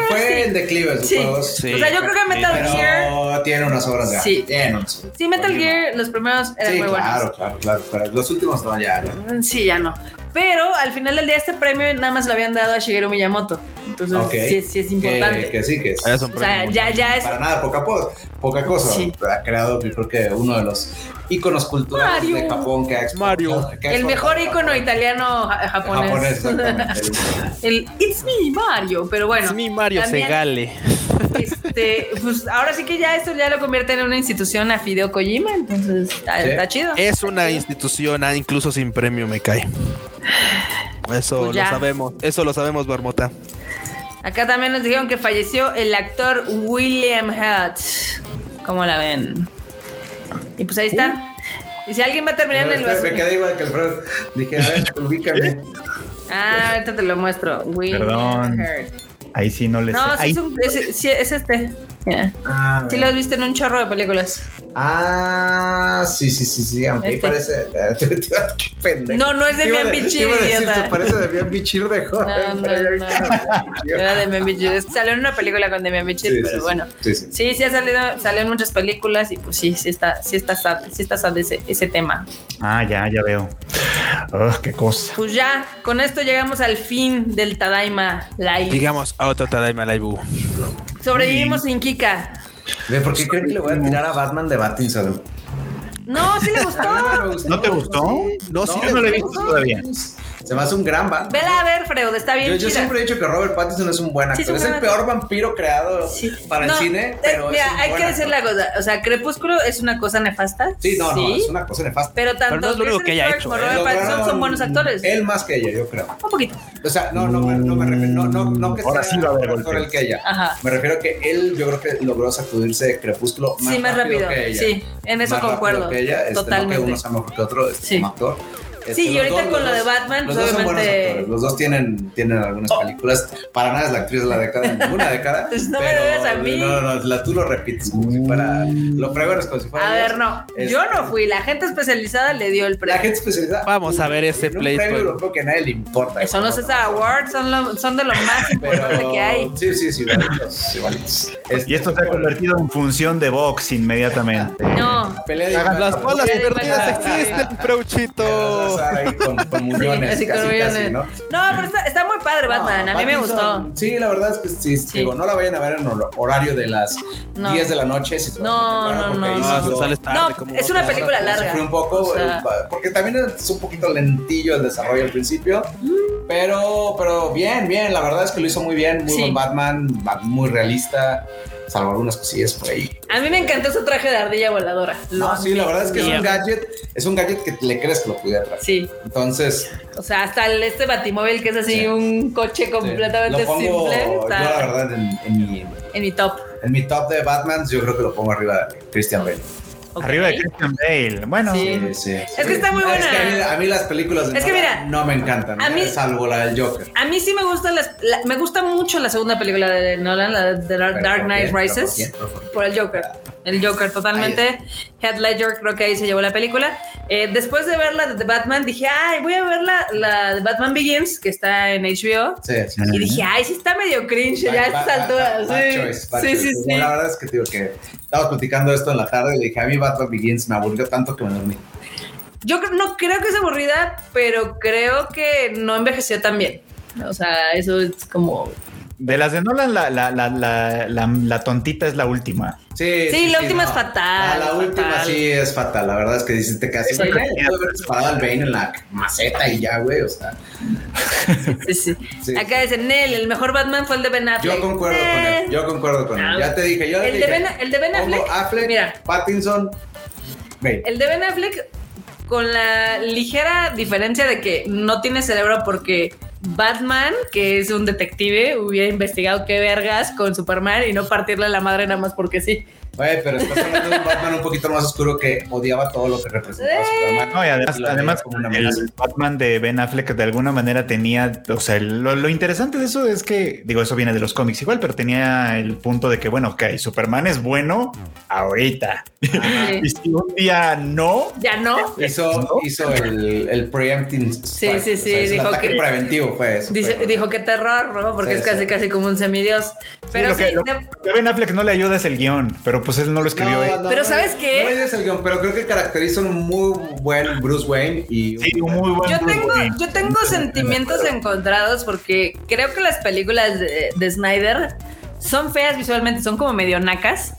Speaker 3: Fue en declive sus
Speaker 1: Sí.
Speaker 3: juegos.
Speaker 2: Sí.
Speaker 1: o sea, yo creo que Metal Gear,
Speaker 3: Pero tiene unas obras de arte,
Speaker 1: Sí.
Speaker 3: tiene unas obras.
Speaker 1: sí, Metal
Speaker 3: Kojima.
Speaker 1: Gear, los primeros eran
Speaker 3: Sí,
Speaker 1: muy buenos.
Speaker 3: claro, claro, claro, claro. Los últimos no, ya. ya.
Speaker 1: Mm, Sí, ya no. Pero al final del día este premio nada más lo habían dado a Shigeru Miyamoto. Entonces
Speaker 3: Ok.
Speaker 1: sí, es- sí es importante.
Speaker 3: Que, que sí, que es.
Speaker 2: Ahora son
Speaker 1: o sea,
Speaker 2: premios.
Speaker 1: ya, ya es...
Speaker 3: Para nada, poca, po- poca cosa.
Speaker 1: Sí.
Speaker 3: Ha creado, yo creo que uno de los íconos culturales
Speaker 1: Mario.
Speaker 3: de Japón que ha exportado-
Speaker 2: Mario.
Speaker 3: que ha
Speaker 1: El
Speaker 3: exportado
Speaker 1: mejor
Speaker 3: Japón.
Speaker 1: icono italiano ja- japonés.
Speaker 3: Japonés, exactamente.
Speaker 1: El It's Me Mario, pero bueno,
Speaker 2: Es mi Mario
Speaker 1: también-
Speaker 2: Segale.
Speaker 1: este, pues ahora sí que ya esto ya lo convierte en una institución a Fideo Kojima, entonces está,
Speaker 3: Sí.
Speaker 1: está chido.
Speaker 2: Es una institución, ah, incluso sin premio me cae. Eso
Speaker 1: Pues
Speaker 2: lo
Speaker 1: ya.
Speaker 2: sabemos, eso lo sabemos, Barmota.
Speaker 1: Acá también nos dijeron que falleció el actor William Hurt. ¿Cómo la ven? Y pues ahí está. Y si alguien va a terminar en el
Speaker 3: Uh. Me
Speaker 1: vacío.
Speaker 3: quedé igual que el Fred. Dije, a ver, ubícame.
Speaker 1: Ah, ahorita te lo muestro. William
Speaker 4: Perdón.
Speaker 1: Hurt.
Speaker 4: Ahí sí no les.
Speaker 1: No, sí
Speaker 4: ahí
Speaker 1: es, un- es- sí, es este. Mira.
Speaker 3: Ah,
Speaker 1: Sí lo has visto en un chorro de películas.
Speaker 3: Ah, sí, sí, sí, sí. Aunque ahí
Speaker 1: Este.
Speaker 3: parece. Qué pendejo.
Speaker 1: No, no es de
Speaker 3: Iba a
Speaker 1: Mian
Speaker 3: decir-
Speaker 1: Bichir,
Speaker 3: iba a decir,
Speaker 1: idiota.
Speaker 3: se parece de Bian Bichir de joven.
Speaker 1: No, no,
Speaker 3: pero
Speaker 1: no.
Speaker 3: ahorita-
Speaker 1: Era de Mian Bichir. Es que Salió en una película con Demian Bichir,
Speaker 3: Sí, sí,
Speaker 1: pero
Speaker 3: sí.
Speaker 1: bueno.
Speaker 3: Sí, sí.
Speaker 1: Sí, sí ha salido, salió en muchas películas y pues sí, sí está, sí está sad, sí está sad ese, ese tema.
Speaker 4: Ah, ya, ya veo. Oh, qué cosa.
Speaker 1: Pues ya, con esto llegamos al fin del Tadaima Live.
Speaker 2: Digamos a otro Tadaima Laibu.
Speaker 1: Sobrevivimos sin Kika.
Speaker 3: Ve, ¿Por
Speaker 4: Pues,
Speaker 3: qué creen que le voy a tirar a Batman de Battinson?
Speaker 1: No, sí le gustó.
Speaker 4: ¿No te gustó?
Speaker 2: No, sí,
Speaker 4: yo no lo he visto
Speaker 1: no.
Speaker 4: todavía.
Speaker 3: Se me hace un gran vampiro.
Speaker 1: Vela a ver, Freud, está bien.
Speaker 3: Yo, yo
Speaker 1: chida.
Speaker 3: siempre he dicho que Robert Pattinson es un buen
Speaker 1: Sí,
Speaker 3: actor.
Speaker 1: es un
Speaker 3: es el
Speaker 1: gran
Speaker 3: peor vampiro creado
Speaker 1: Sí.
Speaker 3: para
Speaker 1: No,
Speaker 3: el cine,
Speaker 1: eh,
Speaker 3: pero. es
Speaker 1: mira,
Speaker 3: un
Speaker 1: hay
Speaker 3: buen
Speaker 1: que decir la
Speaker 3: actor.
Speaker 1: cosa. O sea, Crepúsculo es una cosa nefasta.
Speaker 3: Sí, no, no, es una cosa nefasta.
Speaker 1: Pero tanto
Speaker 2: Pero no es lo único
Speaker 1: Kristen
Speaker 2: que
Speaker 1: Stewart
Speaker 2: haya hecho,
Speaker 1: como
Speaker 2: ¿eh?
Speaker 1: Robert Pattinson son
Speaker 3: Lograron
Speaker 1: buenos actores.
Speaker 3: Él más que ella, yo creo.
Speaker 1: Un poquito.
Speaker 3: O sea, no, no, me- no me refiero. No, no, no que
Speaker 4: Ahora
Speaker 3: sea
Speaker 4: sí va a haber
Speaker 3: mejor actor
Speaker 4: golpes.
Speaker 3: el que ella.
Speaker 1: Ajá.
Speaker 3: Me refiero a que él, yo creo que logró sacudirse de Crepúsculo más
Speaker 1: sí, más rápido.
Speaker 3: que ella.
Speaker 1: Sí, en eso
Speaker 3: Más rápido
Speaker 1: concuerdo.
Speaker 3: que ella, este, no
Speaker 1: Totalmente.
Speaker 3: que uno sea mejor que otro este,
Speaker 1: Sí.
Speaker 3: como actor. Este,
Speaker 1: Sí, y
Speaker 3: los
Speaker 1: ahorita
Speaker 3: dos-
Speaker 1: con
Speaker 3: los
Speaker 1: lo de
Speaker 3: dos-
Speaker 1: Batman,
Speaker 3: los dos son buenos
Speaker 1: obviamente- Oh.
Speaker 3: actores. Los dos tienen, tienen algunas películas. Para nada es la actriz de la década, de ninguna década.
Speaker 1: Pues no me
Speaker 3: pero-
Speaker 1: lo veas a mí.
Speaker 3: No, no, no, la, tú lo repites como si fuera.
Speaker 2: Mm.
Speaker 3: Lo pregonas como si fuera.
Speaker 1: A
Speaker 3: Dios.
Speaker 1: ver, no.
Speaker 3: Este,
Speaker 1: Yo no fui. La gente especializada le dio el
Speaker 3: La
Speaker 1: premio.
Speaker 3: gente especializada.
Speaker 2: Vamos a ver ese
Speaker 3: en un
Speaker 2: play,
Speaker 3: premio
Speaker 2: pues.
Speaker 3: europeo que a nadie le importa.
Speaker 1: Son los César Awards, son, lo- son de lo más importante
Speaker 3: Pero.
Speaker 1: que hay.
Speaker 3: Sí, sí, sí, igualitos, igualitos. Este,
Speaker 4: Y esto se ha convertido en función de box inmediatamente.
Speaker 1: No.
Speaker 3: Pelea de
Speaker 4: Hagan
Speaker 2: Las
Speaker 3: Batman.
Speaker 2: bolas
Speaker 1: Sí,
Speaker 2: perdidas
Speaker 1: sí.
Speaker 2: existen,
Speaker 3: Pero
Speaker 2: Prouchito.
Speaker 3: vas a estar ahí Con, con muñones,
Speaker 1: Sí, así
Speaker 3: casi,
Speaker 1: con
Speaker 3: casi,
Speaker 1: millones.
Speaker 3: ¿no?
Speaker 1: No, pero está, está muy padre Batman. a mí me
Speaker 3: Pattinson,
Speaker 1: gustó.
Speaker 3: Sí, la verdad es que sí,
Speaker 1: Sí.
Speaker 3: digo, no la vayan a ver en hor- horario de las
Speaker 1: No.
Speaker 3: 10 de la noche. Si te vas
Speaker 1: No,
Speaker 3: temprano,
Speaker 1: no,
Speaker 3: porque
Speaker 1: no.
Speaker 3: ahí sí
Speaker 2: Ah,
Speaker 3: yo-
Speaker 2: sales tarde,
Speaker 1: No,
Speaker 2: como
Speaker 1: es una
Speaker 2: otra hora.
Speaker 1: película larga.
Speaker 3: Sufrí un poco,
Speaker 1: O sea-
Speaker 3: eh, porque también es un poquito lentillo el desarrollo al principio, pero, pero bien, bien, la verdad es que lo hizo muy bien, muy
Speaker 1: Sí.
Speaker 3: buen Batman, ba- muy realista, salvo algunas cosillas por ahí.
Speaker 1: A mí me encantó su traje de ardilla voladora. Lo
Speaker 3: No, sí, la verdad es que es
Speaker 2: Bien.
Speaker 3: un gadget, es un gadget que le crees que lo pudiera atrás.
Speaker 1: Sí,
Speaker 3: Entonces,
Speaker 1: o sea, hasta el, este batimóvil que es así
Speaker 3: Sí.
Speaker 1: un coche completamente
Speaker 3: lo pongo,
Speaker 1: simple
Speaker 3: Yo,
Speaker 1: está
Speaker 3: la verdad, en, en mi,
Speaker 1: en mi top.
Speaker 3: en mi top de Batman, yo creo que lo pongo arriba de Christian Bale.
Speaker 1: ok.
Speaker 4: Arriba de Christian Bale. Bueno,
Speaker 1: Sí. Es que está muy
Speaker 3: Es que a, mí,
Speaker 1: buena.
Speaker 3: a mí las películas de
Speaker 1: Es que
Speaker 3: Nolan
Speaker 1: mira,
Speaker 3: no me encantan,
Speaker 1: a mí-
Speaker 3: salvo la del Joker.
Speaker 1: A mí sí me gusta las, la- me gusta mucho la segunda película de Nolan, la de The Dark,
Speaker 3: Pero
Speaker 1: Dark
Speaker 3: ¿por
Speaker 1: Knight
Speaker 3: qué?
Speaker 1: Rises,
Speaker 3: Pero ¿por qué?
Speaker 1: por el Joker. El Joker, totalmente. Head Ledger, creo que ahí se llevó la película. Eh, después de ver la de Batman, dije, ay, voy a ver la, la de Batman Begins, que está en HBO.
Speaker 3: Sí, sí.
Speaker 1: Y dije, ay, sí está medio cringe ya a
Speaker 3: Bad-
Speaker 1: estas
Speaker 3: bad-
Speaker 1: alturas.
Speaker 3: bad
Speaker 1: sí.
Speaker 3: choice, bad
Speaker 1: sí,
Speaker 3: choice.
Speaker 1: sí,
Speaker 3: Yo
Speaker 1: sí.
Speaker 3: La verdad es que digo que estábamos platicando esto en la tarde y le dije, a mí Batman Begins me aburrió tanto que me dormí.
Speaker 1: Yo cre- no creo que es aburrida, pero creo que no envejeció tan bien. O sea, eso es como.
Speaker 4: de las de Nolan, la, la, la, la, la- la tontita es la última.
Speaker 3: Sí,
Speaker 1: Sí, la última es fatal,
Speaker 3: La, la última
Speaker 1: fatal.
Speaker 3: sí es fatal. La verdad es que dices, te casi
Speaker 1: Sí.
Speaker 3: me haber disparado al Bane en la maceta y ya, güey. O sea,
Speaker 1: Sí, sí.
Speaker 3: Sí.
Speaker 1: Acá dicen, Nel, el mejor Batman fue el de Ben Affleck. Eh,
Speaker 3: yo concuerdo con él. Yo concuerdo con él. Ya te dije, yo le
Speaker 1: Ah, El de
Speaker 3: dije,
Speaker 1: Ben, el de Ben
Speaker 3: pongo
Speaker 1: Affleck.
Speaker 3: Affleck,
Speaker 1: Mira,
Speaker 3: Pattinson, Bane.
Speaker 1: el de Ben Affleck, con la ligera diferencia de que no tiene cerebro porque. Batman, que es un detective, hubiera investigado qué vergas con Superman y no partirle la madre nada más porque sí.
Speaker 3: Güey, pero estás hablando de un Batman un poquito más oscuro que odiaba todo lo que representaba
Speaker 1: Sí.
Speaker 3: Superman.
Speaker 4: No, y además,
Speaker 3: Lo veía
Speaker 4: además
Speaker 3: como una
Speaker 4: el
Speaker 3: amenaza.
Speaker 4: Batman de Ben Affleck de alguna manera tenía, o sea, lo, lo interesante de eso es que, digo, eso viene de los cómics igual, pero tenía el punto de que, bueno, ok, Superman es bueno ahorita.
Speaker 1: Sí.
Speaker 4: Y si un día no,
Speaker 1: Ya no,
Speaker 3: Hizo,
Speaker 4: ¿No?
Speaker 3: hizo el, el preempting. strike,
Speaker 1: sí,
Speaker 3: o sea,
Speaker 1: sí,
Speaker 3: es un
Speaker 1: dijo
Speaker 3: ataque
Speaker 1: que-
Speaker 3: preventivo, fue eso.
Speaker 1: Dice-
Speaker 3: fue.
Speaker 1: dijo que terror, ¿no? Porque
Speaker 3: Sí,
Speaker 1: es casi
Speaker 3: sí.
Speaker 1: casi como un semidios. Pero
Speaker 4: lo
Speaker 1: sí,
Speaker 4: que- lo-
Speaker 1: de-
Speaker 4: a Ben Affleck no le ayuda es el guión, pero pues él no lo escribió. él.
Speaker 1: Pero ¿sabes
Speaker 3: no,
Speaker 1: qué?
Speaker 3: No me digas el guión, pero creo que caracteriza un muy buen Bruce Wayne y
Speaker 4: Sí, un muy buen pues,
Speaker 1: yo
Speaker 4: Bruce
Speaker 1: tengo,
Speaker 4: Wayne.
Speaker 1: yo tengo sentimientos encontrados porque creo que las películas de, de Snyder son feas visualmente, son como medio nacas.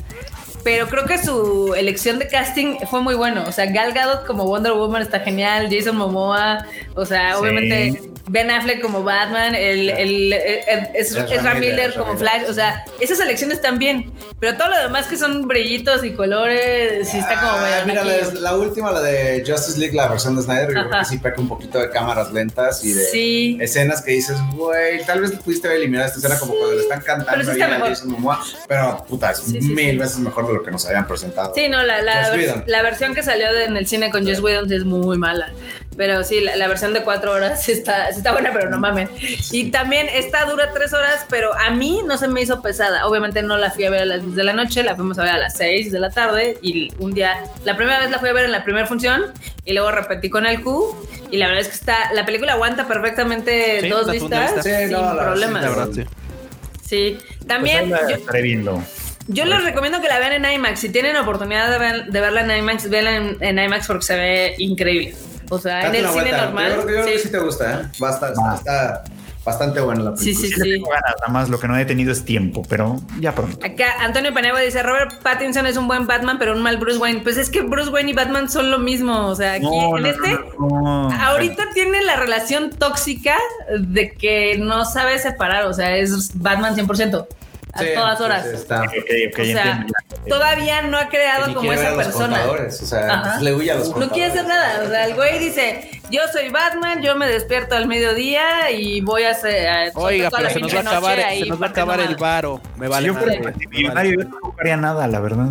Speaker 1: Pero creo que su elección de casting fue muy bueno. O sea, Gal Gadot como Wonder Woman está genial, Jason Momoa, o sea,
Speaker 4: Sí.
Speaker 1: obviamente Ben Affleck como Batman, el, el, el- el- es-
Speaker 3: Ezra
Speaker 1: Ezra
Speaker 3: Miller,
Speaker 1: Miller
Speaker 3: Ezra
Speaker 1: como
Speaker 3: Miller.
Speaker 1: Flash, o sea, esas elecciones están bien. Pero todo lo demás que son brillitos y colores, sí está como
Speaker 3: Ah,
Speaker 1: medio
Speaker 3: mira, la,
Speaker 1: naquillo.
Speaker 3: la última, la de Justice League, la versión de Snyder, yo creo
Speaker 1: Ajá.
Speaker 3: que sí peca un poquito de cámaras lentas y de
Speaker 1: Sí.
Speaker 3: escenas que dices, güey, tal vez pudiste haber eliminado esta escena como cuando le están cantando
Speaker 1: pero sí está
Speaker 3: ahí a
Speaker 1: mejor.
Speaker 3: Jason Momoa, pero puta, es
Speaker 1: Sí, sí,
Speaker 3: mil
Speaker 1: sí.
Speaker 3: veces mejor de lo que nos habían presentado.
Speaker 1: Sí, no, la, la,
Speaker 3: Joss
Speaker 1: vers-
Speaker 3: Whedon.
Speaker 1: la versión que salió de- en el cine con Joss Whedon sí es muy mala. Pero sí, la, la versión de cuatro horas sí está, sí está buena, pero no mames. Y también esta dura tres horas, pero a mí no se me hizo pesada. Obviamente no la fui a ver a las 10 de la noche, la fuimos a ver a las 6 de la tarde. Y un día, la primera vez la fui a ver en la primera función y luego repetí con el Q. Y la verdad es que está, la película aguanta perfectamente
Speaker 2: Sí,
Speaker 1: dos
Speaker 2: la segunda
Speaker 1: vistas
Speaker 2: vista.
Speaker 3: Sí,
Speaker 1: sin
Speaker 3: no, la- sí, la
Speaker 1: problemas.
Speaker 2: La verdad, sí.
Speaker 1: Sí.
Speaker 4: Pues ahí
Speaker 1: también
Speaker 4: la
Speaker 1: yo-
Speaker 4: estaré viendo.
Speaker 1: yo les recomiendo que la vean en IMAX. Si tienen oportunidad de, ver- de verla en IMAX, véanla en, en IMAX porque se ve increíble. O sea,
Speaker 3: Date
Speaker 1: en el
Speaker 3: una
Speaker 1: cine
Speaker 3: vuelta. Yo
Speaker 1: normal.
Speaker 3: creo que yo creo que
Speaker 1: sí.
Speaker 3: sí te gusta, ¿eh? Basta,
Speaker 4: Va.
Speaker 3: está, Bastante buena la
Speaker 1: Sí,
Speaker 3: película.
Speaker 1: sí,
Speaker 4: Sí Pues, le
Speaker 1: sí.
Speaker 4: tengo ganas, nada más lo que no he tenido es tiempo, pero ya pronto.
Speaker 1: Acá Antonio Paniagua dice, Robert Pattinson es un buen Batman, pero un mal Bruce Wayne. Pues es que Bruce Wayne y Batman son lo mismo. O sea, aquí
Speaker 4: No,
Speaker 1: en
Speaker 4: no,
Speaker 1: este...
Speaker 4: no, no, no.
Speaker 1: Ahorita tiene la relación tóxica de que no sabe separar, o sea, es Batman 100%, a
Speaker 3: Sí,
Speaker 1: todas
Speaker 3: sí,
Speaker 1: horas.
Speaker 3: sí, está.
Speaker 4: Ok, ok, ok,
Speaker 1: O sea,
Speaker 4: entiendo.
Speaker 1: Todavía no ha creado
Speaker 3: Eh, Ni
Speaker 1: como
Speaker 3: quiere ver
Speaker 1: esa
Speaker 3: a los
Speaker 1: persona.
Speaker 3: contadores, o sea,
Speaker 1: Ajá.
Speaker 3: le huye a los
Speaker 1: No quiere hacer nada. O sea, el güey dice: Yo soy Batman, yo me despierto al mediodía y voy a hacer. a-
Speaker 2: Oiga,
Speaker 1: toda la
Speaker 2: pero se nos
Speaker 1: pinche
Speaker 2: va a acabar,
Speaker 1: noche
Speaker 2: se
Speaker 1: ahí
Speaker 2: nos va a acabar el
Speaker 1: partiendo
Speaker 2: varo. Me vale.
Speaker 4: si yo fuera
Speaker 2: madre, me
Speaker 4: millonario,
Speaker 2: vale.
Speaker 4: yo no compraría nada, la verdad.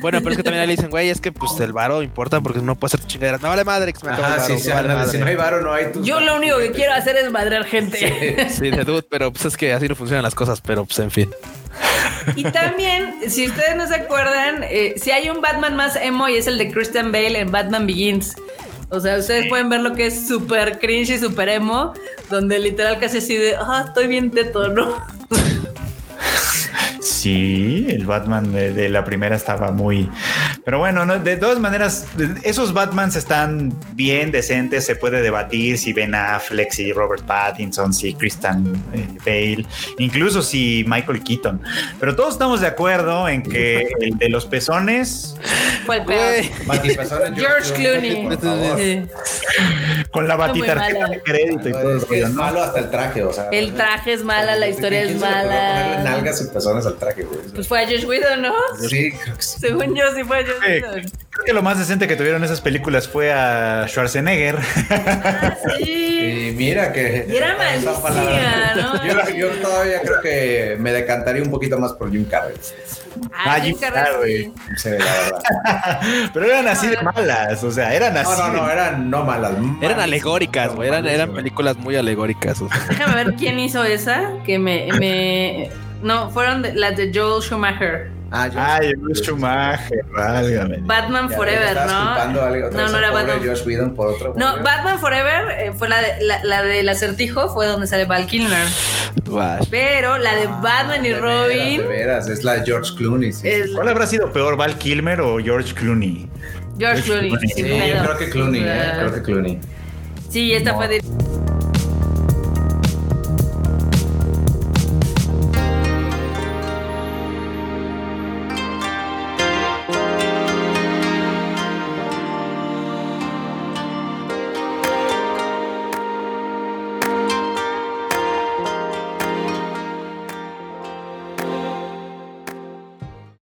Speaker 2: Bueno, pero es que también ahí le dicen, güey, es que pues el varo importa porque no puede ser chingaderas. No vale madre que se me acaba
Speaker 3: Ajá,
Speaker 2: el varo.
Speaker 3: sí,
Speaker 2: no
Speaker 3: sí,
Speaker 2: vale
Speaker 3: ándale, si no
Speaker 2: madre.
Speaker 3: hay varo, no hay
Speaker 1: madre.
Speaker 3: tus
Speaker 1: Yo lo único que quiero hacer es madrear gente.
Speaker 2: Sí, de dude, pero pues es que así no funcionan las cosas, pero pues en fin.
Speaker 1: Y también, si ustedes no se acuerdan, eh, si hay un Batman más emo y es el de Christian Bale en Batman Begins. O sea, ustedes pueden ver lo que es súper cringe y súper emo, donde literal casi así de, ah, estoy bien teto, ¿no?
Speaker 4: Sí, el Batman de, de la primera estaba muy. Pero bueno, no, de todas maneras, de- esos Batmans están bien decentes. Se puede debatir si Ben Affleck, si Robert Pattinson, si Christian eh, Bale, incluso si Michael Keaton. Pero todos estamos de acuerdo en que el de los pezones
Speaker 1: Fue el peor.
Speaker 2: Güey,
Speaker 3: Matipazón de
Speaker 1: George Clooney.
Speaker 3: por favor.
Speaker 1: Sí.
Speaker 4: con la
Speaker 1: Está muy
Speaker 4: batitarjeta
Speaker 1: mala.
Speaker 4: de crédito y todo el
Speaker 3: Es que
Speaker 4: rollo,
Speaker 3: es
Speaker 4: ¿no?
Speaker 3: malo hasta el traje, o sea.
Speaker 1: El traje es mala, la historia es
Speaker 3: ¿Quién se le ocurrió ponerle
Speaker 1: mala.
Speaker 3: Nalgas y personas al traje, güey.
Speaker 1: Pues fue a Josh Widow, ¿no?
Speaker 3: Sí, creo que sí.
Speaker 1: Según yo, sí fue a Josh
Speaker 4: Sí.
Speaker 1: Widow.
Speaker 4: Creo que lo más decente que tuvieron esas películas fue a Schwarzenegger.
Speaker 1: Ah, sí.
Speaker 3: Y mira que.
Speaker 1: Y era
Speaker 3: esa
Speaker 1: malísima,
Speaker 3: palabra.
Speaker 1: ¿no?
Speaker 3: Yo, yo todavía creo que me decantaría un poquito más por Jim Carrey.
Speaker 1: Ah,
Speaker 4: Ah,
Speaker 1: Jim
Speaker 4: Jim
Speaker 1: Carrey,
Speaker 4: Carrey.
Speaker 3: Sí, la verdad.
Speaker 4: Pero eran así
Speaker 1: Ah.
Speaker 4: de malas, o sea, eran así.
Speaker 3: No, no,
Speaker 4: de-
Speaker 3: no, eran no malas.
Speaker 2: Ah, eran
Speaker 3: malísimas,
Speaker 2: alegóricas, güey. Eran, eran
Speaker 3: malísimas.
Speaker 2: películas muy alegóricas. o sea.
Speaker 1: Déjame ver quién hizo esa, que me... me... No, fueron de- las de Joel Schumacher.
Speaker 3: Ah, yo-
Speaker 4: Ay, Bruce Schumacher, válgame.
Speaker 1: Batman
Speaker 3: Ya, ya
Speaker 1: Forever,
Speaker 3: estabas
Speaker 1: ¿no?
Speaker 3: culpando a alguien otra
Speaker 1: No,
Speaker 3: vez
Speaker 1: no
Speaker 3: al
Speaker 1: era
Speaker 3: pobre
Speaker 1: Batman.
Speaker 3: Josh Whedon por otro.
Speaker 1: No,
Speaker 3: güey.
Speaker 1: Batman Forever eh, fue la, de, la, la del acertijo, fue donde sale Val Kilmer.
Speaker 2: Guau.
Speaker 1: Pero la de
Speaker 3: Ah,
Speaker 1: Batman y
Speaker 3: de
Speaker 1: Robin,
Speaker 3: Veras, de veras, es la de George Clooney. Sí,
Speaker 1: Es-
Speaker 4: ¿Cuál habrá sido peor, Val Kilmer o George Clooney?
Speaker 1: George
Speaker 4: George
Speaker 1: Clooney.
Speaker 4: Clooney.
Speaker 1: sin
Speaker 3: Sí, yo
Speaker 1: pedos.
Speaker 3: creo que Clooney, eh,
Speaker 1: Ah,
Speaker 3: creo que Clooney.
Speaker 1: Sí, esta
Speaker 4: No.
Speaker 1: fue de...